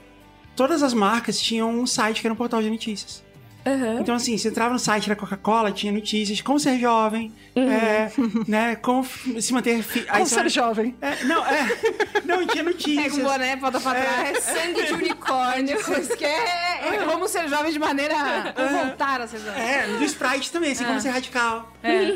Speaker 1: todas as marcas tinham um site que era um portal de notícias.
Speaker 4: Aham.
Speaker 1: Então, assim, você entrava no site da Coca-Cola, tinha notícias de como ser jovem, é, né, como f- se manter... Fi... aí
Speaker 2: Como
Speaker 1: você
Speaker 2: ser
Speaker 1: vai-
Speaker 2: jovem.
Speaker 1: É, não, é, não, tinha
Speaker 3: Pega um
Speaker 1: notícias.
Speaker 3: boné, volta pra
Speaker 2: É.
Speaker 3: trás.
Speaker 4: Sangue de unicórnio.
Speaker 3: Isso que é, é como ser jovem de maneira. Como voltar a ser jovem.
Speaker 1: É, do Sprite também, assim, como ser radical.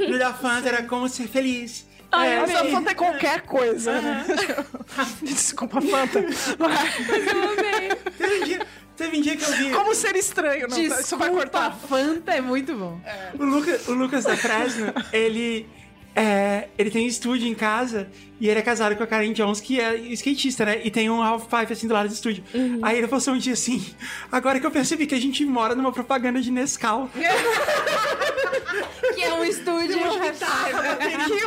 Speaker 1: No da Fanta era como ser feliz.
Speaker 4: Ai,
Speaker 1: É,
Speaker 4: eu
Speaker 2: Mas
Speaker 4: amei.
Speaker 2: a Fanta é qualquer coisa, né? Desculpa, Fanta. Vai.
Speaker 4: Eu amei.
Speaker 1: teve, um dia, teve um dia que eu vi
Speaker 2: Como ser estranho, não? Isso
Speaker 3: Desculpa,
Speaker 2: vai cortar.
Speaker 3: Fanta é muito bom.
Speaker 1: o, Luca, o Lucas da Fresno, ele... é, ele tem um estúdio em casa e ele é casado com a Karen Jones, que é skatista, né? E tem um Ralph Pipe assim do lado do estúdio. Aí ele passou um dia assim: agora que eu percebi que a gente mora numa propaganda de Nescau.
Speaker 3: Que é um estúdio.
Speaker 2: Que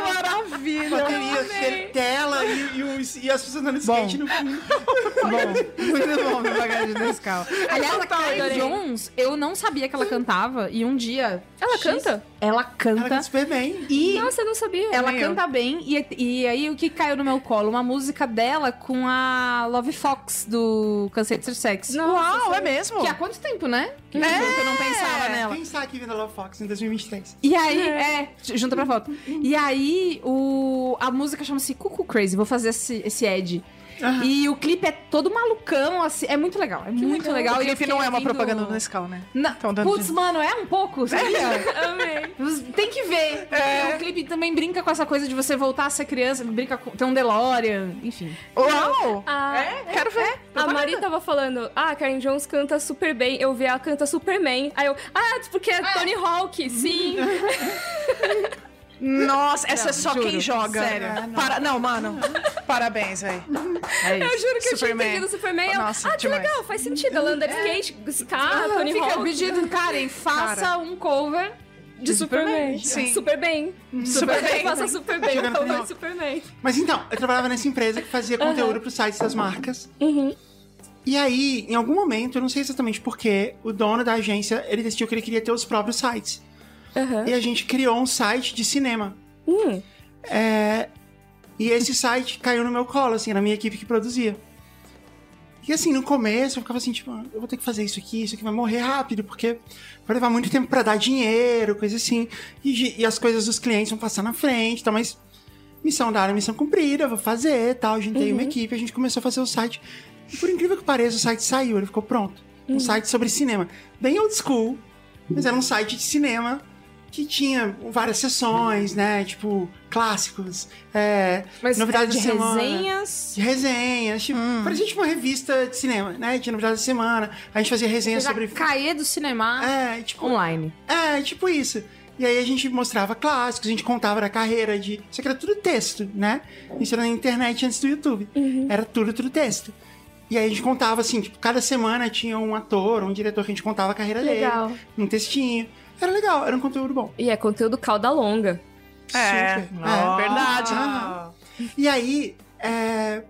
Speaker 2: maravilha!
Speaker 1: Bateria, tela e, e, os- e as pessoas andando de skate no fundo.
Speaker 2: bom, muito bom propaganda de Nescau.
Speaker 3: Aliás, a Karen
Speaker 4: adorei.
Speaker 3: Jones, eu não sabia que ela cantava. E um dia.
Speaker 4: Ela canta?
Speaker 3: Ela
Speaker 1: Ela
Speaker 3: canta.
Speaker 1: canta super bem.
Speaker 3: E
Speaker 4: Nossa, eu não sabia.
Speaker 3: ela
Speaker 2: nem eu.
Speaker 3: canta bem. E, e aí, o que caiu no meu colo? Uma música dela com a Love Fox do Cansei de Ser Sexy.
Speaker 2: Uau, é mesmo?
Speaker 3: Que há quanto tempo, né? Que eu não pensava nela.
Speaker 1: Quem está aqui vendo a Love Fox em 2023?
Speaker 3: E aí, é, junta pra foto. E aí, o, a música chama-se Cuckoo Crazy. Vou fazer esse, esse Ed.
Speaker 1: Ah.
Speaker 3: E o clipe é todo malucão, assim. É muito legal. É muito legal.
Speaker 2: O
Speaker 3: E eu
Speaker 2: clipe
Speaker 3: fiquei
Speaker 2: não é uma
Speaker 3: ouvindo-
Speaker 2: propaganda do Nescau, né?
Speaker 3: Na-
Speaker 2: Tão dando
Speaker 3: Putz,
Speaker 2: de-
Speaker 3: mano, é um pouco, sabia?
Speaker 4: Amei.
Speaker 3: Tem que ver. porque
Speaker 2: É.
Speaker 3: O clipe também brinca com essa coisa de você voltar a ser criança, brinca com. Tem um DeLorean, enfim.
Speaker 2: Uau!
Speaker 4: Ah,
Speaker 3: É?
Speaker 2: Quero ver.
Speaker 4: A Mari tava falando, ah, a Karen Jones canta super bem, eu vi ela canta Superman. Aí eu, ah, porque é Tony Hawk, sim.
Speaker 3: É.
Speaker 2: Nossa, essa é só
Speaker 3: juro,
Speaker 2: quem joga.
Speaker 3: sério.
Speaker 2: Ah, não. Para... não, mano. Parabéns, velho.
Speaker 3: É
Speaker 4: Eu
Speaker 3: isso.
Speaker 4: juro que eu
Speaker 2: Superman.
Speaker 4: tinha entendido Superman. Eu,
Speaker 2: Nossa,
Speaker 4: ah, que
Speaker 2: demais.
Speaker 4: legal, faz sentido. Ela anda de skate, ska, Ah, Tony
Speaker 3: Ah, Fica
Speaker 4: Hawk.
Speaker 3: pedindo, Karen, faça
Speaker 2: Cara.
Speaker 3: um cover.
Speaker 4: De Superman.
Speaker 2: Sim.
Speaker 4: Super bem.
Speaker 2: Super bem.
Speaker 4: Faça super bem,
Speaker 1: Jogando
Speaker 4: cover
Speaker 1: Tony Hawk.
Speaker 4: de Superman.
Speaker 1: Mas então, eu trabalhava nessa empresa que fazia conteúdo pros sites das marcas. E aí, em algum momento, eu não sei exatamente porquê, o dono da agência, ele decidiu que ele queria ter os próprios sites.
Speaker 4: Aham.
Speaker 1: E a gente criou um site de cinema. É,
Speaker 4: Hum,
Speaker 1: E esse site caiu no meu colo, assim, na minha equipe que produzia. E assim, no começo eu ficava assim, tipo, "Ah, eu vou ter que fazer isso aqui, isso aqui vai morrer rápido, porque vai levar muito tempo pra dar dinheiro, coisa assim. E, gi- e as coisas dos clientes vão passar na frente, tá? Mas missão dada, missão cumprida, eu vou fazer, tal. A gente tem
Speaker 3: Uhum.
Speaker 1: uma equipe, a gente começou a fazer o site. E por incrível que pareça, o site saiu, ele ficou pronto.
Speaker 3: Uhum.
Speaker 1: Um site sobre cinema. Bem old school, mas era um site de cinema que tinha várias sessões, né? Tipo, clássicos, é,
Speaker 3: Mas
Speaker 1: novidades de semana
Speaker 3: resenhas.
Speaker 1: de resenhas, tipo,
Speaker 3: Hum.
Speaker 1: parecia tipo uma revista de cinema, né? Tinha novidades da semana, a gente fazia resenha
Speaker 3: Você já
Speaker 1: sobre.
Speaker 3: cair do cinema
Speaker 1: É, tipo,
Speaker 3: online.
Speaker 1: é, tipo isso. E aí a gente mostrava clássicos, a gente contava da carreira de. Isso aqui era tudo texto, né? Isso era na internet antes do YouTube. Era tudo, tudo texto. E aí a gente contava, assim, tipo, cada semana tinha um ator, um diretor que a gente contava a carreira
Speaker 4: legal.
Speaker 1: dele, um textinho. Era legal, era um conteúdo bom.
Speaker 4: E é conteúdo calda longa.
Speaker 2: É,
Speaker 1: Super.
Speaker 2: é Ah. verdade.
Speaker 1: Aham. E aí, é,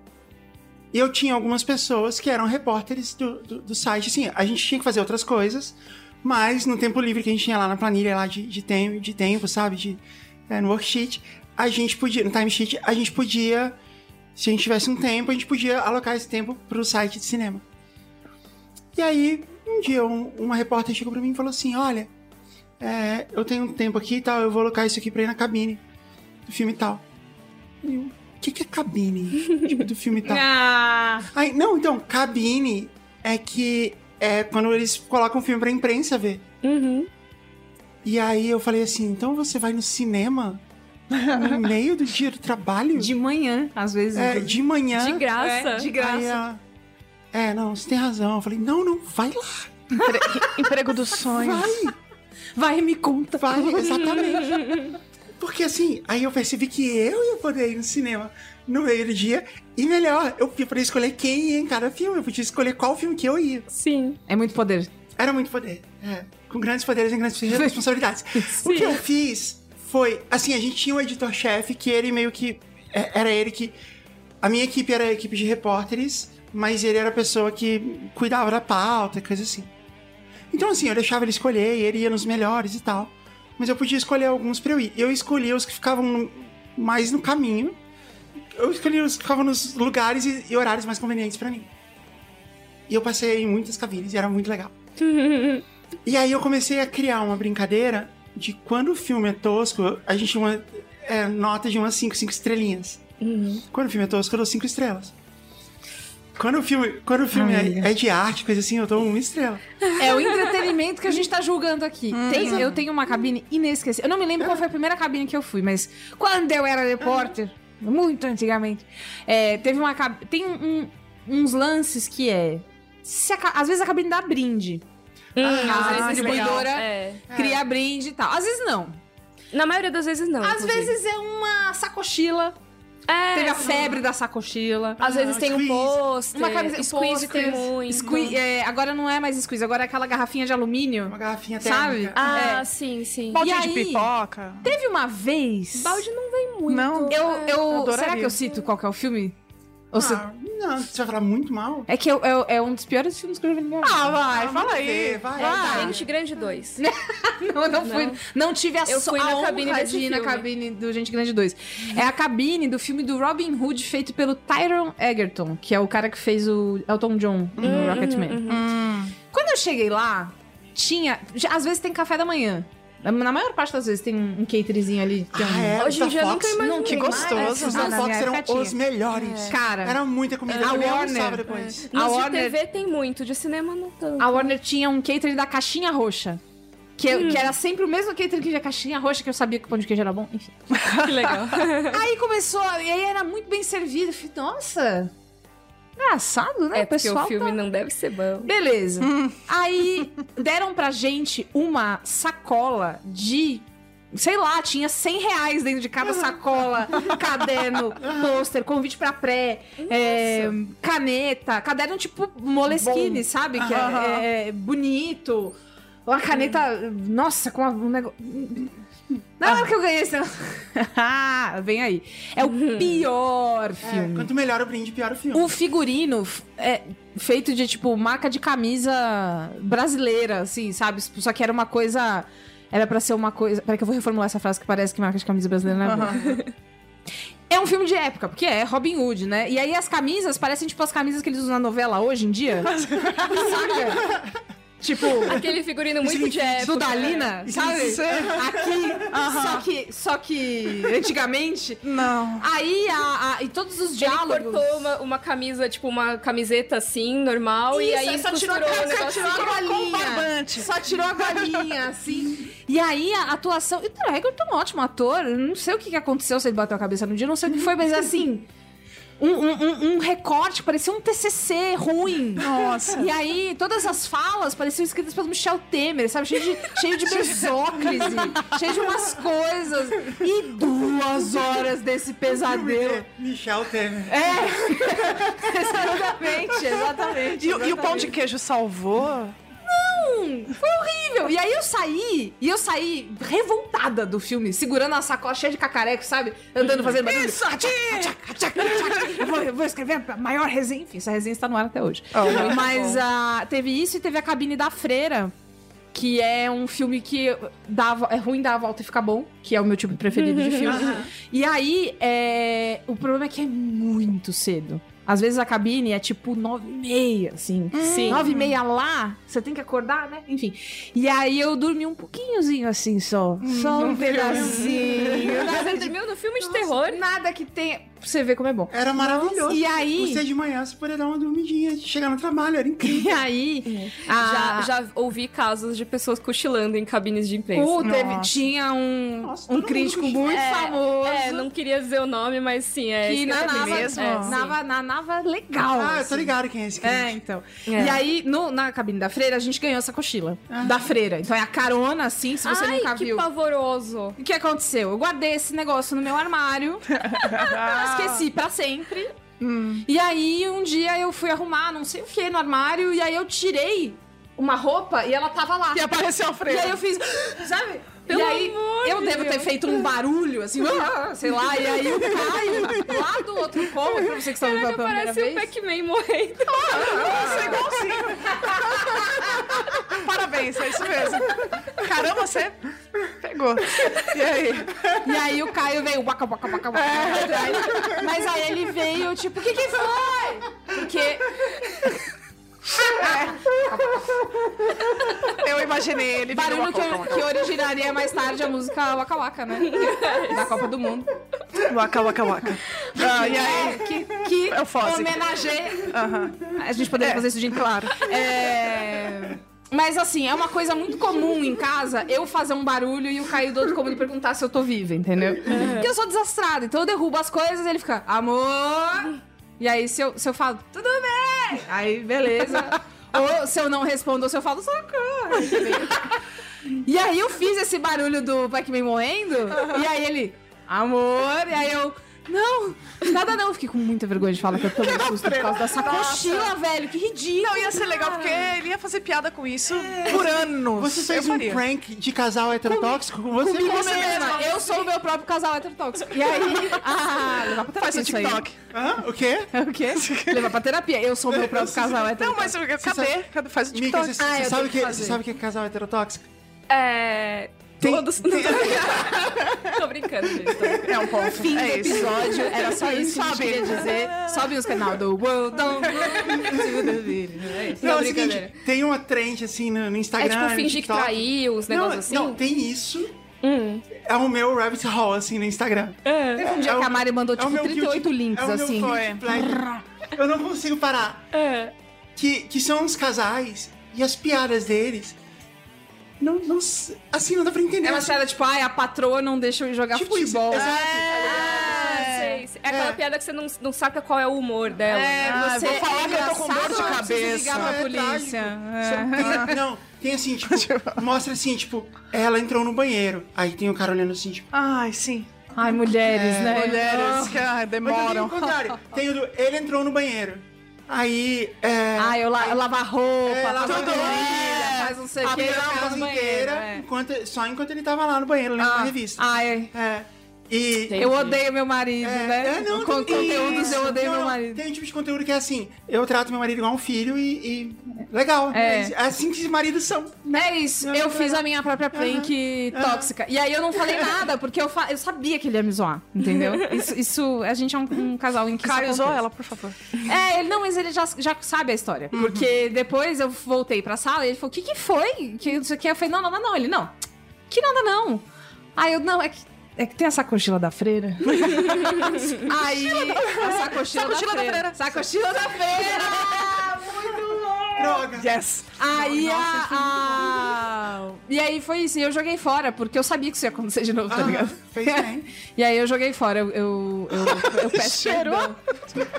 Speaker 1: eu tinha algumas pessoas que eram repórteres do, do, do site. Assim, a gente tinha que fazer outras coisas, mas no tempo livre que a gente tinha lá na planilha lá de, de, tempo, de tempo, sabe? De, é, no worksheet, a gente podia, no timesheet, a gente podia, se a gente tivesse um tempo, a gente podia alocar esse tempo pro site de cinema. E aí, um dia, um- uma repórter chegou pra mim e falou assim: Olha, é, eu tenho um tempo aqui e tal, eu vou alocar isso aqui pra ir na cabine do filme e tal. E eu, o que, que é cabine? tipo, do filme e tal.
Speaker 3: Ah,
Speaker 1: Aí, não, então, cabine é que é quando eles colocam o filme pra imprensa ver.
Speaker 4: Uhum.
Speaker 1: E aí eu falei assim, então você vai no cinema no meio do dia do trabalho?
Speaker 3: de manhã, às vezes.
Speaker 1: É, de manhã.
Speaker 4: De graça.
Speaker 3: É, de
Speaker 1: Aí
Speaker 3: graça.
Speaker 1: ela, é, não, você tem razão. Eu falei, não, não, vai lá,
Speaker 2: Emprego dos sonhos.
Speaker 1: vai.
Speaker 3: Vai, me conta.
Speaker 1: Vai, exatamente. Porque assim, aí eu percebi que eu ia poder ir no cinema no meio do dia. E melhor, eu podia escolher quem ia em cada filme. Eu podia escolher qual filme que eu ia.
Speaker 4: Sim.
Speaker 3: É muito poder.
Speaker 1: Era muito poder. É. Com grandes poderes e grandes responsabilidades. O que eu fiz foi. Assim, a gente tinha um editor-chefe que ele meio que. é, Era ele que. A minha equipe era a equipe de repórteres, mas ele era a pessoa que cuidava da pauta, e coisa assim. Então, assim, eu deixava ele escolher e ele ia nos melhores e tal. Mas eu podia escolher alguns pra eu ir. Eu escolhia os que ficavam no- mais no caminho. Eu escolhia os que ficavam nos lugares e, e horários mais convenientes pra mim. E eu passei em muitas cabines e era muito legal. E aí eu comecei a criar uma brincadeira de quando o filme é tosco, a gente tinha uma é, nota de umas 5, 5 estrelinhas. Quando o filme é tosco, eu dou 5 estrelas. Quando o filme, quando o filme é, é de arte, coisa assim, eu dou uma estrela.
Speaker 3: É o entretenimento que a gente tá julgando aqui. Tem- eu tenho uma cabine inesquecível. Eu não me lembro qual foi a primeira cabine que eu fui, mas quando eu era repórter, muito antigamente, é, teve uma cabine. Tem um- uns lances que é. se a ca- às vezes a cabine dá brinde.
Speaker 4: Hum,
Speaker 3: Ah,
Speaker 4: às vezes
Speaker 3: distribuidora.
Speaker 4: legal. É.
Speaker 3: Cria brinde e tal. Às vezes não.
Speaker 4: Na maioria das vezes não.
Speaker 3: Às
Speaker 4: inclusive.
Speaker 3: vezes é uma sacochila.
Speaker 4: É,
Speaker 3: Teve a
Speaker 4: não.
Speaker 3: febre da sacochila.
Speaker 4: Às vezes tem um
Speaker 1: squeeze.
Speaker 4: pôster.
Speaker 3: Uma camisa. um
Speaker 4: Squeeze
Speaker 3: pôster,
Speaker 4: tem muito.
Speaker 3: squee- é, agora não é mais squeeze, agora é aquela garrafinha de alumínio.
Speaker 1: Uma garrafinha
Speaker 3: Sabe?
Speaker 1: térmica.
Speaker 4: Ah,
Speaker 3: É.
Speaker 4: sim, sim.
Speaker 3: Bom,
Speaker 2: Balde
Speaker 3: E
Speaker 2: de
Speaker 3: aí?
Speaker 2: pipoca.
Speaker 3: Teve uma vez.
Speaker 4: Balde não vem muito.
Speaker 2: Não.
Speaker 4: Eu,
Speaker 3: Eu, eu,
Speaker 2: adoraria.
Speaker 3: será que eu cito qual que é o filme? Ou se-
Speaker 1: Ah, não, você vai falar muito mal?
Speaker 3: É que eu- eu- é um dos piores filmes que eu já vi na minha vida.
Speaker 2: Ah, vai, fala aí.
Speaker 1: Vê, vai. Ah,
Speaker 3: Vai.
Speaker 4: É, Gente Grande 2.
Speaker 3: Não, eu não fui. Não, tive a,
Speaker 4: Eu
Speaker 3: so-
Speaker 4: fui
Speaker 3: a
Speaker 4: na
Speaker 3: honra
Speaker 4: cabine
Speaker 3: de
Speaker 4: desse
Speaker 3: ir na
Speaker 4: filme.
Speaker 3: cabine do Gente Grande 2. É a cabine do filme do Robin Hood feito pelo Tyron Egerton, que é o cara que fez o Elton John no
Speaker 4: Uhum,
Speaker 3: Rocketman. Hum. Quando eu cheguei lá, tinha. já- Às vezes tem café da manhã. Na- Na maior parte das vezes tem um cateringzinho ali. Tem um...
Speaker 1: Ah, é,
Speaker 4: Hoje
Speaker 1: os
Speaker 4: em
Speaker 1: da
Speaker 4: dia eu
Speaker 1: Fox,
Speaker 4: nunca imaginei.
Speaker 1: não, Que
Speaker 4: mais.
Speaker 1: gostoso. Os
Speaker 3: Ah,
Speaker 1: da
Speaker 3: na
Speaker 1: Fox
Speaker 3: minha
Speaker 1: eram
Speaker 3: época
Speaker 1: os
Speaker 3: tinha.
Speaker 1: melhores.
Speaker 3: Cara.
Speaker 1: Era muita comida.
Speaker 3: A
Speaker 1: eu
Speaker 3: Warner.
Speaker 1: almoçava depois.
Speaker 4: Nos
Speaker 3: A
Speaker 4: de
Speaker 3: Warner-
Speaker 4: TV tem muito, de cinema não tanto.
Speaker 3: A Warner tinha um catering da caixinha roxa. Que, que era sempre o mesmo catering que a caixinha roxa, que eu sabia que o pão de queijo era bom. Enfim.
Speaker 4: que legal.
Speaker 3: Aí começou, e aí era muito bem servido. Eu falei, nossa, engraçado, né?
Speaker 4: é porque
Speaker 3: pessoal
Speaker 4: o filme
Speaker 3: tá-
Speaker 4: não deve ser bom.
Speaker 3: Beleza. Aí deram pra gente uma sacola de... Sei lá, tinha 100 reais dentro de cada sacola, caderno, pôster, convite pra pré, é, caneta, caderno tipo Moleskine, sabe? Que é-
Speaker 2: Aham.
Speaker 3: é, bonito. Uma caneta, nossa, com uma- um negócio... Na hora que eu ganhei esse. Ah, Vem aí. É o pior
Speaker 1: É,
Speaker 3: filme.
Speaker 1: quanto melhor o brinde, pior o filme.
Speaker 3: O figurino f- é feito de, tipo, marca de camisa brasileira, assim, sabe? Só que era uma coisa. Era pra ser uma coisa. Peraí, que eu vou reformular essa frase que parece que marca de camisa brasileira não é boa. É um filme de época, porque é Robin Hood, né? E aí as camisas parecem, tipo, as camisas que eles usam na novela hoje em dia. Saca? Tipo,
Speaker 4: Aquele figurino muito né? de época.
Speaker 3: do Dalina, É, sabe?
Speaker 2: Isso.
Speaker 3: Aqui. Só que. Só que. Antigamente.
Speaker 2: Não.
Speaker 3: Aí a, a- e todos os
Speaker 4: Ele
Speaker 3: diálogos.
Speaker 4: cortou uma, uma camisa, tipo, uma camiseta assim, normal, e
Speaker 3: Isso,
Speaker 4: aí
Speaker 3: só tirou a
Speaker 4: costurou o
Speaker 3: camisa,
Speaker 4: negócio.
Speaker 3: tirou a
Speaker 4: assim.
Speaker 3: galinha.
Speaker 2: Com barbante.
Speaker 3: Só tirou a galinha, assim. E aí a atuação. E o Taylor Haggerton é um ótimo ator. eu Não sei o que que aconteceu, se ele bateu a cabeça no dia, não sei o que foi, mas assim. Um, um- um- um recorte, parecia um TCC ruim.
Speaker 2: Nossa.
Speaker 3: E aí, todas as falas pareciam escritas pelo Michel Temer, sabe? Cheio de, cheio de besóclise, cheio de umas coisas. E duas horas desse pesadelo.
Speaker 1: Michel Temer.
Speaker 3: Exatamente, exatamente.
Speaker 2: E, e o pão de queijo salvou?
Speaker 3: Foi horrível. E aí eu saí, e eu saí revoltada do filme, segurando a sacola cheia de cacareco, sabe? Andando, fazendo barulho.
Speaker 2: Isso, aqui!
Speaker 3: Eu Uhum. vou, eu vou escrever a maior resenha. Enfim, essa resenha está no ar até hoje.
Speaker 2: Oh.
Speaker 3: Mas ah, teve isso e teve a cabine da freira. Que é um filme que dá, a- é ruim dar a volta e ficar bom, que é o meu tipo preferido de filme. E aí, é, o problema é que é muito cedo. Às vezes a cabine é tipo nove e meia, assim.
Speaker 4: Sim.
Speaker 3: Nove e meia lá, você tem que acordar, né? Enfim. E aí eu dormi um pouquinhozinho assim só.
Speaker 4: Hum,
Speaker 3: só um pedacinho. é
Speaker 4: Você dormiu no filme é de terror?
Speaker 3: Nada que tenha. Pra você ver como é bom.
Speaker 1: Era maravilhoso.
Speaker 3: E aí.
Speaker 1: Você de manhã, você poderia dar uma dormidinha, chegar no trabalho, era incrível.
Speaker 3: E aí. a-
Speaker 4: Já, já ouvi casos de pessoas cochilando em cabines de imprensa.
Speaker 3: Uh, teve-
Speaker 2: Nossa.
Speaker 3: tinha um,
Speaker 1: Nossa, todo
Speaker 3: um
Speaker 1: mundo
Speaker 3: crítico
Speaker 1: cochila.
Speaker 3: muito
Speaker 4: É,
Speaker 3: famoso.
Speaker 4: É, não queria dizer o nome, mas sim, é.
Speaker 3: que
Speaker 4: isso eu
Speaker 3: nanava,
Speaker 4: também-
Speaker 2: mesmo?
Speaker 4: é, sim.
Speaker 3: nanava, nanava legal.
Speaker 1: Ah, eu tô
Speaker 3: assim.
Speaker 1: ligado quem é esse cara.
Speaker 3: É, então.
Speaker 4: É. Ah.
Speaker 3: E aí, no- na cabine da freira, a gente ganhou essa cochila. Da freira. Então é a carona, assim, se você
Speaker 4: Ai,
Speaker 3: nunca
Speaker 4: que
Speaker 3: viu.
Speaker 4: pavoroso.
Speaker 3: O que aconteceu? Eu guardei esse negócio no meu armário. esqueci pra sempre.
Speaker 4: Hum.
Speaker 3: E aí, um dia eu fui arrumar não sei o que no armário. E aí eu tirei uma roupa e ela tava lá.
Speaker 2: E apareceu a
Speaker 3: E
Speaker 2: freira.
Speaker 3: aí eu fiz, sabe?
Speaker 4: Pelo
Speaker 3: e aí,
Speaker 4: amor
Speaker 3: eu
Speaker 4: de
Speaker 3: devo ter
Speaker 4: Deus.
Speaker 3: feito um barulho, assim, "Ah", sei lá, e aí o Caio, lá do outro cômodo, pra você que está ouvindo
Speaker 4: Caraca,
Speaker 3: pela primeira
Speaker 4: parece um o
Speaker 3: vez,
Speaker 4: Pac-Man morrendo.
Speaker 2: É Parabéns, é isso mesmo. Caramba, você pegou. E aí?
Speaker 3: e aí o Caio veio, baca, baca, baca, baca,
Speaker 4: É.
Speaker 3: atrás, mas aí ele veio, tipo, o que que foi? Porque
Speaker 2: Eu imaginei ele.
Speaker 3: barulho que, que originaria mais tarde a música Waka Waka, né? Da Copa do Mundo.
Speaker 2: Waka, waka, waka. Ah, e aí?
Speaker 3: É, que, que
Speaker 2: Eufósico.
Speaker 3: homenageia
Speaker 2: Aham.
Speaker 3: A gente poderia fazer isso de claro. É... Mas assim, é uma coisa muito comum em casa eu fazer um barulho e o Caio do outro cômodo perguntar se eu tô viva, entendeu? Porque eu sou desastrada, então eu derrubo as coisas e ele fica, amor! E aí se eu, se eu falo, tudo bem! Aí beleza. Ou se eu não respondo, ou se eu falo, socorro! E aí eu fiz esse barulho do Pac-Man morrendo, e aí ele, amor, e aí eu. Não, nada não. Eu Fiquei com muita vergonha de falar que eu tomei susto por causa dessa cochila, velho. Que ridículo.
Speaker 2: Não, ia ser legal, porque ele ia fazer piada com isso
Speaker 3: É.
Speaker 2: por anos.
Speaker 1: Você
Speaker 2: eu
Speaker 1: fez um
Speaker 2: faria.
Speaker 1: prank de casal heterotóxico com você
Speaker 3: Comigo
Speaker 1: mesmo.
Speaker 3: mesma. Eu sou o meu próprio casal heterotóxico. E aí. Ah, levar pra terapia.
Speaker 2: Faz um
Speaker 3: isso aí.
Speaker 2: TikTok.
Speaker 1: Hã? O quê?
Speaker 3: É o quê? Levar pra terapia. Eu sou o meu próprio casal
Speaker 2: Não,
Speaker 3: heterotóxico.
Speaker 2: mas eu- cadê? cadê? Faz um
Speaker 1: Mica,
Speaker 2: TikTok.
Speaker 1: você,
Speaker 3: Ah, eu
Speaker 1: você sabe
Speaker 3: tenho que
Speaker 1: que,
Speaker 3: fazer.
Speaker 1: você sabe o que é casal heterotóxico?
Speaker 4: É.
Speaker 1: Tem-
Speaker 4: Todos. tô brincando, gente. Tô brincando.
Speaker 2: É um ponto.
Speaker 3: Fim
Speaker 2: é
Speaker 3: do
Speaker 2: isso.
Speaker 3: episódio, era só isso que a gente
Speaker 2: Sobe.
Speaker 3: queria dizer. Sobe os canal do World
Speaker 1: É um
Speaker 3: Don't
Speaker 1: Não,
Speaker 3: Look. É isso, é
Speaker 1: é o
Speaker 3: brincadeira.
Speaker 1: seguinte, tem uma trend assim no, no
Speaker 4: É
Speaker 1: Instagram.
Speaker 4: tipo
Speaker 1: no
Speaker 4: fingir que
Speaker 1: TikTok.
Speaker 4: traiu,
Speaker 3: um
Speaker 4: os
Speaker 1: Não,
Speaker 4: negócios assim.
Speaker 1: não, tem isso.
Speaker 4: Hum.
Speaker 1: É o meu rabbit hole, assim, no Instagram.
Speaker 4: É.
Speaker 3: Teve um dia
Speaker 1: É o-
Speaker 3: que a Mari mandou,
Speaker 1: é o
Speaker 3: tipo,
Speaker 1: meu
Speaker 3: 38
Speaker 1: guilty-
Speaker 3: links,
Speaker 1: é o meu
Speaker 3: assim.
Speaker 1: guilty pleasure. Eu não consigo parar.
Speaker 4: É.
Speaker 1: Que, que são os casais e as piadas deles. Não, não. s- Assim, não dá pra entender.
Speaker 3: Ela era tipo, ai, a patroa não deixa eu jogar
Speaker 1: Tipo isso,
Speaker 3: futebol.
Speaker 1: exato.
Speaker 2: É,
Speaker 4: Ah, sei, sei. É aquela
Speaker 1: É.
Speaker 4: piada que você não, não sabe qual é o humor dela. né?
Speaker 2: Ah, vou falar que eu tô com dor de
Speaker 3: é engraçado, eu preciso
Speaker 2: cabeça.
Speaker 3: ligar pra
Speaker 1: É
Speaker 3: polícia. É.
Speaker 1: Só tem- não, tem assim, tipo, mostra assim, tipo, ela entrou no banheiro. Aí tem o cara olhando assim, tipo.
Speaker 2: Ai, sim.
Speaker 3: Ai, mulheres, né?
Speaker 2: Mulheres que ah,
Speaker 1: Mas eu tenho o
Speaker 2: demoram.
Speaker 1: contrário. Tem o do. Ele entrou no banheiro. Aí. É,
Speaker 3: Ah, eu, la eu lavo a roupa,
Speaker 1: É,
Speaker 3: lavo
Speaker 1: tudo.
Speaker 3: a comida,
Speaker 1: É.
Speaker 3: faz não sei o
Speaker 1: a
Speaker 3: que.
Speaker 1: casa inteira, enquanto, só enquanto ele tava lá no banheiro, lendo uma revista.
Speaker 3: Ah, Ai,
Speaker 1: É. E.
Speaker 3: eu odeio meu marido,
Speaker 1: É,
Speaker 3: né?
Speaker 1: é, não,
Speaker 3: Com
Speaker 1: tem-
Speaker 3: conteúdos eu
Speaker 1: isso.
Speaker 3: odeio
Speaker 1: Não,
Speaker 3: meu
Speaker 1: não,
Speaker 3: marido.
Speaker 1: Tem um tipo de conteúdo que é assim: eu trato meu marido igual um filho e. e- legal.
Speaker 3: É.
Speaker 1: É. assim que maridos são.
Speaker 3: É isso,
Speaker 1: Não,
Speaker 3: eu
Speaker 1: não,
Speaker 3: fiz
Speaker 1: não.
Speaker 3: a minha própria prank
Speaker 1: Aham.
Speaker 3: tóxica. E aí eu não falei nada, porque eu, fa- eu sabia que ele ia me zoar, entendeu? Isso, isso- a gente é um, um casal em que isso
Speaker 2: Caio, usou
Speaker 3: acontece.
Speaker 2: ela, por favor.
Speaker 3: É, ele não, mas ele já, já sabe a história.
Speaker 2: Uhum.
Speaker 3: Porque depois eu voltei pra sala e ele falou: o que, que foi? Que não sei o que. Eu falei, não, nada não. Ele, não. Que nada não. Aí eu, não, é que. É que tem a sacochila da freira. Aí. A sacochila,
Speaker 2: Sacochila da
Speaker 3: da, freira.
Speaker 2: freira.
Speaker 3: Sacochila da freira!
Speaker 1: Droga.
Speaker 2: Yes.
Speaker 3: aí
Speaker 2: Nossa,
Speaker 3: a- a. E aí foi isso. E eu joguei fora, porque eu sabia que isso ia acontecer de novo, tá
Speaker 1: Ah,
Speaker 3: ligado?
Speaker 1: fez
Speaker 2: Né?
Speaker 1: bem.
Speaker 3: É. E aí eu joguei fora. Eu, eu, eu, eu peço
Speaker 2: Cheirou.
Speaker 3: perdão.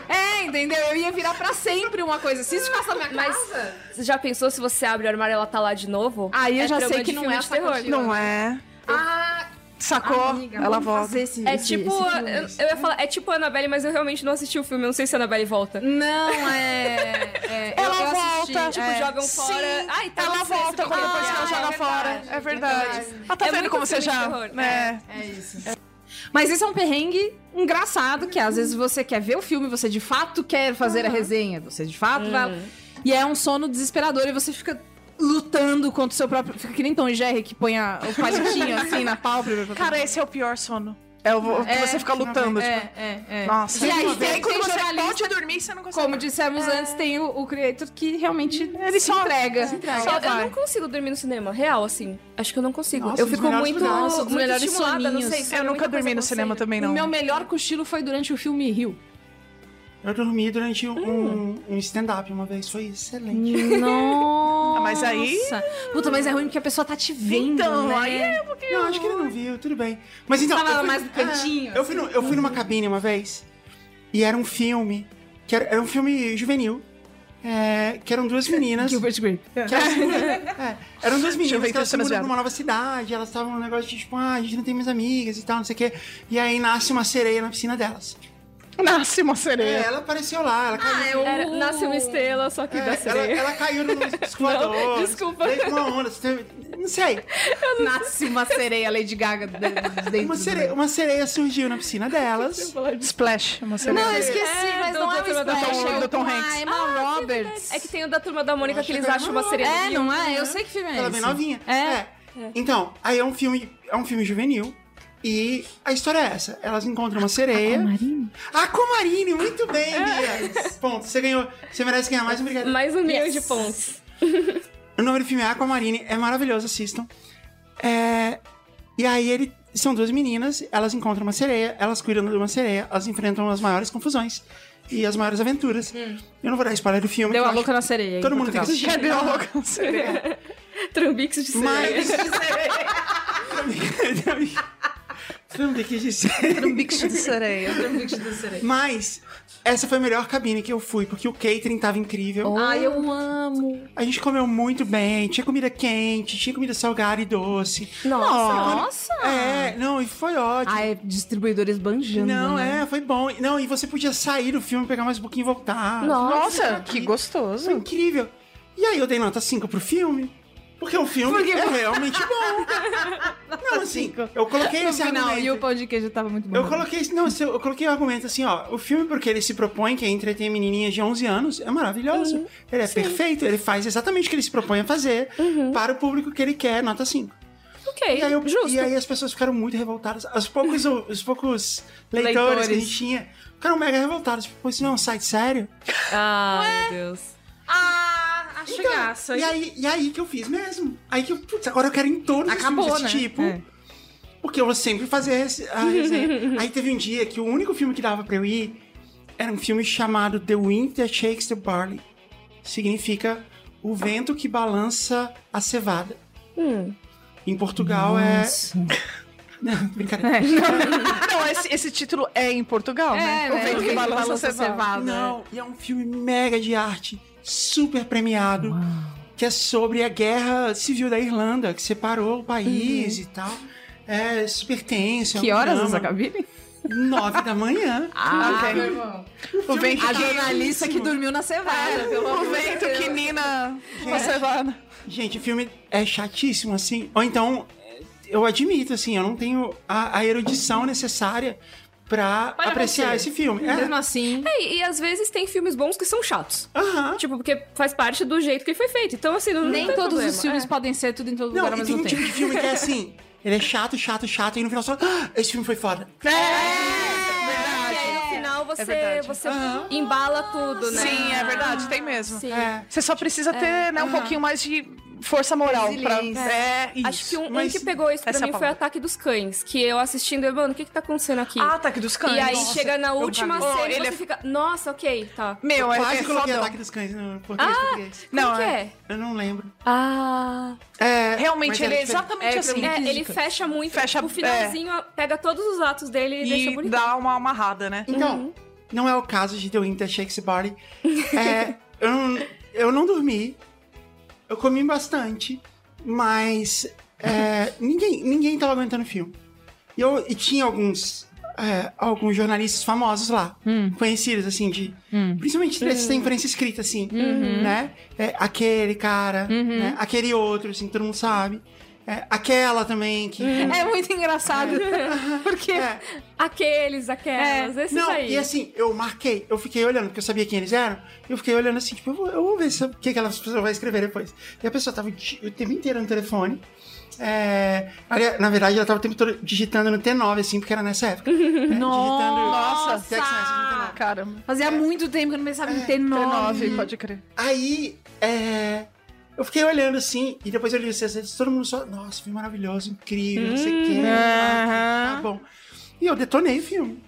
Speaker 3: É, entendeu? Eu ia virar pra sempre uma coisa. Se isso ficasse na minha casa...
Speaker 4: Você já pensou se você abre o armário e ela tá lá de novo?
Speaker 3: Aí eu
Speaker 4: É
Speaker 3: já
Speaker 4: trama
Speaker 3: sei
Speaker 4: de
Speaker 3: que não
Speaker 4: filme
Speaker 3: é
Speaker 4: de terror.
Speaker 3: sacochila.
Speaker 2: Não é.
Speaker 3: Ah,
Speaker 2: Sacou? ela volta.
Speaker 3: esse,
Speaker 4: É
Speaker 3: esse-
Speaker 4: tipo.
Speaker 3: esse filme.
Speaker 4: eu, eu ia falar, é tipo Annabelle, mas eu realmente não assisti o filme. Eu não sei se a Annabelle volta.
Speaker 3: Não, é... é, eu-
Speaker 2: Ela
Speaker 3: eu assisti,
Speaker 2: volta.
Speaker 4: Tipo,
Speaker 3: é.
Speaker 4: jogam fora.
Speaker 2: Sim,
Speaker 4: Ai, tá
Speaker 2: ela
Speaker 4: no sexto
Speaker 2: volta quando
Speaker 4: episódio.
Speaker 2: depois que ela
Speaker 4: Ah,
Speaker 2: joga
Speaker 4: é
Speaker 2: fora.
Speaker 4: verdade,
Speaker 2: É verdade. Ah, tá
Speaker 4: É
Speaker 2: vendo
Speaker 4: muito
Speaker 2: como você
Speaker 4: filme de
Speaker 2: já.
Speaker 4: terror,
Speaker 2: né?
Speaker 3: É isso. Mas esse é um perrengue engraçado, que às vezes você quer ver o filme, você de fato quer fazer a resenha, você de fato
Speaker 2: Uhum.
Speaker 3: vai... E é um sono desesperador e você fica lutando contra o seu próprio... Fica que nem Tom e Jerry que põe a- o palitinho assim na pálpebra. pra-
Speaker 2: Cara, esse é o pior sono. É o que
Speaker 3: É,
Speaker 2: você fica lutando.
Speaker 3: é,
Speaker 2: tipo,
Speaker 3: é, é.
Speaker 2: Nossa.
Speaker 3: E aí,
Speaker 2: Uma vez,
Speaker 3: tem
Speaker 2: quando você
Speaker 3: jornalista-
Speaker 2: pode dormir, você não consegue.
Speaker 3: Como dissemos antes, tem o, o creator que realmente É. ele se
Speaker 2: só-
Speaker 3: entrega.
Speaker 4: Eu, eu
Speaker 2: vai.
Speaker 4: não consigo dormir no cinema, real, assim. Acho que eu não consigo.
Speaker 1: Nossa,
Speaker 4: eu
Speaker 1: um dos
Speaker 4: fico
Speaker 1: melhores
Speaker 4: muito,
Speaker 1: lugares.
Speaker 3: Nossa, um dos
Speaker 4: muito
Speaker 3: melhores
Speaker 4: estimulada, não sei.
Speaker 3: soninhos.
Speaker 4: sabe?
Speaker 2: Eu
Speaker 4: é Muita
Speaker 2: nunca
Speaker 4: coisa
Speaker 2: dormi no cinema
Speaker 4: acontecendo.
Speaker 2: também, não.
Speaker 3: O meu melhor cochilo foi durante o filme Rio.
Speaker 1: Eu dormi durante um,
Speaker 3: Hum.
Speaker 1: um stand-up uma vez, foi excelente.
Speaker 3: Nossa.
Speaker 2: Mas aí-
Speaker 3: Puta, mas é ruim porque a pessoa tá te vendo.
Speaker 2: Então,
Speaker 3: né?
Speaker 2: aí é
Speaker 1: Não, acho que ele não viu, tudo bem. Mas então.
Speaker 3: Tava
Speaker 1: eu fui-
Speaker 3: mais no cantinho, assim.
Speaker 1: é, eu, fui no- eu fui numa cabine uma vez e era um filme. Que era, era um filme juvenil. é, que eram duas meninas.
Speaker 3: Gilbert Grape.
Speaker 1: que elas se mudam- é, eram duas meninas
Speaker 2: Juventude
Speaker 1: que elas se mudam
Speaker 2: transviada.
Speaker 1: pra uma nova cidade. Elas estavam num negócio de tipo, ah, a gente não tem mais amigas e tal, não sei o quê. E aí nasce uma sereia na piscina delas.
Speaker 2: Nasce uma
Speaker 1: É,
Speaker 2: sereia.
Speaker 1: ela apareceu lá, ela caiu.
Speaker 4: Era, nasce uma estrela, só que
Speaker 1: É,
Speaker 4: da
Speaker 1: ela,
Speaker 4: sereia.
Speaker 1: ela caiu no escoador.
Speaker 4: desculpa.
Speaker 1: Veio com uma onda. teve- Não sei.
Speaker 3: Nasce uma sereia Lady Gaga de- de- dentro.
Speaker 1: Uma
Speaker 3: do-
Speaker 1: sereia, uma sereia surgiu na piscina delas.
Speaker 2: Splash, uma sereia.
Speaker 3: Não, eu esqueci,
Speaker 4: É,
Speaker 3: mas
Speaker 4: do-
Speaker 3: não é
Speaker 4: do-
Speaker 3: o
Speaker 4: do- do-
Speaker 3: Splash,
Speaker 2: do-
Speaker 3: é o Ah,
Speaker 2: do Tom
Speaker 3: com a
Speaker 2: Hanks.
Speaker 3: Emma Roberts.
Speaker 4: É que tem o da turma da Mônica
Speaker 1: Eu
Speaker 4: que eles
Speaker 1: acho que
Speaker 4: acham
Speaker 1: era
Speaker 4: uma sereia.
Speaker 3: É,
Speaker 4: do
Speaker 3: não
Speaker 4: Rio.
Speaker 3: é? Eu sei que filme é
Speaker 1: Ela
Speaker 3: esse.
Speaker 1: bem novinha.
Speaker 3: É.
Speaker 1: Então, aí é um filme, é um filme juvenil. E a história é essa: elas encontram uma sereia. A Comarine, muito bem, Bia. Ponto. Você ganhou. Você merece ganhar mais, obrigado.
Speaker 4: Mais um milhão de pontos.
Speaker 1: O nome do filme é Aquamarine, é maravilhoso, assistam. É, E aí ele. São duas meninas, elas encontram uma sereia, elas cuidam de uma sereia, elas enfrentam as maiores confusões e as maiores aventuras. Eu não vou dar spoiler do filme.
Speaker 3: Hum. Deu
Speaker 1: que
Speaker 3: a
Speaker 1: eu acho
Speaker 3: louca na sereia.
Speaker 1: que
Speaker 3: em
Speaker 1: Todo mundo tem que
Speaker 3: Portugal.
Speaker 1: assistir.
Speaker 2: Cadê a louca? Uma sereia.
Speaker 4: Trambix de sereia.
Speaker 1: Mas. Trambix de sereia.
Speaker 2: Um bicho de sereia.
Speaker 1: Mas Essa foi a melhor cabine que eu fui, porque o catering tava incrível.
Speaker 3: Ai, eu
Speaker 4: amo.
Speaker 1: A gente comeu muito bem, tinha comida quente, tinha comida salgada e doce.
Speaker 4: Nossa.
Speaker 3: Nossa!
Speaker 1: É, não, e foi ótimo.
Speaker 3: Ai, distribuidores banjando.
Speaker 1: não,
Speaker 3: né?
Speaker 1: é, foi bom. Não, e você podia sair do filme, pegar mais um pouquinho e voltar.
Speaker 2: Nossa, que
Speaker 1: Foi
Speaker 2: gostoso.
Speaker 1: incrível. E aí eu dei nota 5 pro filme. Porque o filme é realmente bom. Não, assim, eu coloquei
Speaker 3: No
Speaker 1: esse
Speaker 3: final,
Speaker 1: argumento.
Speaker 3: e o pão de queijo tava muito bom.
Speaker 1: Eu coloquei, esse- não, esse- eu coloquei o argumento assim, ó, o filme porque ele se propõe que é entreter menininhas de 11 anos, é maravilhoso. ele é perfeito, ele faz exatamente o que ele se propõe a fazer para o público que ele quer, nota 5.
Speaker 4: Ok,
Speaker 1: E aí, eu-
Speaker 4: justo.
Speaker 1: e aí as pessoas ficaram muito revoltadas. Os poucos, os poucos leitores, que a
Speaker 4: Leitores.
Speaker 1: gente tinha ficaram mega revoltados. Tipo, isso não é um site sério?
Speaker 4: Ai, meu Deus.
Speaker 3: Ah, acho
Speaker 1: Então,
Speaker 3: graça.
Speaker 1: E aí, e aí que eu fiz mesmo. Aí que eu, putz, agora eu quero em todos
Speaker 3: Acabou,
Speaker 1: os filmes desse
Speaker 3: né?
Speaker 1: tipo.
Speaker 3: É.
Speaker 1: Porque eu vou sempre fazer esse- a resenha. aí teve um dia que o único filme que dava pra eu ir era um filme chamado The Wind That Shakes the Barley. Significa O Vento que Balança a Cevada.
Speaker 3: Hum.
Speaker 1: Em Portugal é... Não, brincadeira.
Speaker 2: Ah, Não, esse, esse título é em Portugal, né?
Speaker 3: É, né?
Speaker 2: O vento que balança a cevada.
Speaker 3: cevada.
Speaker 1: Não, e é um filme mega de arte, super premiado, que é sobre a guerra civil da Irlanda, que separou o país e tal. É super tenso. é um
Speaker 3: Uhum. Que horas
Speaker 1: drama.
Speaker 3: essa cabine?
Speaker 1: Nove da manhã.
Speaker 3: Ah,
Speaker 2: ok.
Speaker 3: meu irmão.
Speaker 2: O vento
Speaker 3: A
Speaker 2: que...
Speaker 1: tá.
Speaker 3: jornalista que dormiu na cevada, pelo
Speaker 2: O
Speaker 3: amor de
Speaker 2: vento
Speaker 3: Deus.
Speaker 2: que nina a cevada.
Speaker 1: Gente, o filme é chatíssimo, assim. Ou então, é, eu admito, assim, eu não tenho a, a erudição necessária pra
Speaker 3: Para
Speaker 1: apreciar
Speaker 3: você.
Speaker 1: esse filme. É.
Speaker 3: Mesmo assim...
Speaker 4: É, e às vezes tem filmes bons que são chatos.
Speaker 1: Aham.
Speaker 4: Tipo, porque faz parte do jeito que foi feito. Então, assim, não, não
Speaker 3: Nem
Speaker 4: tem
Speaker 3: todos
Speaker 4: problema.
Speaker 3: os filmes podem ser tudo em todo
Speaker 1: Não,
Speaker 3: lugar ao
Speaker 1: e tem um
Speaker 3: mesmo
Speaker 1: tipo
Speaker 3: tempo.
Speaker 1: de filme que é assim. Ele é chato, chato, chato, e no final só. "Ah, esse filme foi foda.
Speaker 4: E aí, no final, você,
Speaker 2: verdade.
Speaker 4: você embala tudo, né?
Speaker 2: Sim, é verdade, tem mesmo.
Speaker 4: Sim.
Speaker 1: É.
Speaker 2: Você só precisa ter, né, um pouquinho mais de força moral pra...
Speaker 3: Resiliência.
Speaker 2: É, isso.
Speaker 4: Acho que um, um
Speaker 1: mas
Speaker 4: que pegou isso pra
Speaker 2: essa é a
Speaker 4: mim foi
Speaker 2: palavra.
Speaker 4: Ataque dos Cães, que eu assistindo, eu, mano, o que que tá acontecendo aqui?
Speaker 2: Ah, Ataque dos Cães.
Speaker 4: e aí
Speaker 2: Nossa.
Speaker 4: chega na última
Speaker 2: vi. Oh,
Speaker 4: cena e
Speaker 2: ele
Speaker 4: você
Speaker 2: é-
Speaker 4: fica, nossa, ok, tá.
Speaker 2: Meu,
Speaker 1: Eu
Speaker 2: é,
Speaker 1: quase
Speaker 2: é
Speaker 1: coloquei
Speaker 2: fodão.
Speaker 1: Ataque dos Cães no português, português.
Speaker 2: Não,
Speaker 4: Como que é?
Speaker 1: Eu não lembro.
Speaker 4: Ah,
Speaker 1: É, mas
Speaker 2: Realmente, ele é
Speaker 1: diferente.
Speaker 2: exatamente
Speaker 3: é
Speaker 2: assim.
Speaker 4: é, ele fecha muito, tipo,
Speaker 2: Fecha-
Speaker 4: o finalzinho pega todos os atos dele e, deixa
Speaker 2: E
Speaker 4: bonito.
Speaker 2: dá uma amarrada, né?
Speaker 1: Então, não é o caso de The Winter Shakes the Body. É, eu, não, eu não dormi. Eu comi bastante. Mas é, ninguém, ninguém tava aguentando o filme. E, eu, e tinha alguns, é, alguns jornalistas famosos lá. Conhecidos, assim, de... Principalmente desses que têm imprensa escrita, assim. Né? É, aquele cara, né? aquele outro, assim, todo mundo sabe. É, aquela também que...
Speaker 3: É muito engraçado. Porque...
Speaker 1: É.
Speaker 4: Aqueles, aquelas, esses
Speaker 1: Não,
Speaker 4: aí.
Speaker 1: e assim, eu marquei, eu fiquei olhando, porque eu sabia quem eles eram, eu fiquei olhando assim, tipo, eu vou, eu vou ver se- o que, que ela vai escrever depois. E a pessoa tava o di- o tempo inteiro no telefone. é, ali- na verdade, ela tava o tempo todo digitando no T9, assim, porque era nessa época. né,
Speaker 2: Nossa! é
Speaker 1: digitando text message no T9.
Speaker 2: Caramba.
Speaker 3: Fazia muito tempo que eu não pensava em É, ter nove.
Speaker 2: T9, pode crer.
Speaker 1: Aí, é, eu fiquei olhando assim, e depois eu li os textos, todo mundo só, nossa, filme maravilhoso, incrível, não sei o quê. ah, Tá bom. E eu detonei o filme.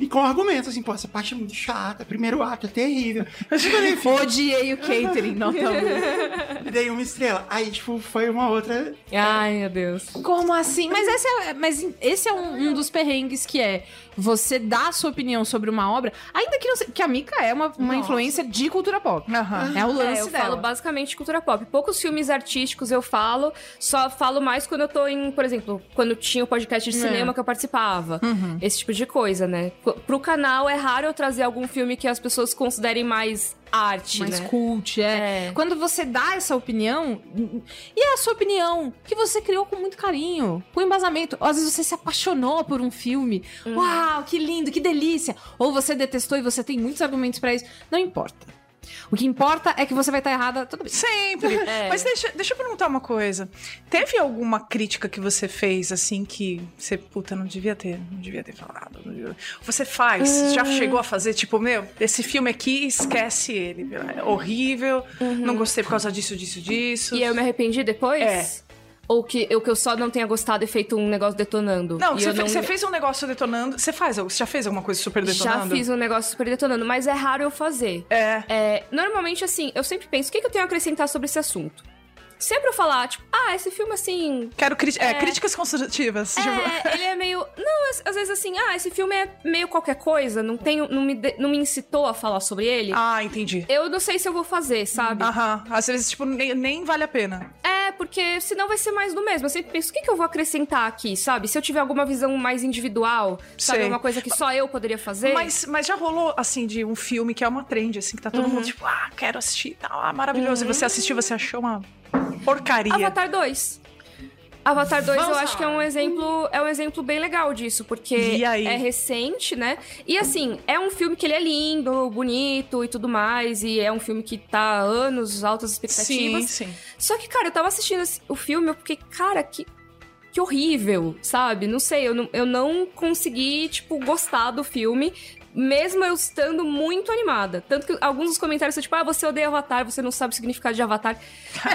Speaker 1: E com argumentos, assim, pô, essa parte é muito chata, primeiro ato é terrível. Eu detonei o filme.
Speaker 3: Odiei o catering, nota um.
Speaker 1: E dei uma estrela. Aí, tipo, foi uma outra.
Speaker 4: Ai, meu Deus.
Speaker 3: Como assim? Mas esse é, mas esse é um, um dos perrengues que é você dá a sua opinião sobre uma obra, ainda que não seja. Que a Mika é uma, uma influência de cultura pop.
Speaker 2: Aham.
Speaker 3: É o lance
Speaker 4: É, eu
Speaker 3: dela.
Speaker 4: falo basicamente de cultura pop. Poucos filmes artísticos eu falo, só falo mais quando eu tô em, por exemplo, quando tinha o podcast de
Speaker 2: É.
Speaker 4: cinema que eu participava.
Speaker 2: Uhum.
Speaker 4: Esse tipo de coisa, né? Co- Pro canal é raro eu trazer algum filme que as pessoas considerem mais arte,
Speaker 3: mais
Speaker 4: né?
Speaker 3: cult, é.
Speaker 4: É.
Speaker 3: Quando você dá essa opinião, e é a sua opinião, que você criou com muito carinho, com embasamento. Às vezes você se apaixonou por um filme. Uau, que lindo, que delícia! Ou você detestou e você tem muitos argumentos pra isso. Não importa. O que importa é que você vai estar errada toda vez.
Speaker 2: Sempre.
Speaker 4: É.
Speaker 2: Mas deixa, deixa eu perguntar uma coisa. Teve alguma crítica que você fez, assim, que você, puta, não devia ter, não devia ter falado. não devia- Você faz, já chegou a fazer, tipo, meu, esse filme aqui, esquece ele. meu, É horrível, não gostei por causa disso, disso, disso.
Speaker 4: E eu me arrependi
Speaker 2: É.
Speaker 4: depois? Ou que, ou que eu só não tenha gostado e feito um negócio detonando?
Speaker 2: Não,
Speaker 4: E
Speaker 2: você,
Speaker 4: eu
Speaker 2: fe- você fez um negócio detonando. Você faz, você já fez alguma coisa super
Speaker 4: Já
Speaker 2: detonando?
Speaker 4: fiz um negócio super detonando, mas é raro eu fazer.
Speaker 2: É.
Speaker 4: É, normalmente, assim, eu sempre penso, o que, que eu tenho a acrescentar sobre esse assunto? sempre eu falar, tipo, ah, esse filme assim.
Speaker 2: Quero crit- é, críticas construtivas. tipo,
Speaker 4: É, ele é meio. Não, às, às vezes assim, ah, esse filme é meio qualquer coisa, não, tem, não, me, de- não me incitou a falar sobre ele.
Speaker 2: Ah, entendi.
Speaker 4: Eu não sei se eu vou fazer, sabe?
Speaker 2: Aham. Às vezes, tipo, nem, nem vale a pena.
Speaker 4: É, porque senão vai ser mais do mesmo. Eu sempre penso, o que, que eu vou acrescentar aqui, sabe? Se eu tiver alguma visão mais individual, sabe?
Speaker 2: Sei.
Speaker 4: Uma coisa que só eu poderia fazer.
Speaker 2: Mas, mas já rolou, assim, de um filme que é uma trend, assim, que tá todo mundo tipo, ah, quero assistir e tal, ah, maravilhoso. E você assistiu, você achou uma porcaria.
Speaker 4: Avatar 2. Avatar 2 eu
Speaker 3: Vamos
Speaker 4: acho que é um exemplo, é um exemplo bem legal disso, porque
Speaker 2: E aí?
Speaker 4: é recente, né? E assim, é um filme que ele é lindo, bonito e tudo mais, e é um filme que tá há anos, altas expectativas.
Speaker 2: Sim, sim.
Speaker 4: Só que, cara, eu tava assistindo esse- o filme, eu fiquei, cara, que, que horrível, sabe? Não sei, eu não, eu não consegui, tipo, gostar do filme. Mesmo eu estando muito animada. Tanto que alguns dos comentários são tipo, ah, você odeia Avatar, você não sabe o significado de Avatar.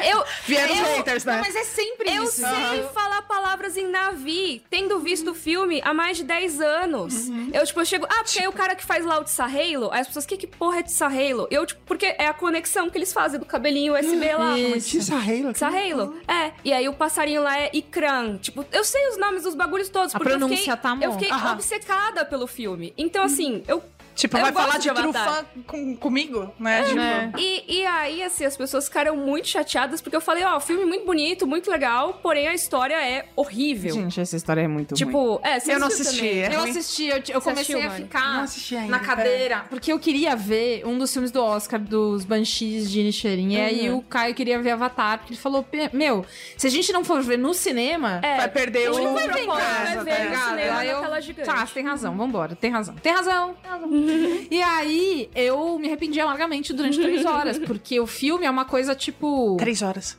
Speaker 4: Eu,
Speaker 2: Vieram os
Speaker 4: eu-
Speaker 2: haters, né?
Speaker 3: Não, mas é sempre
Speaker 4: eu
Speaker 3: isso.
Speaker 4: sei falar palavras em Navi, tendo visto o filme há mais de 10 anos.
Speaker 2: Uhum.
Speaker 4: Eu, tipo, eu chego. Ah, porque aí o cara que faz lá o Tsahalo, aí as pessoas, que, que porra é Tsahalo? Eu, tipo, porque é a conexão que eles fazem do cabelinho USB lá.
Speaker 2: Uhum.
Speaker 1: Tissa Halo.
Speaker 4: Tsahalo. É. E aí o passarinho lá é Ikran. Tipo, eu sei os nomes dos bagulhos todos,
Speaker 3: A
Speaker 4: porque eu fiquei,
Speaker 3: pronúncia tá
Speaker 4: eu
Speaker 3: bom.
Speaker 4: fiquei
Speaker 2: Aham.
Speaker 4: obcecada pelo filme. Então, assim, eu
Speaker 2: Tipo,
Speaker 4: Eu
Speaker 2: vai
Speaker 4: gosto
Speaker 2: falar de,
Speaker 4: de Avatar.
Speaker 2: trufa com, comigo, né? tipo,
Speaker 4: É.
Speaker 3: né?
Speaker 4: E, e aí, assim, as pessoas ficaram muito chateadas, porque eu falei, ó, filme muito bonito, muito legal, porém a história é horrível.
Speaker 6: Gente, essa história é muito ruim.
Speaker 4: Tipo, é, você
Speaker 2: Eu não
Speaker 4: assistiu
Speaker 2: assisti,
Speaker 4: também?
Speaker 2: é.
Speaker 3: Eu
Speaker 2: ruim.
Speaker 3: assisti, eu, eu
Speaker 4: Você
Speaker 3: comecei
Speaker 4: assistiu,
Speaker 3: a
Speaker 4: Mari?
Speaker 1: Não
Speaker 3: ficar
Speaker 1: assisti ainda.
Speaker 3: na cadeira, porque eu queria ver um dos filmes do Oscar, dos Banshees de Nichirin. E aí o Caio queria ver Avatar, porque ele falou, "Pe- meu, se a gente não for ver no cinema...
Speaker 4: É.
Speaker 2: Vai perder
Speaker 4: A gente
Speaker 2: o
Speaker 4: vai ver
Speaker 3: né,
Speaker 4: em casa,
Speaker 2: propósito,
Speaker 4: vai ver
Speaker 2: tá
Speaker 4: no
Speaker 2: ligado?
Speaker 4: cinema.
Speaker 3: Aí eu-
Speaker 4: naquela gigante.
Speaker 3: Tá, você tem razão, vambora, tem razão. Tem razão, tem razão. Uhum. e aí, eu me arrependi amargamente durante três horas, porque o filme é uma coisa tipo.
Speaker 2: Três horas.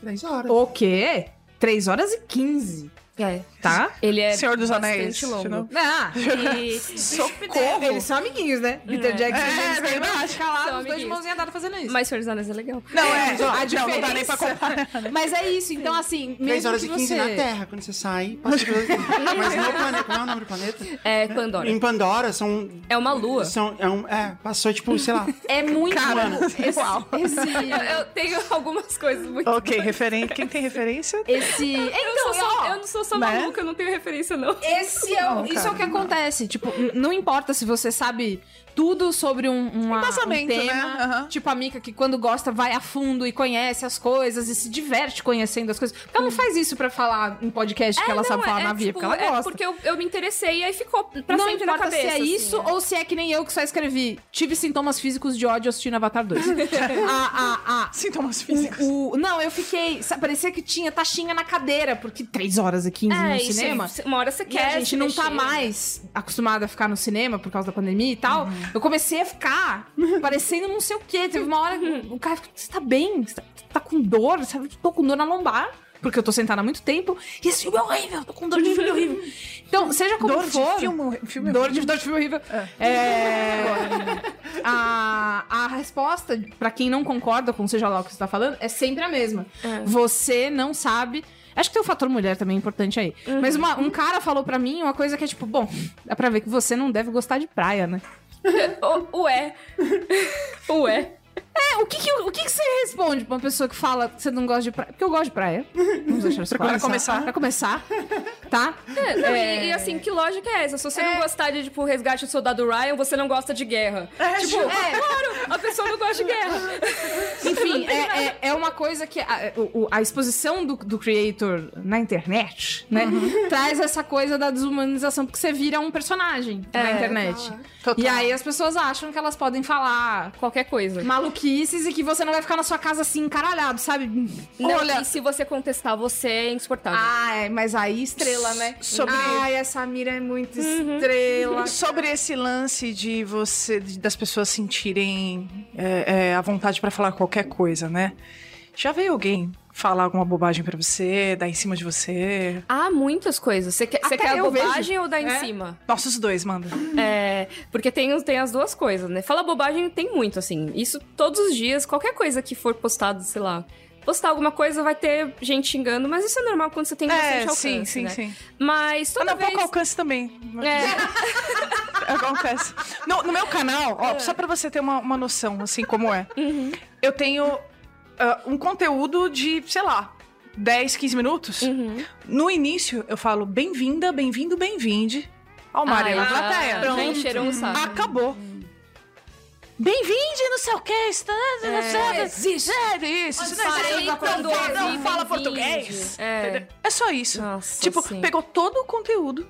Speaker 1: Três horas.
Speaker 3: O quê? Três horas e quinze,
Speaker 4: É.
Speaker 3: tá?
Speaker 4: Ele é
Speaker 2: Senhor dos
Speaker 4: bastante
Speaker 2: Anéis.
Speaker 4: longo.
Speaker 2: de novo.
Speaker 3: Ah,
Speaker 4: E-
Speaker 2: Socorro!
Speaker 3: eles são amiguinhos, né? Peter
Speaker 4: É.
Speaker 3: Jackson e
Speaker 2: É,
Speaker 3: James Cameron
Speaker 2: verdade.
Speaker 3: ficam lá,
Speaker 4: São
Speaker 3: os dois de
Speaker 4: amiguinhos.
Speaker 3: mãozinha dada fazendo isso.
Speaker 4: Mas Senhor dos Anéis é legal.
Speaker 2: Não, é.
Speaker 3: a
Speaker 2: Não, não dá nem pra
Speaker 3: diferença-
Speaker 2: comparar.
Speaker 3: Mas é isso, então assim, mesmo
Speaker 1: 3 horas
Speaker 3: que
Speaker 1: e 15
Speaker 3: você...
Speaker 1: na Terra, quando você sai. Passa pelas- Mas no planeta, como é o nome do planeta?
Speaker 4: É, Pandora.
Speaker 1: Em Pandora, são...
Speaker 4: É uma lua.
Speaker 1: são é, um- é, passou tipo, sei lá,
Speaker 3: É muito
Speaker 1: Cara,
Speaker 3: mano, esse,
Speaker 4: Eu,
Speaker 3: esse,
Speaker 4: eu tenho algumas coisas muito...
Speaker 2: Ok, referen... quem tem referência?
Speaker 3: esse- então,
Speaker 4: Eu não sou só, eu não sou só
Speaker 2: né?
Speaker 4: maluca, eu não tenho referência, não.
Speaker 3: Esse é o- isso é o que acontece. Tipo, n- não importa se você sabe tudo sobre um, uma, um
Speaker 2: Embasamento,
Speaker 3: tema.
Speaker 2: né? Aham.
Speaker 3: Tipo, a Mika que quando gosta vai a fundo e conhece as coisas e se diverte conhecendo as coisas. Porque ela não faz isso pra falar em podcast que ela
Speaker 4: Não,
Speaker 3: sabe falar na via,
Speaker 4: tipo,
Speaker 3: porque ela
Speaker 4: É
Speaker 3: gosta.
Speaker 4: porque eu, eu me interessei e aí ficou pra
Speaker 3: não
Speaker 4: sempre na
Speaker 3: importa se
Speaker 4: cabeça.
Speaker 3: é
Speaker 4: assim,
Speaker 3: isso
Speaker 4: né?
Speaker 3: ou se é que nem eu que só escrevi. Tive sintomas físicos de ódio assistindo Avatar 2. a, a, a,
Speaker 2: Sintomas físicos.
Speaker 3: ah. o, o- não, eu fiquei. sa- Parecia que tinha taxinha na cadeira, porque 3 horas e 15
Speaker 4: É,
Speaker 3: no
Speaker 4: e
Speaker 3: cinema.
Speaker 4: você- Uma hora você
Speaker 3: que
Speaker 4: quer.
Speaker 3: a gente
Speaker 4: se
Speaker 3: não
Speaker 4: mexer,
Speaker 3: tá
Speaker 4: né?
Speaker 3: mais acostumada a ficar no cinema por causa da pandemia e tal,
Speaker 4: Uhum.
Speaker 3: eu comecei a ficar parecendo não sei o quê. Teve uma hora que o cara ficou, você tá bem? Você tá, tá com dor? Sabe? Eu Tô com dor na lombar, porque eu tô sentada há muito tempo. E esse filme é horrível, eu tô com dor de filme horrível. Então, seja como
Speaker 2: Dor
Speaker 3: for...
Speaker 2: de filme. filme
Speaker 3: Dor de, dor de filme horrível. É, a, a resposta, pra quem não concorda com seja lá o que você tá falando, é sempre a mesma. Você não sabe. Acho que tem o fator mulher também importante aí. Mas uma- um cara falou pra mim uma coisa que é tipo, bom, dá pra ver que você não deve gostar de praia, né?
Speaker 4: O- é. Ué. Ué.
Speaker 3: É, o que, que- o que, que você responde pra uma pessoa que fala que você não gosta de praia? Porque eu gosto de praia. Vamos deixar isso claro.
Speaker 2: Pra começar.
Speaker 3: Pra começar, tá?
Speaker 4: É, não, e, e assim, que lógica é essa? Se você não gostar de, tipo, resgate do soldado Ryan, você não gosta de guerra.
Speaker 2: É,
Speaker 4: tipo, claro, a pessoa não gosta de guerra.
Speaker 3: Enfim, é, é, é uma coisa que a, o- o- a exposição do, do creator na internet, né?
Speaker 4: Uhum.
Speaker 3: Traz essa coisa da desumanização, porque você vira um personagem na
Speaker 4: É,
Speaker 3: internet.
Speaker 2: Total.
Speaker 3: E aí as pessoas acham que elas podem falar
Speaker 4: Qualquer coisa.
Speaker 3: maluquices e que você não vai ficar na sua casa assim, encaralhado, sabe?
Speaker 4: Não,
Speaker 2: Olha-
Speaker 4: E se você contestar, você é insuportável.
Speaker 3: Ai, Ah, mas aí estrela, né?
Speaker 2: Sobre-
Speaker 3: Ai, essa mira é muito
Speaker 4: Uhum.
Speaker 3: estrela.
Speaker 2: Sobre esse lance de você, de- das pessoas sentirem é, é, a vontade pra falar qualquer coisa, né? Já veio alguém falar alguma bobagem pra você, dar em cima de você?
Speaker 4: Há muitas coisas. Você quer, você
Speaker 3: Até
Speaker 4: quer a
Speaker 3: eu vejo.
Speaker 4: bobagem ou dar em
Speaker 3: É.
Speaker 4: cima?
Speaker 2: Nossa, os dois, manda.
Speaker 4: É, porque tem, tem as duas coisas, né? Fala bobagem tem muito, assim. Isso todos os dias, qualquer coisa que for postada, sei lá. Postar alguma coisa vai ter gente xingando, mas isso é normal quando você tem bastante
Speaker 2: É,
Speaker 4: alcance,
Speaker 2: sim, sim, Ah,
Speaker 4: né?
Speaker 2: sim.
Speaker 4: Mas toda
Speaker 2: Ana,
Speaker 4: vez...
Speaker 2: pouco alcance também.
Speaker 4: É,
Speaker 2: Acontece.
Speaker 4: Uhum.
Speaker 2: No, no meu canal, ó, só pra você ter uma, uma noção, assim, como é. Eu é. tenho ah, um conteúdo de, sei lá, 10, 15 minutos.
Speaker 4: Uhum.
Speaker 2: No início, eu falo bem-vinda, bem-vindo, bem-vinde ao Amarelo
Speaker 4: Ai,
Speaker 2: Plateia.
Speaker 4: já-
Speaker 2: Pronto.
Speaker 4: Já encheram um saco.
Speaker 2: Acabou. Bem-vinde, não sei o que, está... não sei o que.
Speaker 3: existe.
Speaker 2: É isso, isso não
Speaker 3: Parei
Speaker 2: existe. Não
Speaker 3: quando
Speaker 2: fala-
Speaker 3: ouvi
Speaker 2: não fala
Speaker 4: bem-vinde.
Speaker 2: português.
Speaker 4: É.
Speaker 2: entendeu? É só isso.
Speaker 4: Nossa,
Speaker 2: tipo,
Speaker 4: sim. É.
Speaker 2: pegou todo o conteúdo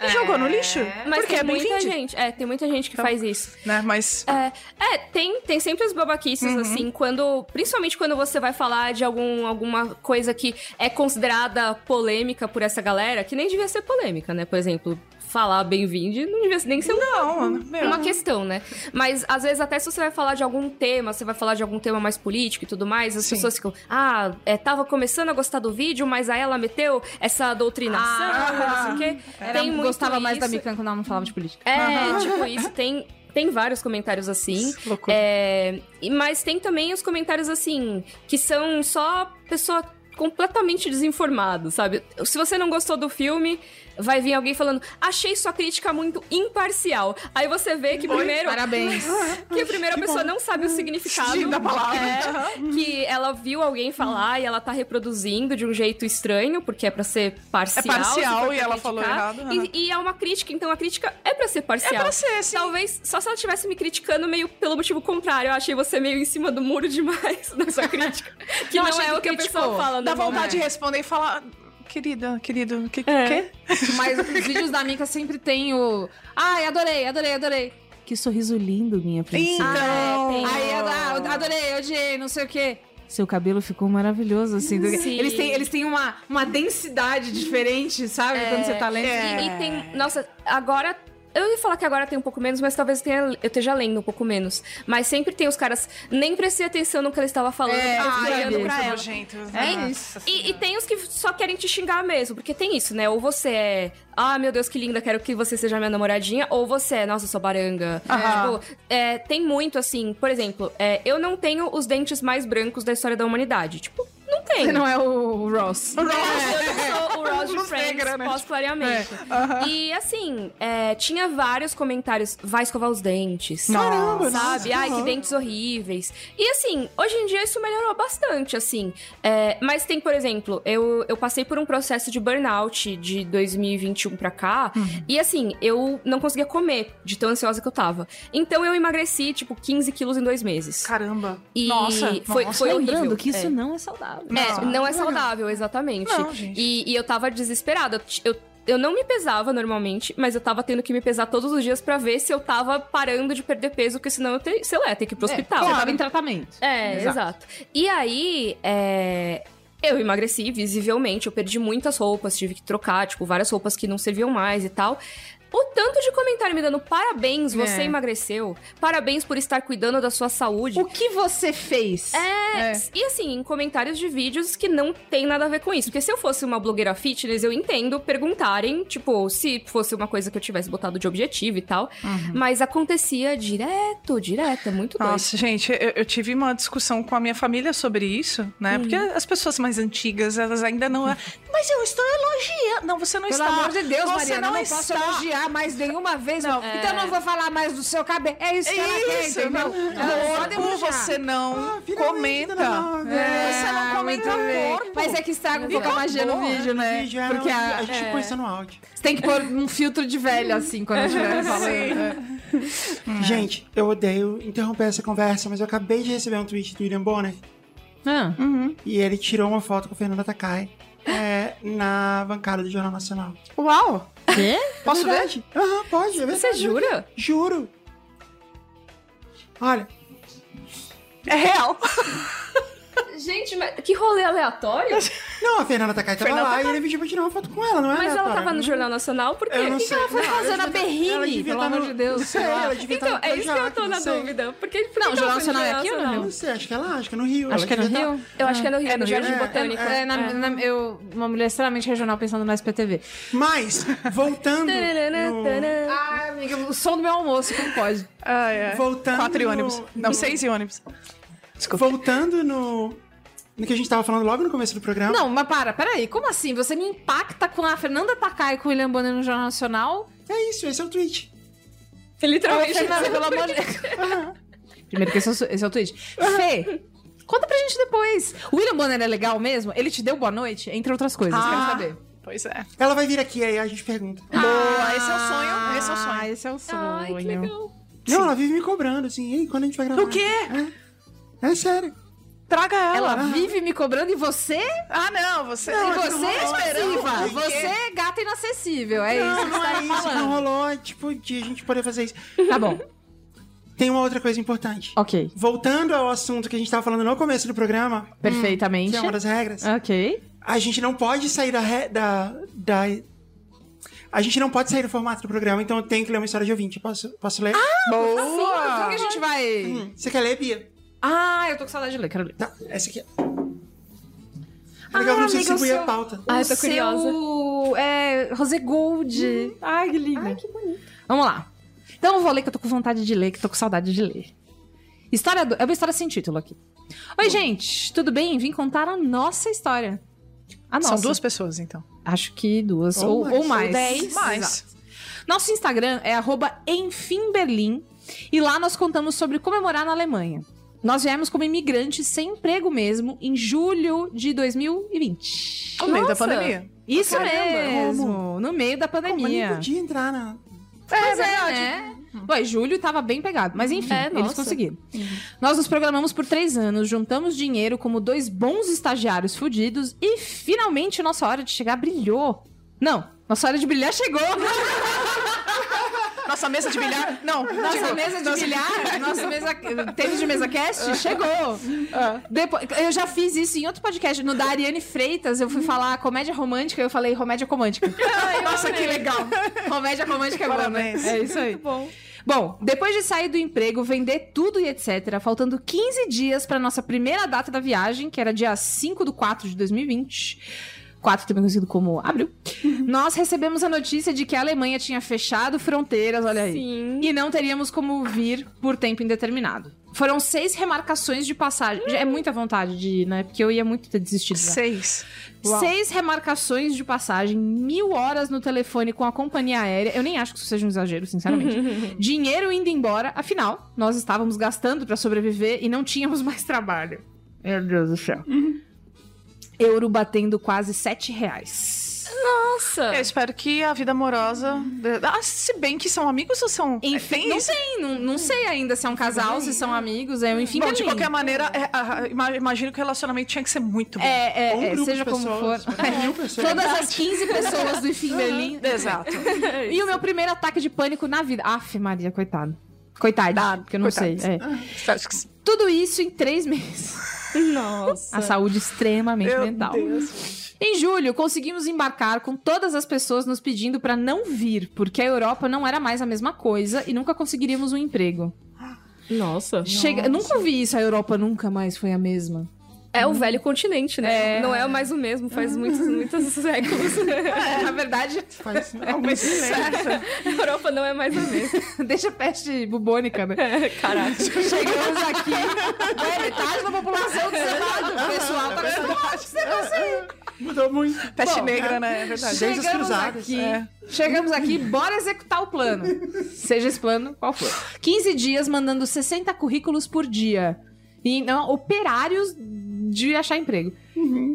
Speaker 2: e jogou no lixo.
Speaker 4: Mas
Speaker 2: porque
Speaker 4: tem
Speaker 2: é
Speaker 4: muita
Speaker 2: bem-vinde.
Speaker 4: gente. É, tem muita gente que faz isso.
Speaker 2: Né? Mas
Speaker 4: É, tem, tem sempre as babaquices,
Speaker 2: Uhum.
Speaker 4: assim, quando. Principalmente quando você vai falar de algum, alguma coisa que é considerada polêmica por essa galera, que nem devia ser polêmica, né? Por exemplo, falar bem-vinde não devia nem ser um
Speaker 2: não, meu,
Speaker 4: uma questão, né? Mas às vezes até se você vai falar de algum tema, você vai falar de algum tema mais político e tudo mais, as
Speaker 2: Sim.
Speaker 4: pessoas ficam, ah, é, tava começando a gostar do vídeo, mas aí ela meteu essa doutrinação,
Speaker 2: Ah,
Speaker 4: não sei o quê.
Speaker 2: é.
Speaker 3: Era-
Speaker 4: muito
Speaker 3: gostava mais da
Speaker 4: isso.
Speaker 3: Mikan quando ela não falava de política.
Speaker 4: É, tipo, isso tem, tem vários comentários assim.
Speaker 2: loucura.
Speaker 4: É, e- mas tem também os comentários assim, que são só pessoa completamente desinformada, sabe? Se você não gostou do filme, vai vir alguém falando: "Achei sua crítica muito imparcial". Aí você vê que primeiro
Speaker 3: Parabéns.
Speaker 4: que primeiro a primeira pessoa não sabe o significado
Speaker 2: da palavra.
Speaker 4: É, que ela viu alguém falar e ela tá reproduzindo de um jeito estranho, porque é pra ser parcial.
Speaker 2: É parcial
Speaker 4: se for pra
Speaker 2: e ela
Speaker 4: criticar.
Speaker 2: falou errado, aham.
Speaker 4: E, e é uma crítica, então a crítica é pra ser parcial.
Speaker 2: É pra ser, assim.
Speaker 4: Talvez só se ela estivesse me criticando meio pelo motivo contrário. Eu achei você meio em cima do muro demais na sua crítica. que
Speaker 3: Não,
Speaker 4: não,
Speaker 3: achei
Speaker 4: é
Speaker 3: que
Speaker 4: o que a
Speaker 3: criticou.
Speaker 4: pessoa fala.
Speaker 2: Dá
Speaker 4: normalmente.
Speaker 2: vontade de responder e falar... Querida, querido, o que,
Speaker 4: É.
Speaker 2: quê?
Speaker 3: Mas os vídeos da Mika sempre tem o. Ai, adorei, adorei, adorei. Que sorriso lindo, minha
Speaker 2: Então,
Speaker 3: princesa.
Speaker 4: Ah, é, tem.
Speaker 3: Aí, ad- ah, adorei, odiei, não sei o quê. Seu cabelo ficou maravilhoso, assim. do-
Speaker 4: Sim.
Speaker 3: Eles têm, eles têm uma, uma densidade diferente, sabe? Quando você tá lendo.
Speaker 4: E, e tem. Nossa, agora. Eu ia falar que agora tem um pouco menos, mas talvez eu, tenha- eu esteja lendo um pouco menos. Mas sempre tem os caras. Nem prestei atenção no que ela estava falando,
Speaker 2: É,
Speaker 4: eu fiquei
Speaker 2: ai,
Speaker 4: olhando
Speaker 2: muito
Speaker 4: pra ela.
Speaker 2: nojento.
Speaker 3: É
Speaker 2: Nossa
Speaker 3: isso.
Speaker 4: E, e tem os que só querem te xingar mesmo, porque tem isso, né? Ou você é, ah, meu Deus, que linda, quero que você seja minha namoradinha, ou você é, nossa, eu sou baranga.
Speaker 2: Aham.
Speaker 4: Tipo, é, tem muito assim, por exemplo, é, eu não tenho os dentes mais brancos da história da humanidade. Tipo, não
Speaker 3: Você
Speaker 4: tenho.
Speaker 3: não é o Ross.
Speaker 4: Eu sou o Ross de
Speaker 2: Luz negra,
Speaker 4: Friends
Speaker 2: né?
Speaker 4: pós-clareamento. E assim, é, tinha vários comentários. Vai escovar os dentes.
Speaker 2: Caramba,
Speaker 4: Sabe?
Speaker 2: nossa,
Speaker 4: Ai, que
Speaker 2: horror.
Speaker 4: dentes horríveis. E assim, hoje em dia isso melhorou bastante, assim. É, mas tem, por exemplo, eu, eu passei por um processo de burnout de 2021 pra cá.
Speaker 2: Uhum.
Speaker 4: E assim, eu não conseguia comer de tão ansiosa que eu tava. Então eu emagreci, tipo, 15 quilos em dois meses.
Speaker 2: Caramba.
Speaker 4: E
Speaker 2: nossa,
Speaker 4: foi,
Speaker 2: nossa.
Speaker 4: foi
Speaker 3: Lembrando
Speaker 4: horrível.
Speaker 3: que isso
Speaker 4: É.
Speaker 3: não é saudável.
Speaker 4: É, não é saudável, exatamente.
Speaker 2: Não, gente.
Speaker 4: E, e eu tava desesperada. Eu t- Eu, eu não me pesava normalmente, mas eu tava tendo que me pesar todos os dias pra ver se eu tava parando de perder peso, porque senão eu, te, sei lá, ia ter que ir
Speaker 3: É,
Speaker 4: pro hospital.
Speaker 3: Você tava em tratamento.
Speaker 4: É, exato. E aí, é, eu emagreci visivelmente, eu perdi muitas roupas, tive que trocar, tipo, várias roupas que não serviam mais e tal. O tanto de comentário me dando parabéns, você
Speaker 3: É.
Speaker 4: emagreceu. Parabéns por estar cuidando da sua saúde.
Speaker 3: O que você fez?
Speaker 4: É,
Speaker 2: É.
Speaker 4: e assim, em comentários de vídeos que não tem nada a ver com isso. Porque se eu fosse uma blogueira fitness, eu entendo perguntarem, tipo, se fosse uma coisa que eu tivesse botado de objetivo e tal.
Speaker 1: Uhum.
Speaker 4: Mas acontecia direto, direto, é muito doido.
Speaker 2: Nossa, gente, eu, eu tive uma discussão com a minha família sobre isso, né? Porque as pessoas mais antigas, elas ainda não. é Mas eu estou elogiando. Não, você não
Speaker 3: Pelo
Speaker 2: está.
Speaker 3: amor de Deus,
Speaker 2: você
Speaker 3: Mariana,
Speaker 2: não,
Speaker 3: não,
Speaker 2: está.
Speaker 3: posso elogiar mais nenhuma vez.
Speaker 2: Não.
Speaker 3: Então eu não vou falar mais do seu cabelo. É isso que ela quer,
Speaker 2: Isso,
Speaker 3: entendeu?
Speaker 2: não.
Speaker 3: Ela só
Speaker 2: Corpo,
Speaker 3: debochar.
Speaker 2: você não
Speaker 1: Ah, finalmente, né?
Speaker 2: comenta.
Speaker 1: dona Nova.
Speaker 2: É, você
Speaker 3: Ah,
Speaker 2: não comenta
Speaker 3: muito bem.
Speaker 2: corpo.
Speaker 3: Mas é que estraga um pouco a
Speaker 2: Acabou,
Speaker 3: magia no vídeo, né?
Speaker 1: Vídeo, é,
Speaker 3: Porque
Speaker 1: não,
Speaker 3: a-
Speaker 1: a, gente põe isso no áudio.
Speaker 3: você tem que pôr um filtro de velho, assim, quando estiver
Speaker 2: É,
Speaker 3: falando. Hum. É.
Speaker 1: Gente, eu odeio interromper essa conversa, mas eu acabei de receber um tweet do William Bonner
Speaker 3: Ah,
Speaker 1: e ele tirou uma foto com o Fernando Takai é, na bancada do Jornal Nacional.
Speaker 2: Uau!
Speaker 3: Quê?
Speaker 2: Posso ver?
Speaker 1: Verdade? Aham, pode. É
Speaker 4: Você
Speaker 1: verdade.
Speaker 4: jura?
Speaker 1: Juro. Olha,
Speaker 2: É real.
Speaker 4: Gente, mas que rolê aleatório?
Speaker 1: não, a Fernanda Takai tava
Speaker 2: Fernanda
Speaker 1: lá e ele pediu pra tirar uma foto com ela, não é?
Speaker 4: mas ela
Speaker 1: aleatório?
Speaker 4: tava no Jornal Nacional, por quê?
Speaker 1: Eu não sei.
Speaker 3: ela foi
Speaker 1: Não,
Speaker 3: fazer na
Speaker 1: devia-
Speaker 3: Berrini,
Speaker 1: ela devia
Speaker 3: pelo
Speaker 1: tá
Speaker 3: amor
Speaker 1: no-
Speaker 3: de Deus,
Speaker 1: Não sei,
Speaker 3: sei lá.
Speaker 1: ela devia
Speaker 4: Então,
Speaker 1: tá no
Speaker 4: é isso que eu
Speaker 1: Projac,
Speaker 4: tô na
Speaker 1: não sei.
Speaker 4: dúvida. Porque por que
Speaker 3: Não,
Speaker 4: que
Speaker 3: Jornal
Speaker 4: ela foi no
Speaker 3: Nacional é aqui ou não?
Speaker 1: Não sei, acho que é lá, acho que é no Rio.
Speaker 3: Acho que é no
Speaker 1: devia tá-
Speaker 3: Rio.
Speaker 4: Eu acho que né? é no Rio,
Speaker 2: É no Rio,
Speaker 4: Jardim
Speaker 1: né?
Speaker 4: Botânico.
Speaker 3: É, na- na- eu, uma mulher extremamente regional pensando na SPTV.
Speaker 1: Mas, voltando.
Speaker 4: Tararana,
Speaker 1: no-
Speaker 4: tararana.
Speaker 3: Ah, amiga, o som do meu almoço, como pode?
Speaker 2: Ai, ai.
Speaker 1: Voltando
Speaker 2: Quatro e ônibus.
Speaker 1: no-
Speaker 2: Não, seis e ônibus.
Speaker 1: Voltando no. No que a gente tava falando logo no começo do programa.
Speaker 3: Não, mas para, peraí, como assim? Você me impacta com a Fernanda Takai e com o William Bonner no Jornal Nacional?
Speaker 1: É isso, esse é o tweet.
Speaker 4: Literalmente.
Speaker 3: Fernanda, pelo amor de Primeiro que esse é o, su- esse é o tweet. Fê, Conta pra gente depois. O William Bonner é legal mesmo? Ele te deu boa noite? Entre outras coisas,
Speaker 2: Ah.
Speaker 3: quero saber.
Speaker 2: Pois é.
Speaker 1: Ela vai vir aqui, aí a gente pergunta.
Speaker 2: Boa, esse é o sonho. Esse é o
Speaker 3: Ah,
Speaker 2: sonho.
Speaker 3: esse é o sonho.
Speaker 4: Ai, que legal.
Speaker 1: Não, ela vive me cobrando, assim, ei, quando a gente vai gravar?
Speaker 2: O quê?
Speaker 1: É sério.
Speaker 2: Traga ela.
Speaker 3: Ela vive me cobrando e você?
Speaker 2: Ah, não, você.
Speaker 3: e
Speaker 2: Não,
Speaker 3: você é expressiva.
Speaker 1: Por quê?
Speaker 3: Você é gata inacessível. É isso
Speaker 1: Não,
Speaker 3: que
Speaker 1: não
Speaker 3: você tá
Speaker 1: é
Speaker 3: me
Speaker 1: isso, não
Speaker 3: falando.
Speaker 1: rolou, é, tipo, de a gente poder fazer isso.
Speaker 3: Tá bom.
Speaker 1: Tem uma outra coisa importante.
Speaker 3: Ok.
Speaker 1: Voltando ao assunto que a gente tava falando no começo do programa, que
Speaker 3: Perfeitamente.
Speaker 1: é uma das regras,
Speaker 3: Ah. Ok.
Speaker 1: a gente não pode sair da, re- da, da... A gente não pode sair do formato do programa, então eu tenho que ler uma história de ouvinte. Posso, posso ler?
Speaker 3: Ah,
Speaker 1: Hum,
Speaker 3: Boa! que a gente vai.
Speaker 1: Você quer ler, Bia?
Speaker 3: Ah, eu tô com saudade de ler, quero ler.
Speaker 1: Tá, essa aqui é. É legal que eu não sei
Speaker 3: amiga, o
Speaker 1: distribuir a
Speaker 3: Ah, seu-
Speaker 1: pauta.
Speaker 4: Ah,
Speaker 3: o
Speaker 4: eu tô curiosa.
Speaker 3: Seu, é, Rosé Gold. Hum. Ai, que lindo. Ai, que bonito. Vamos lá. Então eu vou ler que eu tô com vontade de ler, que eu tô com saudade de ler. História do... É uma história sem título aqui. Oi, gente, tudo bem? Vim contar a nossa história. A é nossa.
Speaker 2: São duas pessoas, então.
Speaker 3: Acho que duas.
Speaker 1: Ou mais.
Speaker 3: Ou, ou mais.
Speaker 1: Ou
Speaker 2: dez. Mais.
Speaker 3: Exato. Nosso Instagram é arroba enfimberlim. E lá nós contamos sobre comemorar na Alemanha. Nós viemos como imigrantes sem emprego mesmo em julho de 2020.
Speaker 2: No meio da
Speaker 4: Nossa.
Speaker 2: pandemia.
Speaker 3: Isso
Speaker 4: Caramba.
Speaker 3: mesmo. No meio da
Speaker 1: Como nem
Speaker 3: pandemia.
Speaker 1: podia entrar na.
Speaker 3: Pois é, né? Ué, julho tava bem pegado, mas enfim,
Speaker 4: É,
Speaker 3: eles
Speaker 4: nossa.
Speaker 3: conseguiram. Nós nos programamos por três anos, juntamos dinheiro como dois bons estagiários fudidos e finalmente nossa hora de chegar brilhou. Não, nossa hora de brilhar chegou!
Speaker 2: Nossa mesa de bilhar. Não,
Speaker 3: Nossa
Speaker 2: digo,
Speaker 3: mesa de
Speaker 2: nossa-
Speaker 3: bilhar, nossa mesa, tênis de mesa cast, chegou. Depois, eu já fiz isso em outro podcast, no da Ariane Freitas, eu fui falar comédia romântica, eu falei comédia comântica.
Speaker 2: Nossa, que legal.
Speaker 3: comédia romântica é boa, né?
Speaker 2: Parabéns.
Speaker 3: É isso aí.
Speaker 4: Muito bom.
Speaker 3: Bom, depois de sair do emprego, vender tudo e etc., faltando 15 dias para nossa primeira data da viagem, que era dia 5 do 4 de 2020. 4 também conhecido como abril. Nós recebemos a notícia de que a Alemanha tinha fechado fronteiras, olha aí.
Speaker 4: Sim.
Speaker 3: E não teríamos como vir por tempo indeterminado. Foram seis remarcações de passagem. Já É muita vontade de ir, né? Porque eu ia muito ter desistido. já.
Speaker 2: Seis.
Speaker 3: Uau. Seis remarcações de passagem, mil horas no telefone com a companhia aérea. Eu nem acho que isso seja um exagero, sinceramente. Dinheiro indo embora, afinal, nós estávamos gastando para sobreviver e não tínhamos mais trabalho. Meu Deus do céu. Euro batendo quase sete reais.
Speaker 4: Nossa.
Speaker 2: Eu espero que a vida amorosa. Ah, se bem que são amigos ou são. é,
Speaker 3: Enfim,
Speaker 2: Tem
Speaker 3: não
Speaker 2: isso?
Speaker 3: sei, não, não sei ainda se é um casal, se são amigos, é, enfim.
Speaker 2: Bom,
Speaker 3: que
Speaker 2: de
Speaker 3: lindo.
Speaker 2: qualquer maneira, é, ah, ima- imagino que o relacionamento tinha que ser muito bom.
Speaker 3: É, é,
Speaker 1: Ou um
Speaker 3: é,
Speaker 1: grupo
Speaker 3: seja
Speaker 1: de
Speaker 3: como for.
Speaker 1: pessoas, pode ser mil pessoas.
Speaker 3: Todas as 15 pessoas do Enfim Berlim.
Speaker 2: é Exato.
Speaker 3: E o meu primeiro ataque de pânico na vida. Aff, Maria, coitado. Coitado, porque eu não
Speaker 2: coitado.
Speaker 3: sei. é.
Speaker 2: Acho que sim.
Speaker 3: Tudo isso em três meses.
Speaker 4: É, Nossa.
Speaker 3: A saúde extremamente
Speaker 2: Meu
Speaker 3: mental.
Speaker 2: Deus.
Speaker 3: Em julho, conseguimos embarcar com todas as pessoas nos pedindo pra não vir, porque a Europa não era mais a mesma coisa e nunca conseguiríamos um emprego.
Speaker 4: Nossa.
Speaker 3: Chega, eu nunca ouvi isso, a Europa nunca mais foi a mesma.
Speaker 4: É o velho continente, né?
Speaker 3: É.
Speaker 4: Não é mais o mesmo, faz muitos, muitos séculos.
Speaker 3: Na verdade,
Speaker 1: Faz alguns milênios.
Speaker 4: A Europa não é mais a mesma.
Speaker 3: deixa a peste bubônica, né?
Speaker 4: Caraca.
Speaker 3: Chegamos aqui. Ué, metade da população do Senado. O pessoal tá com saudade. Você não
Speaker 1: Mudou muito.
Speaker 2: Peste
Speaker 3: Bom,
Speaker 2: negra, né? É verdade.
Speaker 1: Desde as
Speaker 3: Chegamos
Speaker 1: cruzadas.
Speaker 3: aqui.
Speaker 2: É.
Speaker 3: Chegamos aqui, bora executar o plano. Seja esse plano qual for. 15 dias mandando 60 currículos por dia. E não, operários de achar emprego.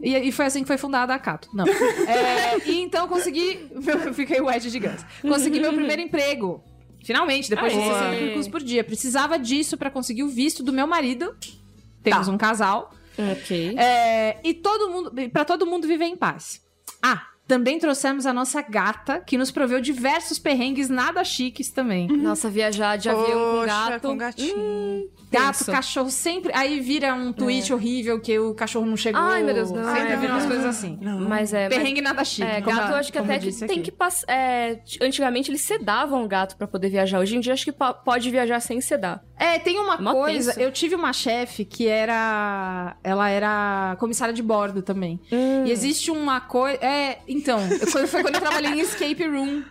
Speaker 3: E, e foi assim que foi fundada a Cato. Não. É, e então eu consegui. Eu fiquei o Ed de Gans. Consegui meu primeiro emprego. Finalmente, depois de
Speaker 4: Aê.
Speaker 3: 60 currículos por dia. Precisava disso pra conseguir o visto do meu marido. Temos um casal.
Speaker 4: Ok.
Speaker 3: É, e todo mundo, para todo mundo viver em paz. Ah, também trouxemos a nossa gata, que nos proveu diversos perrengues nada chiques também.
Speaker 4: Nossa, viajar de avião com
Speaker 2: Poxa,
Speaker 4: gato.
Speaker 2: com gatinho.
Speaker 3: Gato,
Speaker 4: Tenso.
Speaker 3: cachorro sempre. Aí vira um tweet horrível que o cachorro não chegou.
Speaker 4: É. Ai, meu Deus, não.
Speaker 3: Sempre
Speaker 4: Ai,
Speaker 3: vira
Speaker 4: não.
Speaker 3: umas coisas assim.
Speaker 1: Não.
Speaker 4: Mas é. mas-
Speaker 3: Perrengue nada chique.
Speaker 4: É,
Speaker 3: como
Speaker 4: gato, eu
Speaker 3: a-
Speaker 4: acho que
Speaker 3: como
Speaker 4: até
Speaker 3: eu
Speaker 4: que
Speaker 3: disse
Speaker 4: tem
Speaker 3: aqui.
Speaker 4: que passar. antigamente eles sedavam o gato pra poder viajar. Hoje em dia acho que pa- pode viajar sem sedar.
Speaker 3: É, tem uma
Speaker 4: Mó
Speaker 3: coisa.
Speaker 4: tenso.
Speaker 3: Eu tive uma chefe que era. Ela era comissária de bordo
Speaker 4: Hum.
Speaker 3: também. E existe uma coisa. É, então, eu- foi quando eu trabalhei em escape room.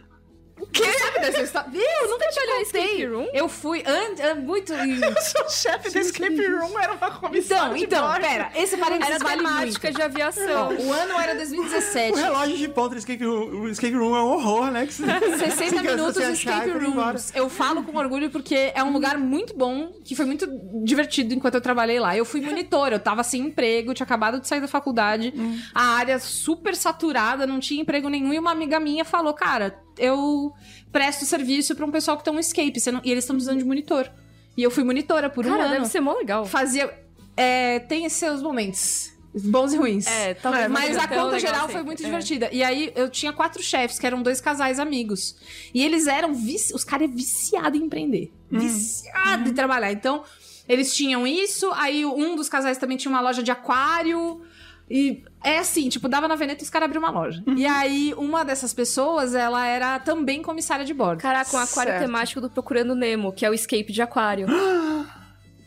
Speaker 3: Que? Sabe dessa história?
Speaker 4: Eu nunca te olhei escape room.
Speaker 3: Eu fui an- an- muito. em-
Speaker 2: Eu sou o chefe do escape room, era uma comissão
Speaker 3: Então, então, pera. Esse parênteses
Speaker 4: Era
Speaker 3: vale
Speaker 4: temática de aviação.
Speaker 3: muito. O ano era 2017.
Speaker 1: O relógio de ponta do escape room, o escape room é um horror, né? Que você- você
Speaker 3: 60
Speaker 1: quer-
Speaker 3: minutos
Speaker 1: você achar
Speaker 4: assim,
Speaker 3: escape
Speaker 1: e por aí embora.
Speaker 3: rooms. Eu falo com orgulho porque é um lugar muito bom, que foi muito divertido enquanto eu trabalhei lá. Eu fui monitora, eu tava sem emprego, tinha acabado de sair da faculdade,
Speaker 4: Hum.
Speaker 3: a área super saturada, não tinha emprego nenhum. E uma amiga minha falou: Cara, eu presto serviço pra um pessoal que tem um escape, você não- e eles estão precisando de monitor. E eu fui monitora por um
Speaker 4: Cara,
Speaker 3: ano.
Speaker 4: deve ser mó legal.
Speaker 3: Fazia. é, tem seus momentos. Bons e ruins.
Speaker 4: É, talvez não
Speaker 3: Mas
Speaker 4: seja
Speaker 3: a
Speaker 4: tão
Speaker 3: conta
Speaker 4: legal
Speaker 3: geral
Speaker 4: sempre.
Speaker 3: foi muito
Speaker 4: É.
Speaker 3: divertida. E aí eu tinha quatro chefes, que eram dois casais amigos. E eles eram. vici- Os caras é viciado em empreender. Viciado em trabalhar. Então, eles tinham isso. Aí um dos casais também tinha uma loja de aquário. E é assim, tipo, dava na Veneta e os caras abriam uma loja. E aí, uma dessas pessoas, ela era também comissária de bordo.
Speaker 4: Caraca, um aquário
Speaker 2: Certo.
Speaker 4: temático do Procurando Nemo, que é o escape de aquário.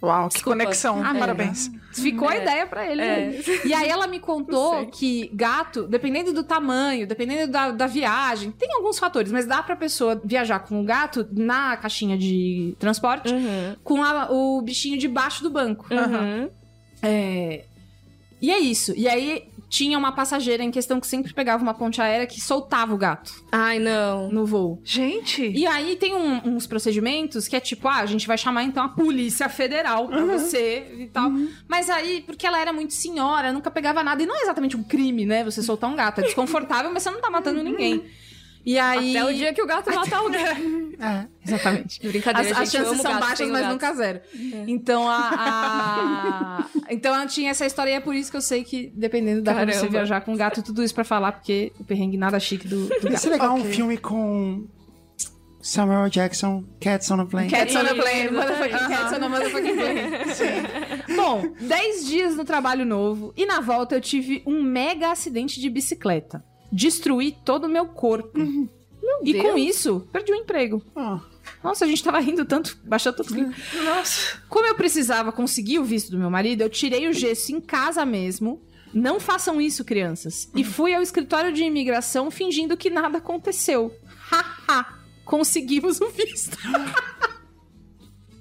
Speaker 2: Uau, que
Speaker 4: Desculpa.
Speaker 2: conexão.
Speaker 3: Amiga.
Speaker 2: Parabéns.
Speaker 3: Ficou a
Speaker 4: É.
Speaker 3: ideia pra ele.
Speaker 4: É.
Speaker 3: né? E aí ela me
Speaker 4: Não
Speaker 3: contou
Speaker 4: sei.
Speaker 3: que gato, dependendo do tamanho, dependendo da, da viagem, tem alguns fatores, mas dá pra pessoa viajar com o gato na caixinha de transporte
Speaker 4: Uhum.
Speaker 3: com a- o bichinho debaixo do banco.
Speaker 4: Uhum.
Speaker 3: É, E é isso. E aí tinha uma passageira em questão que sempre pegava uma ponte aérea que soltava o gato
Speaker 4: Ai, não.
Speaker 3: no voo.
Speaker 2: Gente,
Speaker 3: E aí tem um- uns procedimentos que é tipo, ah, a gente vai chamar então a Polícia Federal pra você e tal. Mas aí, porque ela era muito senhora, nunca pegava nada. E não é exatamente um crime, né? Você soltar um gato. É desconfortável, mas você não tá matando ninguém. E aí.
Speaker 4: Até o dia que o gato matar alguém.
Speaker 1: É.
Speaker 3: Exatamente.
Speaker 4: Brincadeira,
Speaker 3: As,
Speaker 4: gente,
Speaker 3: as
Speaker 4: eu
Speaker 3: chances
Speaker 4: amo
Speaker 3: são
Speaker 4: gato,
Speaker 3: baixas,
Speaker 4: tenho É.
Speaker 3: mas
Speaker 4: gato.
Speaker 3: nunca zero. Então a, a- Então ela tinha essa história e é por isso que eu sei que, dependendo da hora você
Speaker 4: Caramba.
Speaker 3: viajar com gato, tudo isso pra falar, porque o perrengue nada chique do, do
Speaker 1: Ia ser
Speaker 3: gato.
Speaker 1: legal
Speaker 2: Ok.
Speaker 1: um filme com Samuel Jackson, Cats on a Plane.
Speaker 3: Cats on a
Speaker 4: Isso,
Speaker 3: plane, motherfucking
Speaker 4: exatamente.
Speaker 3: cats on a motherfucking plane. Bom, 10 dias no trabalho novo e na volta eu tive um mega acidente de bicicleta. Destruí todo o meu corpo. e
Speaker 4: Uhum. Deus.
Speaker 3: com isso, perdi o emprego.
Speaker 1: Ó,
Speaker 3: Nossa, a gente tava rindo tanto, baixou tanto.
Speaker 2: nossa.
Speaker 3: Como eu precisava conseguir o visto do meu marido, eu tirei o gesso em casa mesmo. Não façam isso, crianças.
Speaker 2: Uhum.
Speaker 3: E fui ao escritório de imigração fingindo que nada aconteceu. Haha! Conseguimos o visto.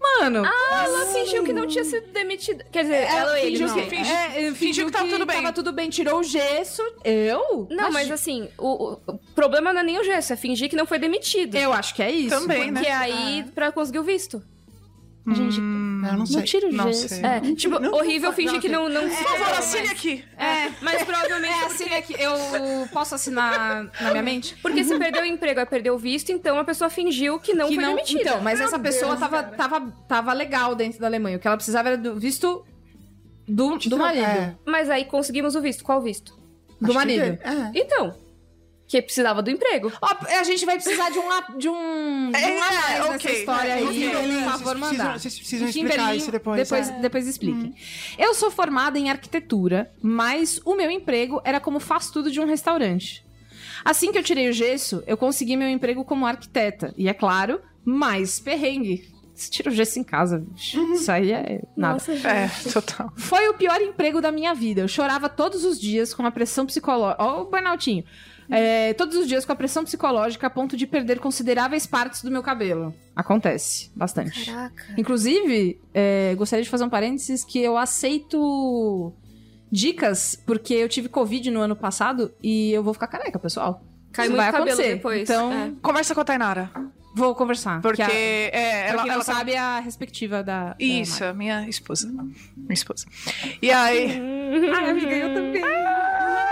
Speaker 3: Mano,
Speaker 4: Ela fingiu que não tinha sido demitida. Quer dizer, Ah, ela ou ele,
Speaker 3: fingiu,
Speaker 4: não.
Speaker 3: que,
Speaker 2: Fingi-
Speaker 3: é, fingiu
Speaker 2: fingiu que tava tudo bem.
Speaker 3: Tava tudo bem, tirou o gesso. Eu?
Speaker 4: Não, mas assim, o, o- o problema não é nem o gesto, é fingir que não foi demitido.
Speaker 3: eu acho que é isso.
Speaker 2: Também.
Speaker 4: Porque
Speaker 2: né?
Speaker 4: aí, pra conseguir o visto. Gente,
Speaker 1: eu não sei.
Speaker 3: Não tira o
Speaker 2: Não
Speaker 3: gesso.
Speaker 2: sei.
Speaker 4: é, tipo, horrível fingir que não... não
Speaker 2: Por favor, assine aqui.
Speaker 4: É, mas provavelmente...
Speaker 3: É, assina aqui. Eu posso assinar na minha mente?
Speaker 4: Porque se perdeu o emprego, é perder o visto, então a pessoa fingiu que não
Speaker 3: que
Speaker 4: foi
Speaker 3: não,
Speaker 4: demitida.
Speaker 3: Então, mas essa pessoa tava, tava, tava legal dentro da Alemanha. O que ela precisava era do visto do, do marido.
Speaker 1: É,
Speaker 4: Mas aí conseguimos o visto. Qual visto?
Speaker 1: acho
Speaker 3: Do
Speaker 1: que
Speaker 3: marido.
Speaker 1: tem. É.
Speaker 4: Então, que precisava do emprego.
Speaker 3: Ó, a gente vai precisar de um... lá- De um, de um
Speaker 2: É,
Speaker 3: a mais
Speaker 2: é,
Speaker 3: nessa
Speaker 2: ok.
Speaker 3: história aí.
Speaker 1: E Kimberly,
Speaker 3: por
Speaker 1: vocês
Speaker 3: favor,
Speaker 1: precisam-
Speaker 3: mandar.
Speaker 1: vocês precisam
Speaker 3: E
Speaker 1: explicar
Speaker 3: Kimberly,
Speaker 1: isso depois, é.
Speaker 3: Depois, depois
Speaker 2: Hum.
Speaker 3: expliquem. Eu sou formada em arquitetura, mas o meu emprego era como faz tudo de um restaurante. Assim que eu tirei o gesso, eu consegui meu emprego como arquiteta. E é claro, mais perrengue. Se tira o gesso em casa, bicho,
Speaker 1: Uhum.
Speaker 3: isso aí é nada.
Speaker 4: Nossa, gente.
Speaker 2: É, total.
Speaker 3: Foi o pior emprego da minha vida. Eu chorava todos os dias com a pressão psicológica. Ó, o Bernaltinho. É, todos os dias com a pressão psicológica a ponto de perder consideráveis partes do meu cabelo. Acontece bastante.
Speaker 4: Caraca.
Speaker 3: Inclusive, é, gostaria de fazer um parênteses que eu aceito dicas, porque eu tive Covid no ano passado e eu vou ficar careca, pessoal.
Speaker 4: Cai
Speaker 3: Isso
Speaker 4: muito
Speaker 3: vai
Speaker 4: cabelo
Speaker 3: acontecer.
Speaker 4: depois.
Speaker 3: Então,
Speaker 4: É.
Speaker 2: Conversa com a Tainara.
Speaker 3: vou conversar.
Speaker 2: Porque
Speaker 3: que a-
Speaker 2: é,
Speaker 3: pra
Speaker 2: ela,
Speaker 3: quem não
Speaker 2: ela tá-
Speaker 3: sabe a respectiva da. da
Speaker 2: Isso, a minha esposa. Minha esposa. E aí.
Speaker 3: marca. Ai, amiga, Ah, eu também.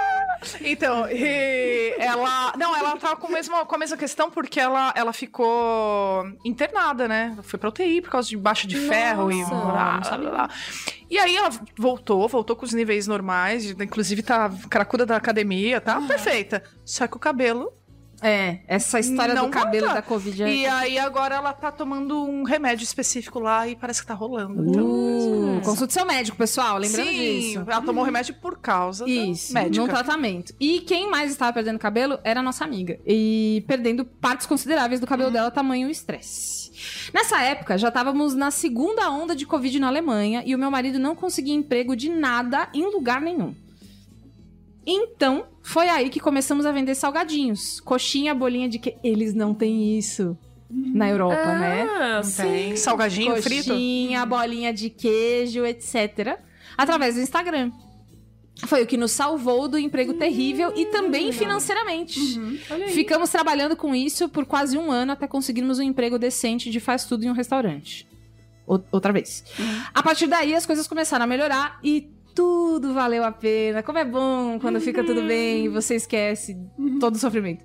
Speaker 2: Então, e ela. Não, ela tá com, o mesmo, com a mesma questão porque ela, ela ficou internada, né? Foi pra UTI por causa de baixa de ferro e.
Speaker 4: Nossa,
Speaker 2: Blá, blá, blá. E aí ela voltou, voltou com os níveis normais, inclusive tá cracuda da academia, tá
Speaker 3: Ah.
Speaker 2: perfeita. Só que o cabelo
Speaker 3: É, essa história
Speaker 2: Não
Speaker 3: do cabelo da
Speaker 2: volta.
Speaker 3: Covid é.
Speaker 2: E aí agora ela tá tomando um remédio específico lá e parece que tá rolando.
Speaker 3: Uh, consulte seu médico, pessoal, lembrando
Speaker 2: Sim,
Speaker 3: disso.
Speaker 2: ela tomou remédio por causa da
Speaker 3: Isso,
Speaker 2: médica.
Speaker 3: num tratamento. E quem mais estava perdendo cabelo era a nossa amiga. E perdendo partes consideráveis do cabelo dela, tamanho estresse. Nessa época, já estávamos na segunda onda de Covid na Alemanha e o meu marido não conseguia emprego de nada em lugar nenhum. Então, foi aí que começamos a vender salgadinhos. Coxinha, bolinha de que eles não têm isso na Europa, né?
Speaker 4: Ah, sim.
Speaker 2: Salgadinho frito?
Speaker 3: Coxinha, bolinha de queijo, etc. Através do Instagram. Foi o que nos salvou do emprego
Speaker 2: Hum,
Speaker 3: terrível e também financeiramente.
Speaker 2: Uhum.
Speaker 4: Olha aí.
Speaker 3: Ficamos trabalhando com isso por quase um ano até conseguirmos um emprego decente de faz tudo em um restaurante. O- outra vez.
Speaker 2: Uhum.
Speaker 3: A partir daí as coisas começaram a melhorar e tudo valeu a pena. Como é bom quando fica tudo
Speaker 2: Uhum.
Speaker 3: bem e você esquece todo o sofrimento.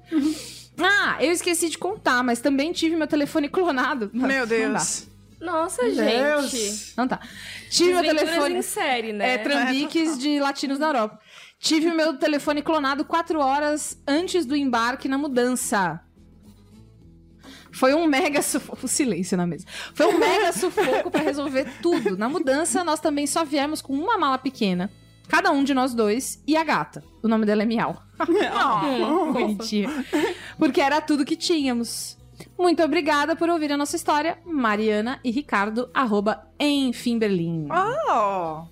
Speaker 3: Ah, eu esqueci de contar, mas também tive meu telefone clonado.
Speaker 2: Meu
Speaker 3: Não dá.
Speaker 2: Deus.
Speaker 4: Nossa, gente.
Speaker 1: Deus!
Speaker 3: Não tá. Tive meu
Speaker 4: Desventuras
Speaker 3: telefone.
Speaker 4: em série, né?
Speaker 3: É, trambiques de latinos na Europa. Tive o meu telefone clonado quatro horas antes do embarque na mudança. Foi um mega sufoco. Silêncio na mesa. Foi um mega sufoco pra resolver tudo. Na mudança, nós também só viemos com uma mala pequena. Cada um de nós dois e a gata. O nome dela é Miau.
Speaker 4: Hum, fofa.
Speaker 3: Bonitinha. Porque era tudo que tínhamos. Muito obrigada por ouvir a nossa história. Mariana e Ricardo, arroba Enfim Berlim.
Speaker 2: Oh.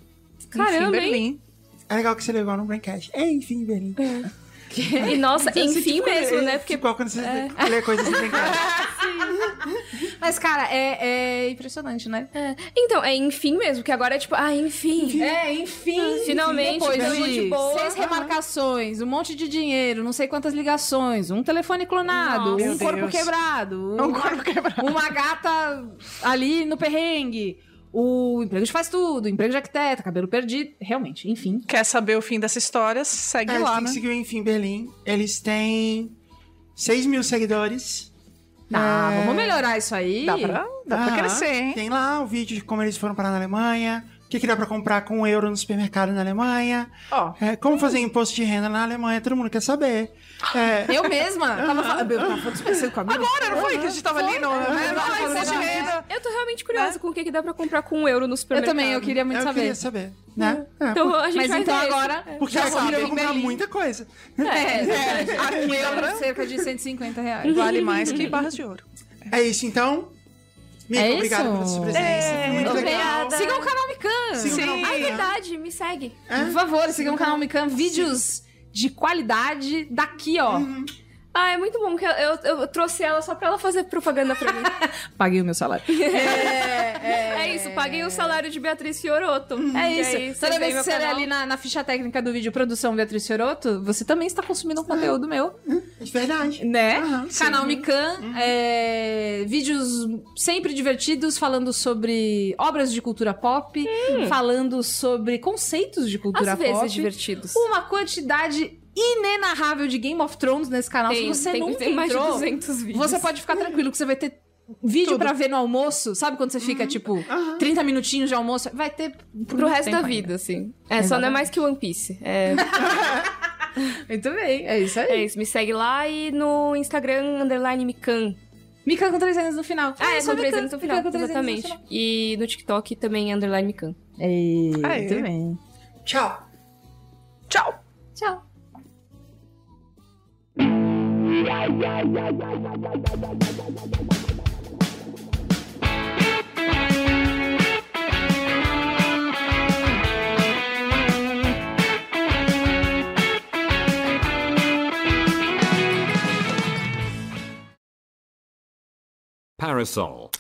Speaker 4: Caramba,
Speaker 2: Enfim,
Speaker 4: hein?
Speaker 2: Berlim.
Speaker 1: É legal que você levou no Braincast. É, enfim, Berlim.
Speaker 4: E nossa, enfim mesmo,
Speaker 1: Porque
Speaker 4: né? Porque
Speaker 1: igual quando você
Speaker 3: é.
Speaker 1: lê assim, coisas do Braincast.
Speaker 3: Mas, cara, é, é impressionante, né?
Speaker 4: É, Então, é enfim mesmo, que agora é tipo, ah, enfim.
Speaker 3: É, enfim.
Speaker 4: Finalmente,
Speaker 3: depois
Speaker 4: tamo
Speaker 3: de
Speaker 4: de boa.
Speaker 3: seis remarcações, um monte de dinheiro, não sei quantas ligações, um telefone clonado,
Speaker 4: Nossa.
Speaker 3: um
Speaker 2: Meu
Speaker 3: corpo
Speaker 2: Deus.
Speaker 3: quebrado,
Speaker 2: Um
Speaker 3: uma,
Speaker 2: corpo quebrado.
Speaker 3: uma gata ali no perrengue, o emprego de faz tudo, o emprego de arquiteta, cabelo perdido, realmente, enfim.
Speaker 2: Quer saber o fim dessa história? Segue
Speaker 1: É, eles
Speaker 2: lá,
Speaker 1: têm que
Speaker 2: né?
Speaker 1: seguir o Enfim Berlim. Eles têm 6 mil seguidores.
Speaker 3: Tá,
Speaker 1: É.
Speaker 3: vamos melhorar isso aí.
Speaker 2: Dá pra, dá pra
Speaker 1: Aham.
Speaker 2: crescer, hein?
Speaker 1: Tem lá o vídeo de como eles foram parar na Alemanha. O que, que dá pra comprar com um euro no supermercado na Alemanha.
Speaker 2: Ó.
Speaker 1: É, como fazer imposto de renda na Alemanha. Todo mundo quer saber. É,
Speaker 3: Eu mesma tava falando. Eu tava falando parecido com a minha.
Speaker 2: Agora, não foi que a gente tava ali no... né?
Speaker 3: Não,
Speaker 2: Ai,
Speaker 3: não,
Speaker 2: imposto de
Speaker 3: não.
Speaker 2: renda.
Speaker 4: Eu tô realmente curiosa com o que, que dá pra comprar com um euro no
Speaker 3: Eu
Speaker 4: supermercado.
Speaker 3: também, eu queria muito
Speaker 1: é eu
Speaker 3: saber.
Speaker 1: queria saber. Né? É,
Speaker 4: Então a gente
Speaker 3: Mas
Speaker 4: vai
Speaker 3: então
Speaker 4: ver.
Speaker 3: agora.
Speaker 1: porque
Speaker 3: já
Speaker 1: a
Speaker 3: sabe,
Speaker 1: família vai
Speaker 3: em
Speaker 1: comprar
Speaker 3: Berlim.
Speaker 1: muita coisa.
Speaker 3: É,
Speaker 2: É.
Speaker 3: aqui
Speaker 2: Lembra?
Speaker 3: eu cerca de 150 reais.
Speaker 2: Vale mais que barras de ouro.
Speaker 1: É isso, então. Mico,
Speaker 3: É
Speaker 1: obrigado
Speaker 3: isso.
Speaker 1: pela sua presença.
Speaker 2: É,
Speaker 1: muito
Speaker 2: muito
Speaker 1: legal.
Speaker 4: obrigada.
Speaker 3: Sigam o canal Mikan.
Speaker 1: Sigam o canal É,
Speaker 4: Ah, é
Speaker 1: Mikan.
Speaker 4: verdade, me segue.
Speaker 3: Por favor, sigam o canal Mikan. Vídeos de qualidade daqui, ó.
Speaker 4: Ah, é muito bom que eu, eu, eu trouxe ela só pra ela fazer propaganda pra mim.
Speaker 3: Paguei o meu salário.
Speaker 4: É, isso, paguei o salário de Beatriz Fioroto.
Speaker 3: É isso. Toda vez que você
Speaker 4: é
Speaker 3: olha ali na, na ficha técnica do vídeo Produção Beatriz Fioroto, você também está consumindo um
Speaker 4: Ah.
Speaker 3: conteúdo meu,
Speaker 1: De é verdade.
Speaker 3: né?
Speaker 1: Aham,
Speaker 3: canal
Speaker 4: Uhum.
Speaker 3: Mikan. é, vídeos sempre divertidos falando sobre obras de cultura pop, falando sobre conceitos de cultura
Speaker 4: Às
Speaker 3: pop.
Speaker 4: vezes divertidos.
Speaker 3: uma quantidade inenarrável de Game of Thrones nesse canal.
Speaker 4: Tem-
Speaker 3: Se você
Speaker 4: tem-
Speaker 3: nunca
Speaker 4: tem mais de
Speaker 3: entrou,
Speaker 4: 200 vídeos.
Speaker 3: você pode ficar tranquilo que você vai ter vídeo pra ver no almoço. Sabe quando você fica, tipo, 30 minutinhos de almoço? Vai ter
Speaker 4: Pro resto da vida, assim. É, só não é
Speaker 3: Exatamente.
Speaker 4: mais que One Piece. É,
Speaker 3: Muito bem, é isso aí.
Speaker 4: é isso, me segue lá e no Instagram, underline Mikan.
Speaker 3: Mica com três anos no final.
Speaker 4: Ah, é,
Speaker 3: só
Speaker 4: são três
Speaker 3: Mikan,
Speaker 4: anos no
Speaker 3: Mikan
Speaker 4: final,
Speaker 3: com três anos no
Speaker 4: exatamente.
Speaker 3: final.
Speaker 4: E no TikTok também, underline Mikan.
Speaker 3: Ei,
Speaker 2: Aê.
Speaker 3: É, Muito bem.
Speaker 1: Tchau.
Speaker 2: Tchau!
Speaker 3: Tchau.
Speaker 6: Parasol.